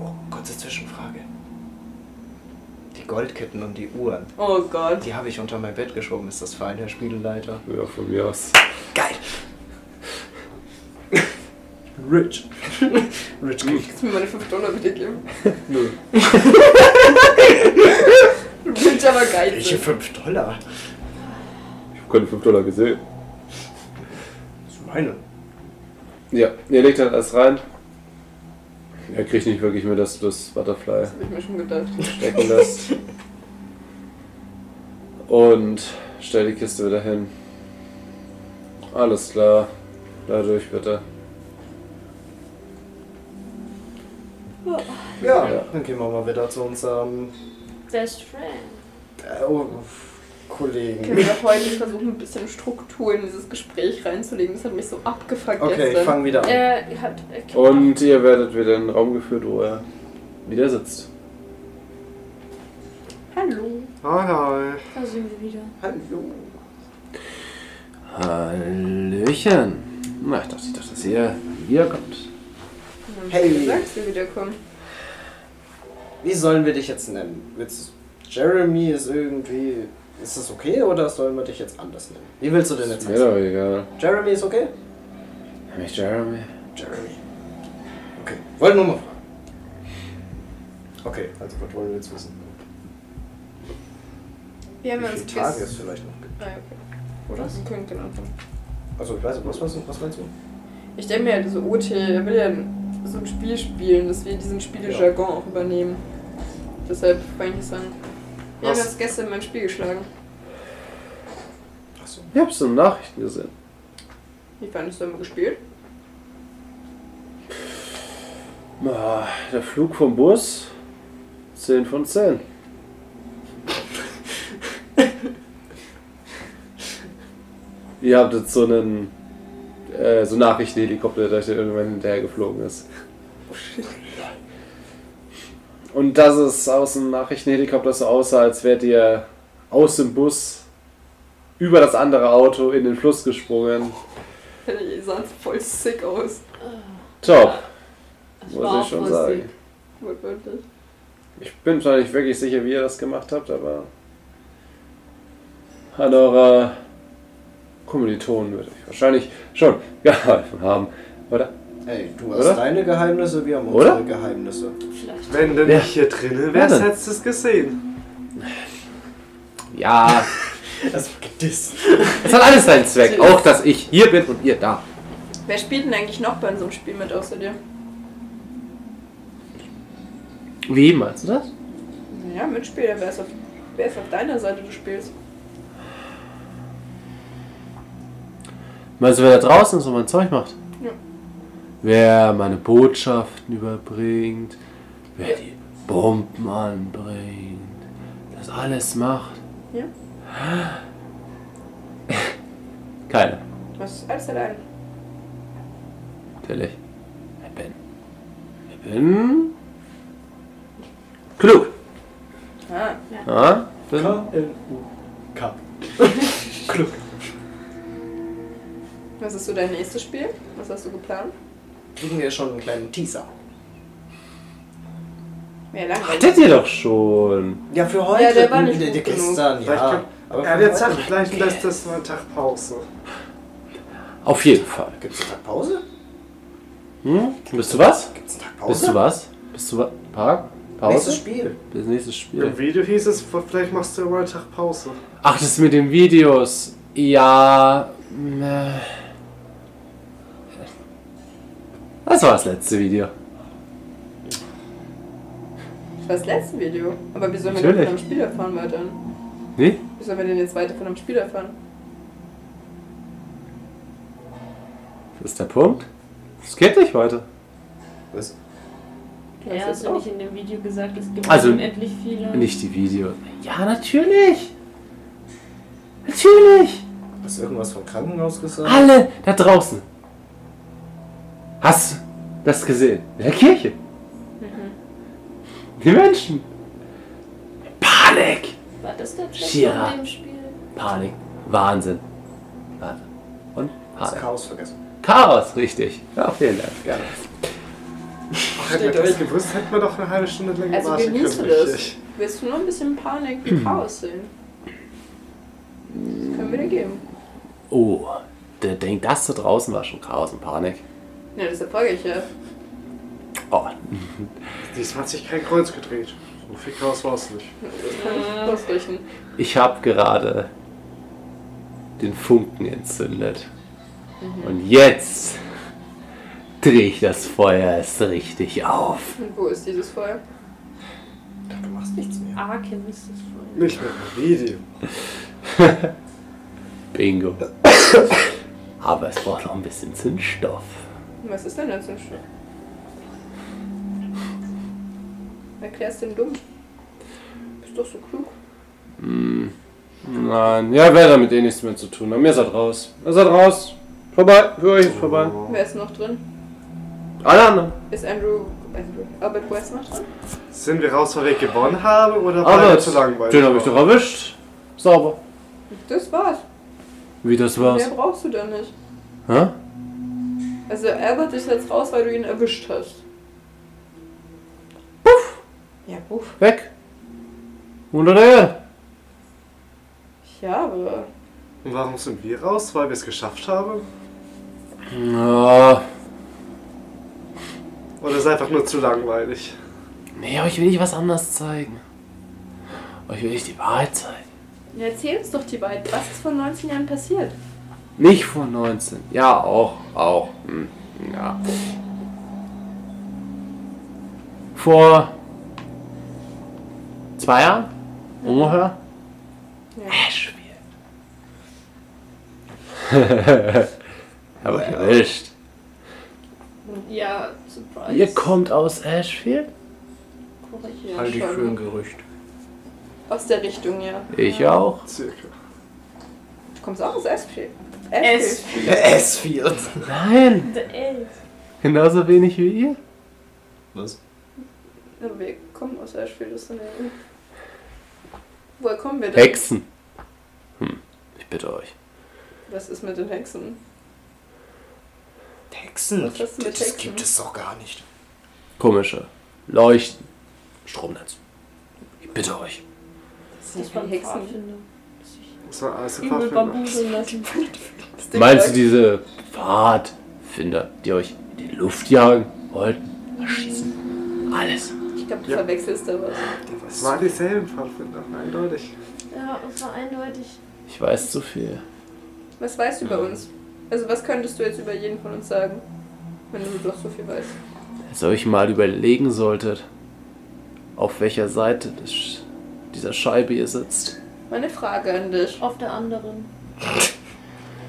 C: Oh, kurze Zwischenfrage. Die Goldketten und die Uhren,
B: Oh Gott.
C: die habe ich unter mein Bett geschoben. Ist das für einen der Spieleleiter?
A: Ja, von mir aus.
C: Geil! Rich. Rich Geek.
B: Kannst du mir meine 5 Dollar bitte geben?
A: Nö.
B: Willst aber geil
C: Welche
B: sind.
C: 5 Dollar?
A: Ich habe keine 5 Dollar gesehen.
C: Das ist meine.
A: Ja, ihr legt halt alles rein. Er kriegt nicht wirklich mit, dass du das Butterfly
B: Das habe ich mir schon gedacht.
A: stecken lässt. Und stell die Kiste wieder hin. Alles klar. Dadurch bitte.
C: Ja,
A: Ja.
C: dann gehen wir mal wieder zu unserem
D: Best friend.
C: äh, oh, Kollegen.
B: Können wir doch heute versuchen, ein bisschen Struktur in dieses Gespräch reinzulegen. Das hat mich so abgefuckt
C: Okay, ich
B: gestern.
C: fange wieder an.
D: Äh, hat, äh,
A: Und ihr werdet wieder in den Raum geführt, wo er wieder sitzt.
B: Hallo.
F: Hi, hi.
D: Da sind wir wieder.
C: Hallo.
A: Hallöchen. Na, ich dachte, ich dachte, dass ihr wiederkommt.
C: Hey.
B: Du sagst, wir wiederkommen.
C: Wie sollen wir dich jetzt nennen? Willst du, Jeremy ist irgendwie. Ist das okay oder sollen wir dich jetzt anders nennen? Wie willst du denn jetzt
A: Ist mir doch egal.
C: heißen? Jeremy ist okay?
A: Nenn mich Jeremy.
C: Jeremy. Okay, wollte nur mal fragen. Okay, also was wollen wir jetzt wissen?
B: Wir haben
C: Wie
B: uns
C: viele Tage
B: gest-
C: es vielleicht noch gibt?
B: Ah, okay. Oder? Wir können genau anfangen.
C: Also ich weiß nicht, was, was, was meinst du?
B: Ich denke mir halt so, OT, er will ja so ein Spiel spielen, dass wir diesen Spielejargon auch übernehmen. Deshalb fange ich es an. Wir
C: Was?
B: haben uns gestern mein Spiel geschlagen.
C: Achso.
A: Ich hab's in den Nachrichten gesehen.
B: Wie fandest du, haben wir gespielt?
A: Ah, Der Flug vom Bus. 10 von 10. ihr habt jetzt so einen äh, so Nachrichtenhelikopter, der euch irgendwann hinterhergeflogen ist.
D: Oh,
A: Und dass es aus dem Nachrichtenhelikopter so aussah, als wärt ihr aus dem Bus über das andere Auto in den Fluss gesprungen.
B: Ihr sah voll sick aus.
A: Top,
D: Das war
A: muss
D: auch
A: ich schon
D: voll
A: sagen.
D: sick.
B: Wortwörtlich.
A: Ich bin zwar nicht wirklich sicher, wie ihr das gemacht habt, aber an eurer Kommilitonen würde ich wahrscheinlich schon geholfen haben, oder?
C: Hey, du hast
A: Oder?
C: deine Geheimnisse, wir haben
A: Oder?
C: unsere Geheimnisse.
D: Vielleicht.
F: Wenn du
A: Ja.
F: nicht hier drinnen
A: Ja,
F: wärst,
A: dann.
F: hättest du es gesehen.
A: Ja,
C: Das war gedisst.
A: es hat alles seinen Zweck. Auch, dass ich hier bin und ihr da.
B: Wer spielt denn eigentlich noch bei so einem Spiel mit außer dir?
A: Wie meinst du das?
B: Naja, Mitspieler, wer ist auf, wer ist auf deiner Seite, du spielst?
A: Meinst du, wer da draußen ist und mein Zeug macht?
B: Ja.
A: Wer meine Botschaften überbringt, wer die Bomben anbringt, das alles macht?
B: Ja.
A: Keiner,
B: Was ist alles allein?
A: natürlich. Ich bin. Ich bin. klug.
B: Ah,
A: Ja, bin
C: K-L-U-K. Glück.
B: was ist so dein nächstes Spiel? Was hast du geplant?
C: Kriegen wir schon einen kleinen Teaser.
B: Mehr langweilig.
A: Hattet ihr doch schon.
C: Ja, für heute.
B: Ja, der war nicht
C: der,
B: gut genug.
C: gestern,
F: Vielleicht
C: ja.
F: kann-
C: Aber
F: Ja,
C: für
F: jetzt hat
C: heute
F: vielleicht lässt das mal einen Tag Pause.
A: Auf jeden Fall.
C: Gibt's einen Tag Pause?
A: Hm? Bist du was?
C: Gibt's einen Tag
A: Bist du
C: Pause?
A: was? Bist du was? Park?
C: Nächstes
A: Pause?
C: Spiel.
A: Das nächste Spiel.
F: Im Video hieß es, vielleicht machst du ja mal einen Tag Pause.
A: Ach, das mit den Videos. Ja. ne. Das war das letzte Video.
B: Das war das letzte Video. Aber wie sollen wir denn
A: Natürlich.
B: von einem Spiel erfahren weiter?
A: Wie?
B: Wie sollen wir denn jetzt weiter von einem Spiel erfahren?
A: Das ist der Punkt. Das geht nicht weiter.
C: Was?
D: Ja, hast du nicht in dem Video gesagt, es gibt
A: Also,
D: unendlich viele.
A: Nicht die Videos. Ja, natürlich. Natürlich.
C: Hast du irgendwas vom Krankenhaus gesagt?
A: Alle da draußen. Hast du das gesehen? In der Kirche. Mhm. Die Menschen. Panik.
D: War das der Trick
A: Shira.
D: von dem Spiel?
A: Panik. Wahnsinn. Wahnsinn. Und
C: Das
A: Panik.
C: Chaos vergessen.
A: Chaos, richtig. Ja, vielen Dank.
C: Gerne.
F: Ach, hätten wir das gewusst, hätten wir doch eine halbe Stunde länger
B: Also
F: warten
B: genieße
F: können.
B: das.
F: richtig.
B: Willst du nur ein bisschen Panik und Chaos sehen? Das können wir dir geben.
A: Oh, der denkt, das da draußen war schon Chaos und Panik.
B: Ja, deshalb frage ich ja.
A: Oh,
F: Diesmal hat sich kein Kreuz gedreht. So viel Chaos war es nicht.
B: Das kann ich ausrichten.
A: ich habe gerade den Funken entzündet. Und jetzt drehe ich das Feuer erst richtig auf.
B: Und wo ist dieses Feuer?
C: Du machst nichts mehr.
D: Arken ist das vorhin.
F: Nicht mit dem Video.
A: Bingo. Aber es braucht noch ein bisschen Zündstoff.
B: Was ist denn das für ein Stück? Erklär's dem dumm. Bist doch so klug.
A: Nein, ja, wer damit eh nichts mehr zu tun hat. Mir seid raus. Ihr seid raus. Vorbei, für euch ist vorbei.
B: Wer ist noch drin?
A: Alle anderen.
B: Ist Andrew. Andrew. Albert West noch drin?
F: Sind wir raus, weil wir gewonnen haben oder weil wir
A: Albert,
F: zu langweilig
A: Ah, den habe ich
F: waren?
A: doch erwischt. Sauber.
B: Das war's.
A: Wie das war's.
B: Mehr brauchst du dann nicht.
A: Hä?
B: Also Albert ist jetzt raus, weil du ihn erwischt hast. Ja, buff.
A: Weg. Unter der Erde.
B: Ja, aber.
F: Und warum sind wir raus? Weil wir es geschafft haben?
A: Ja.
F: Oder ist einfach nur zu langweilig?
A: Nee, euch will ich was anderes zeigen. Euch will ich die Wahrheit zeigen.
B: Ja, erzähl uns doch die beiden. Was ist vor 19 Jahren passiert?
A: Nicht vor 19. Ja, auch. Auch. Hm, Ja. Vor zwei Jahren? Ungefähr? Ashfield. Hab ich erwischt.
D: Ja, surprise.
A: Ihr kommt aus Ashfield?
B: Ja,
A: Halt
C: Halte ich
B: schon.
C: für ein Gerücht.
B: Aus der Richtung, ja.
A: Ich auch.
F: Circa.
B: Du kommst auch aus Ashfield.
D: Es.
C: S-Field.
A: Nein,
D: Ey.
A: genauso wenig wie ihr.
C: Was?
B: Aber wir kommen aus Ashfield, das ist in der EU. Woher kommen wir denn?
A: Hexen. Hm, ich bitte euch.
B: Was ist mit den Hexen?
C: Hexen?
B: Was hast du mit
C: Das
B: Hexen?
C: gibt es doch gar nicht.
A: Komische. Leuchten. Stromnetz. Ich bitte euch.
D: Das war
B: die Hexen.
D: Hexen.
F: Das war alles ein
D: Übel
F: Pfadfinder.
D: bambuseln lassen.
B: Das Ding
A: Meinst du
B: sagt-
A: diese Pfadfinder, die euch in die Luft jagen wollten? Erschießen. Alles.
B: Ich glaube, du
F: Ja.
B: verwechselst da was.
F: Das waren dieselben Pfadfinder, eindeutig.
D: Ja, das war eindeutig.
A: Ich weiß zu viel.
B: Was weißt du über uns? Also, was könntest du jetzt über jeden von uns sagen? Wenn du doch so viel weißt.
A: Als ihr euch mal überlegen solltet, auf welcher Seite des Sch- dieser Scheibe ihr sitzt.
B: Meine Frage an dich.
D: Auf der anderen.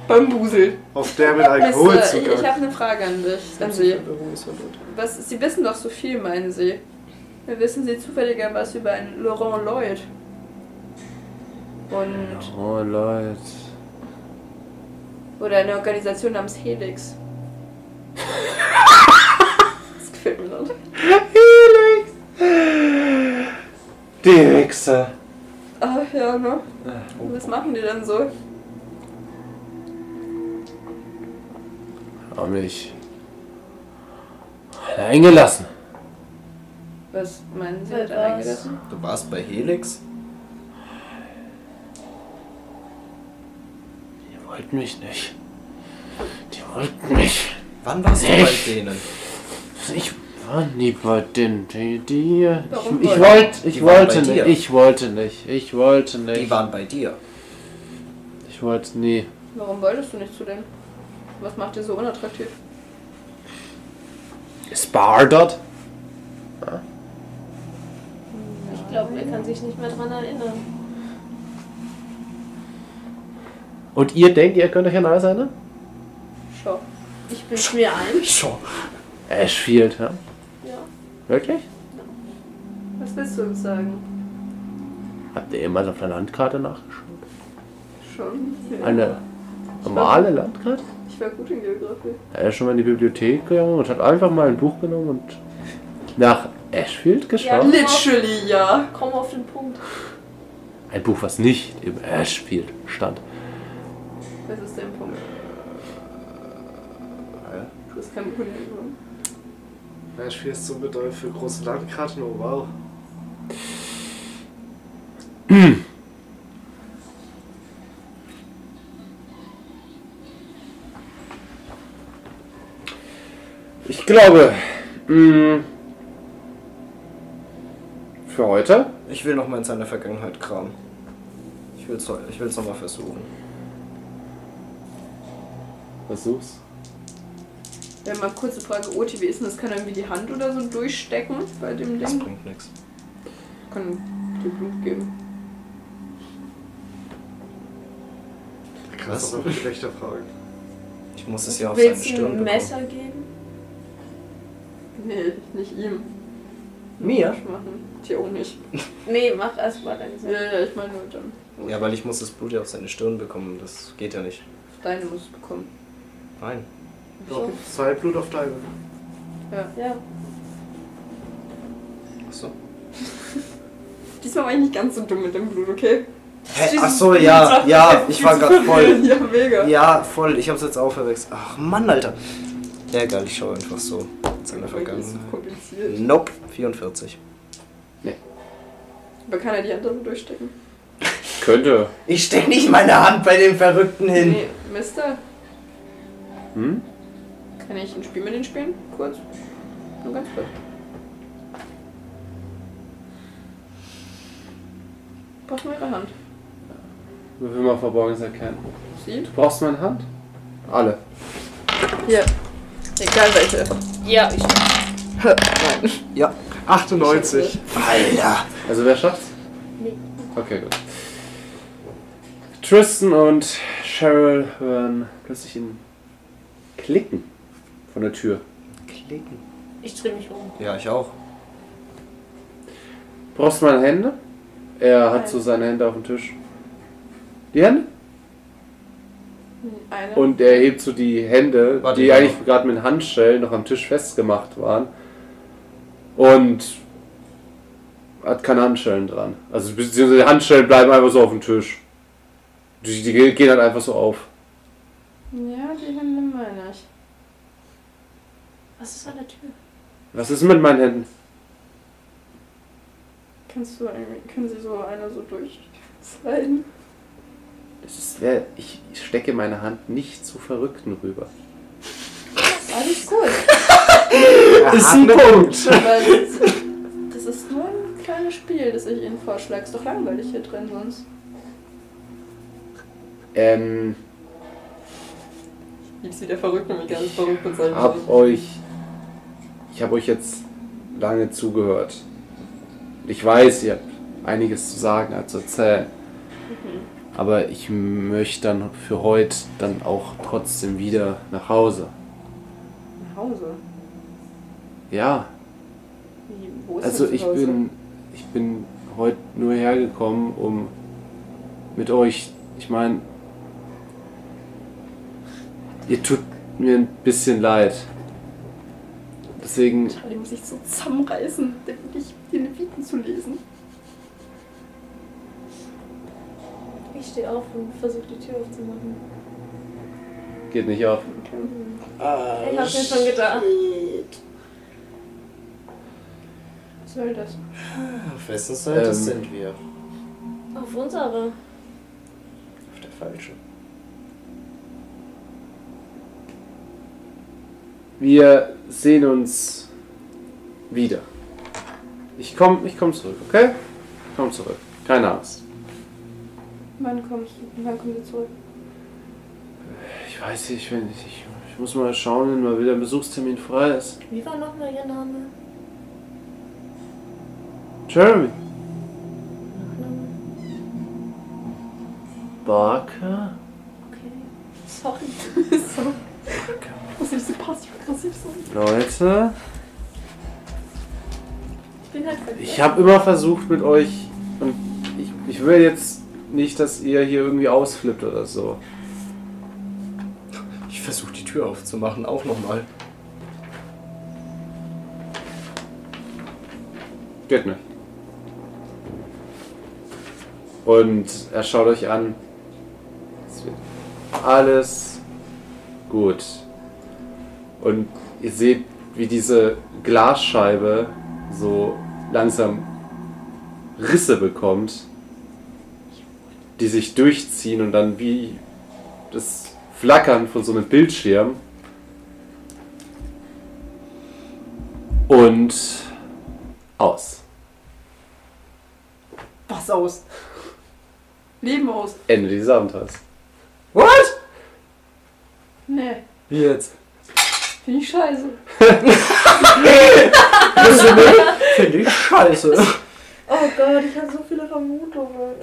B: Bambusel.
F: Auf der mit
B: Mister, ich, ich
F: Alkoholzugang.
B: habe eine Frage an dich. An Sie. Was, Sie wissen doch so viel, meinen Sie. Wissen Sie zufälliger was über einen Laurent Lloyd? Und.
A: Oh Leute.
B: Oder eine Organisation namens Helix. das gefällt mir noch.
A: Helix! Die Wichser.
B: Ach ja, ne? Was machen die denn so?
A: Haben mich eingelassen.
B: Was meinen Sie
D: Weil
B: mit
D: Halt was?
B: eingelassen?
C: Du warst bei Helix?
A: Die wollten mich nicht. Die wollten mich.
C: Wann warst du bei
A: Echt?
C: denen?
A: Also Ich war nie bei den die, die
B: Warum
A: ich, ich
B: wohl?
A: wollte ich
C: Die waren
A: wollte
C: bei
A: nicht
C: dir.
A: ich wollte nicht ich wollte
C: Die
A: nicht
C: waren bei dir.
A: ich wollte nie
B: Warum wolltest du nicht zu denen? Was macht die so unattraktiv?
A: Spar dort
D: Ich glaube, er kann sich nicht mehr dran erinnern.
A: und ihr denkt ihr könnt euch an alles erinnern
B: Schau.
D: Ich bild's mir ein.
C: Schon.
A: Ashfield ja
D: Ja.
A: wirklich
B: Was willst du uns sagen?
A: habt ihr jemals auf der Landkarte nachgeschaut
B: Schon?
A: eine normale Landkarte
B: Ich war gut in Geografie.
A: er ist schon mal in die Bibliothek gegangen und hat einfach mal ein Buch genommen und nach Ashfield geschaut
B: Literally, ja.
D: Komm auf den Punkt.
A: ein Buch was nicht im Ashfield stand
B: Das ist dein Punkt. Du hast keinen Punkt genommen.
F: Das Spiel ist so bedeutend für große Landkarten, oh wow.
A: Ich glaube, mh, für heute.
C: Ich will nochmal in seiner Vergangenheit kramen. Ich will's, heu- ich will's nochmal versuchen.
A: Versuch's.
B: Wir haben mal kurze oh, Frage, Oti, wie ist denn das? Kann er irgendwie die Hand oder so durchstecken bei dem
C: Das
B: Ding?
C: bringt nichts.
B: kann dir Blut geben.
F: Kannst du auch schlechter fragen.
C: Ich muss es ja auf seine
D: Willst du
C: Stirn
D: ein
C: bekommen.
D: Messer geben?
B: Nee, nicht ihm.
C: Mir?
B: Ich machen. Dir auch nicht.
D: Nee, mach erstmal deine
B: Ja,
D: Sache.
B: ja, ich meine nur dann.
C: Ja, weil ich muss das Blut ja auf seine Stirn bekommen. Das geht ja nicht.
B: Deine musst du bekommen.
C: Nein.
F: Doch, zwei Blut auf deine.
D: Ja.
C: Achso.
B: Diesmal war ich nicht ganz so dumm mit dem Blut, okay?
C: Hä? Achso, Äh, ja, ja, ich war gerade voll.
B: Ja, mega.
C: Ja, voll. Ich hab's jetzt auch verwechselt. Ach Mann, Alter. Ja, egal, ich schaue einfach so. Seine
B: Das ist so
C: Vergangenheit.
B: kompliziert.
C: Nope, 44.
B: Aber kann er die Hand da so durchstecken?
N: Könnte.
A: Ich steck nicht meine Hand bei dem Verrückten hin.
B: Nee, Mister,
N: Hm?
B: kann ich ein Spiel mit denen spielen? Kurz. Nur ganz kurz. Braucht nur ihre Hand.
N: Wir will mal Verborgenes erkennen.
B: Sie?
N: Du brauchst meine Hand? Alle.
B: Egal welche.
O: Ja, ich.
F: 98.
A: Alter.
N: Also wer schafft's? Nee. Okay, gut. Tristan und Cheryl hören plötzlich ein Klicken von der Tür.
C: Klicken.
D: Ich drehe mich um.
C: Ja, ich auch.
N: Brauchst du meine Hände? Er hat so seine Hände auf dem Tisch. Die Hände?
B: Eine.
N: Und er hebt so die Hände,
C: Warte,
N: die
C: ich
N: eigentlich gerade mit Handschellen noch am Tisch festgemacht waren. Und hat keine Handschellen dran. Also beziehungsweise die Handschellen bleiben einfach so auf dem Tisch. Die, die gehen halt einfach so auf.
B: Ja, die Hände meine ich.
D: Was ist an der Tür?
N: Was ist mit meinen Händen?
B: Kannst du irgendwie, können sie so eine so durchsliden?
N: Das ist, wer- ich, ich stecke meine Hand nicht zu Verrückten rüber.
B: Alles gut.
F: Ist ein Punkt.
B: Weil das ist nur ein kleines Spiel, das ich Ihnen vorschlage. Ist doch langweilig hier drin sonst.
N: Ähm,
B: Jetzt wieder verrückt, nämlich ganz verrückt mit seinem
N: hab euch. Ich habe euch jetzt lange zugehört. Ich weiß, ihr habt einiges zu sagen, also zu erzählen.
B: Mhm.
N: Aber ich möchte dann für heute dann auch trotzdem wieder nach Hause.
B: Nach Hause.
N: Ja,
B: Wie, wo ist
N: also
B: denn zu
N: ich
B: Hause?
N: bin, ich bin heute nur hergekommen, um mit euch, ich meine, ihr tut mir ein bisschen leid. Deswegen,
B: Charlie muss sich so zusammenreißen, denn ich die Leviten zu lesen.
D: Ich stehe auf und versuche die Tür aufzumachen.
N: geht nicht auf.
D: Ich hab's mir schon gedacht.
B: Was soll das?
A: Auf wessen Seite
N: Ähm.
A: sind wir?
D: Auf unsere.
A: Auf der falschen.
N: Wir sehen uns wieder. Ich komm, ich komm zurück, okay? Ich komm zurück. Keine Angst.
B: Wann kommst du? Wann kommen sie zurück?
N: Ich weiß nicht, wenn ich, ich, ich muss mal schauen, wenn mal wieder ein Besuchstermin frei ist.
D: Wie war nochmal ihr Name?
N: Jeremy. Barker?
D: Okay. Sorry.
B: Muss ich so passiv-aggressiv sein?
N: Leute,
D: Ich bin halt verkehrt.
N: ich habe immer versucht mit euch und ich, ich will jetzt nicht, dass ihr hier irgendwie ausflippt oder so.
C: Ich versuche die Tür aufzumachen, auch nochmal.
N: Geht nicht. Und er schaut euch an. Es wird alles gut. Und ihr seht, wie diese Glasscheibe so langsam Risse bekommt, die sich durchziehen und dann wie das Flackern von so einem Bildschirm. Und aus.
P: Was aus?
B: Leben aus.
N: Ende dieses Abenteuers.
B: Nee.
C: Wie jetzt?
B: Finde ich scheiße.
C: Finde ich scheiße.
D: Oh Gott, ich habe so viele Vermutungen.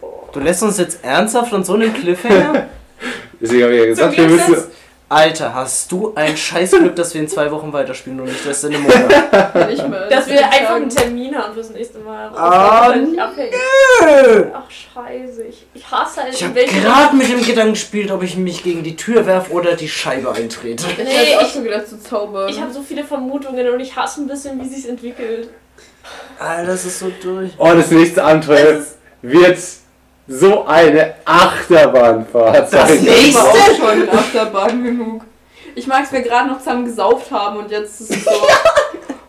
D: Boah.
C: Du lässt uns jetzt ernsthaft an so einem Cliffhanger?
A: Deswegen habe ich ja gesagt, wir
D: Glück
A: müssen.
C: Alter, hast du ein Scheißglück, dass wir in zwei Wochen weiterspielen und nicht erst in einem Monat.
B: Nicht mehr.
D: Dass wir einfach einen Termin haben fürs nächste Mal. Und
C: Ah,
D: dann nicht abhängen. Ach, scheiße. Ich, ich hasse halt,
C: Ich habe gerade mit dem Gedanken gespielt, ob ich mich gegen die Tür werfe oder die Scheibe eintrete.
B: Ich
D: Nee,
B: hätte auch
D: ich-
B: schon gedacht zu zaubern.
D: Ich habe so viele Vermutungen und ich hasse ein bisschen, wie sich's entwickelt.
C: Alter, das ist so durch.
A: Oh, das nächste Abenteuer wird so eine Achterbahnfahrt.
C: Das
A: sein.
C: nächste?
B: war auch schon in Achterbahn genug. Ich mag es, wir gerade noch zusammen gesauft haben und jetzt ist es so.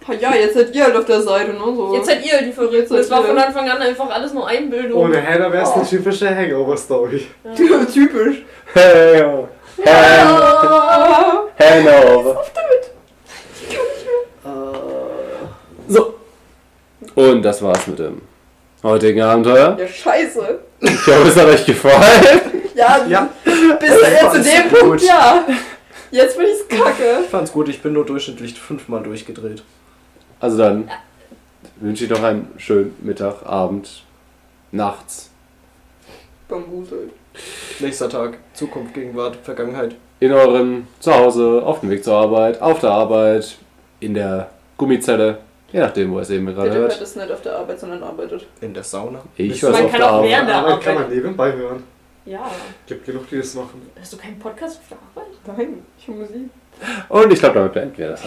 B: Oh ja, jetzt seid ihr halt auf der Seite, ne? So.
D: Oh. Jetzt seid ihr die Verrückten.
B: Jetzt
D: Das war
B: ihr.
D: von Anfang an einfach alles nur Einbildung.
C: Oh,
F: Ohne Hannah wäre es
B: Oh.
F: eine typische Hangover-Story.
B: Typisch.
A: Hey, oh. Hand- Handover. Äh, So. Und das war's mit dem heutigen Abenteuer.
B: Ja, scheiße.
A: Ich hoffe, es hat euch gefallen.
B: Ja,
C: Ja.
B: bis jetzt zu
C: fand's
B: dem
C: gut.
B: Punkt, ja. Jetzt bin ich's kacke.
C: Ich fand's gut, ich bin nur durchschnittlich fünfmal durchgedreht.
A: Also dann wünsche ich noch einen schönen Mittag, Abend, Nachts.
B: Bambusel.
C: Nächster Tag, Zukunft, Gegenwart, Vergangenheit.
A: In eurem Zuhause, auf dem Weg zur Arbeit, auf der Arbeit, in der Gummizelle. Je nachdem, wo ihr es eben
B: Der
A: gerade
B: Typ
A: hört.
B: hat es nicht auf der Arbeit, sondern arbeitet.
C: In der Sauna.
A: Ich weiß
D: Man
A: auf
D: kann
A: der
D: auch
A: Arbeit.
D: während der
F: Aber kann man
D: Arbeit.
F: nebenbei hören.
D: Ja.
F: Gibt genug, die das machen.
D: Hast du keinen Podcast auf der Arbeit?
B: Nein, ich höre Musik.
A: Und ich glaube, damit beenden wir das.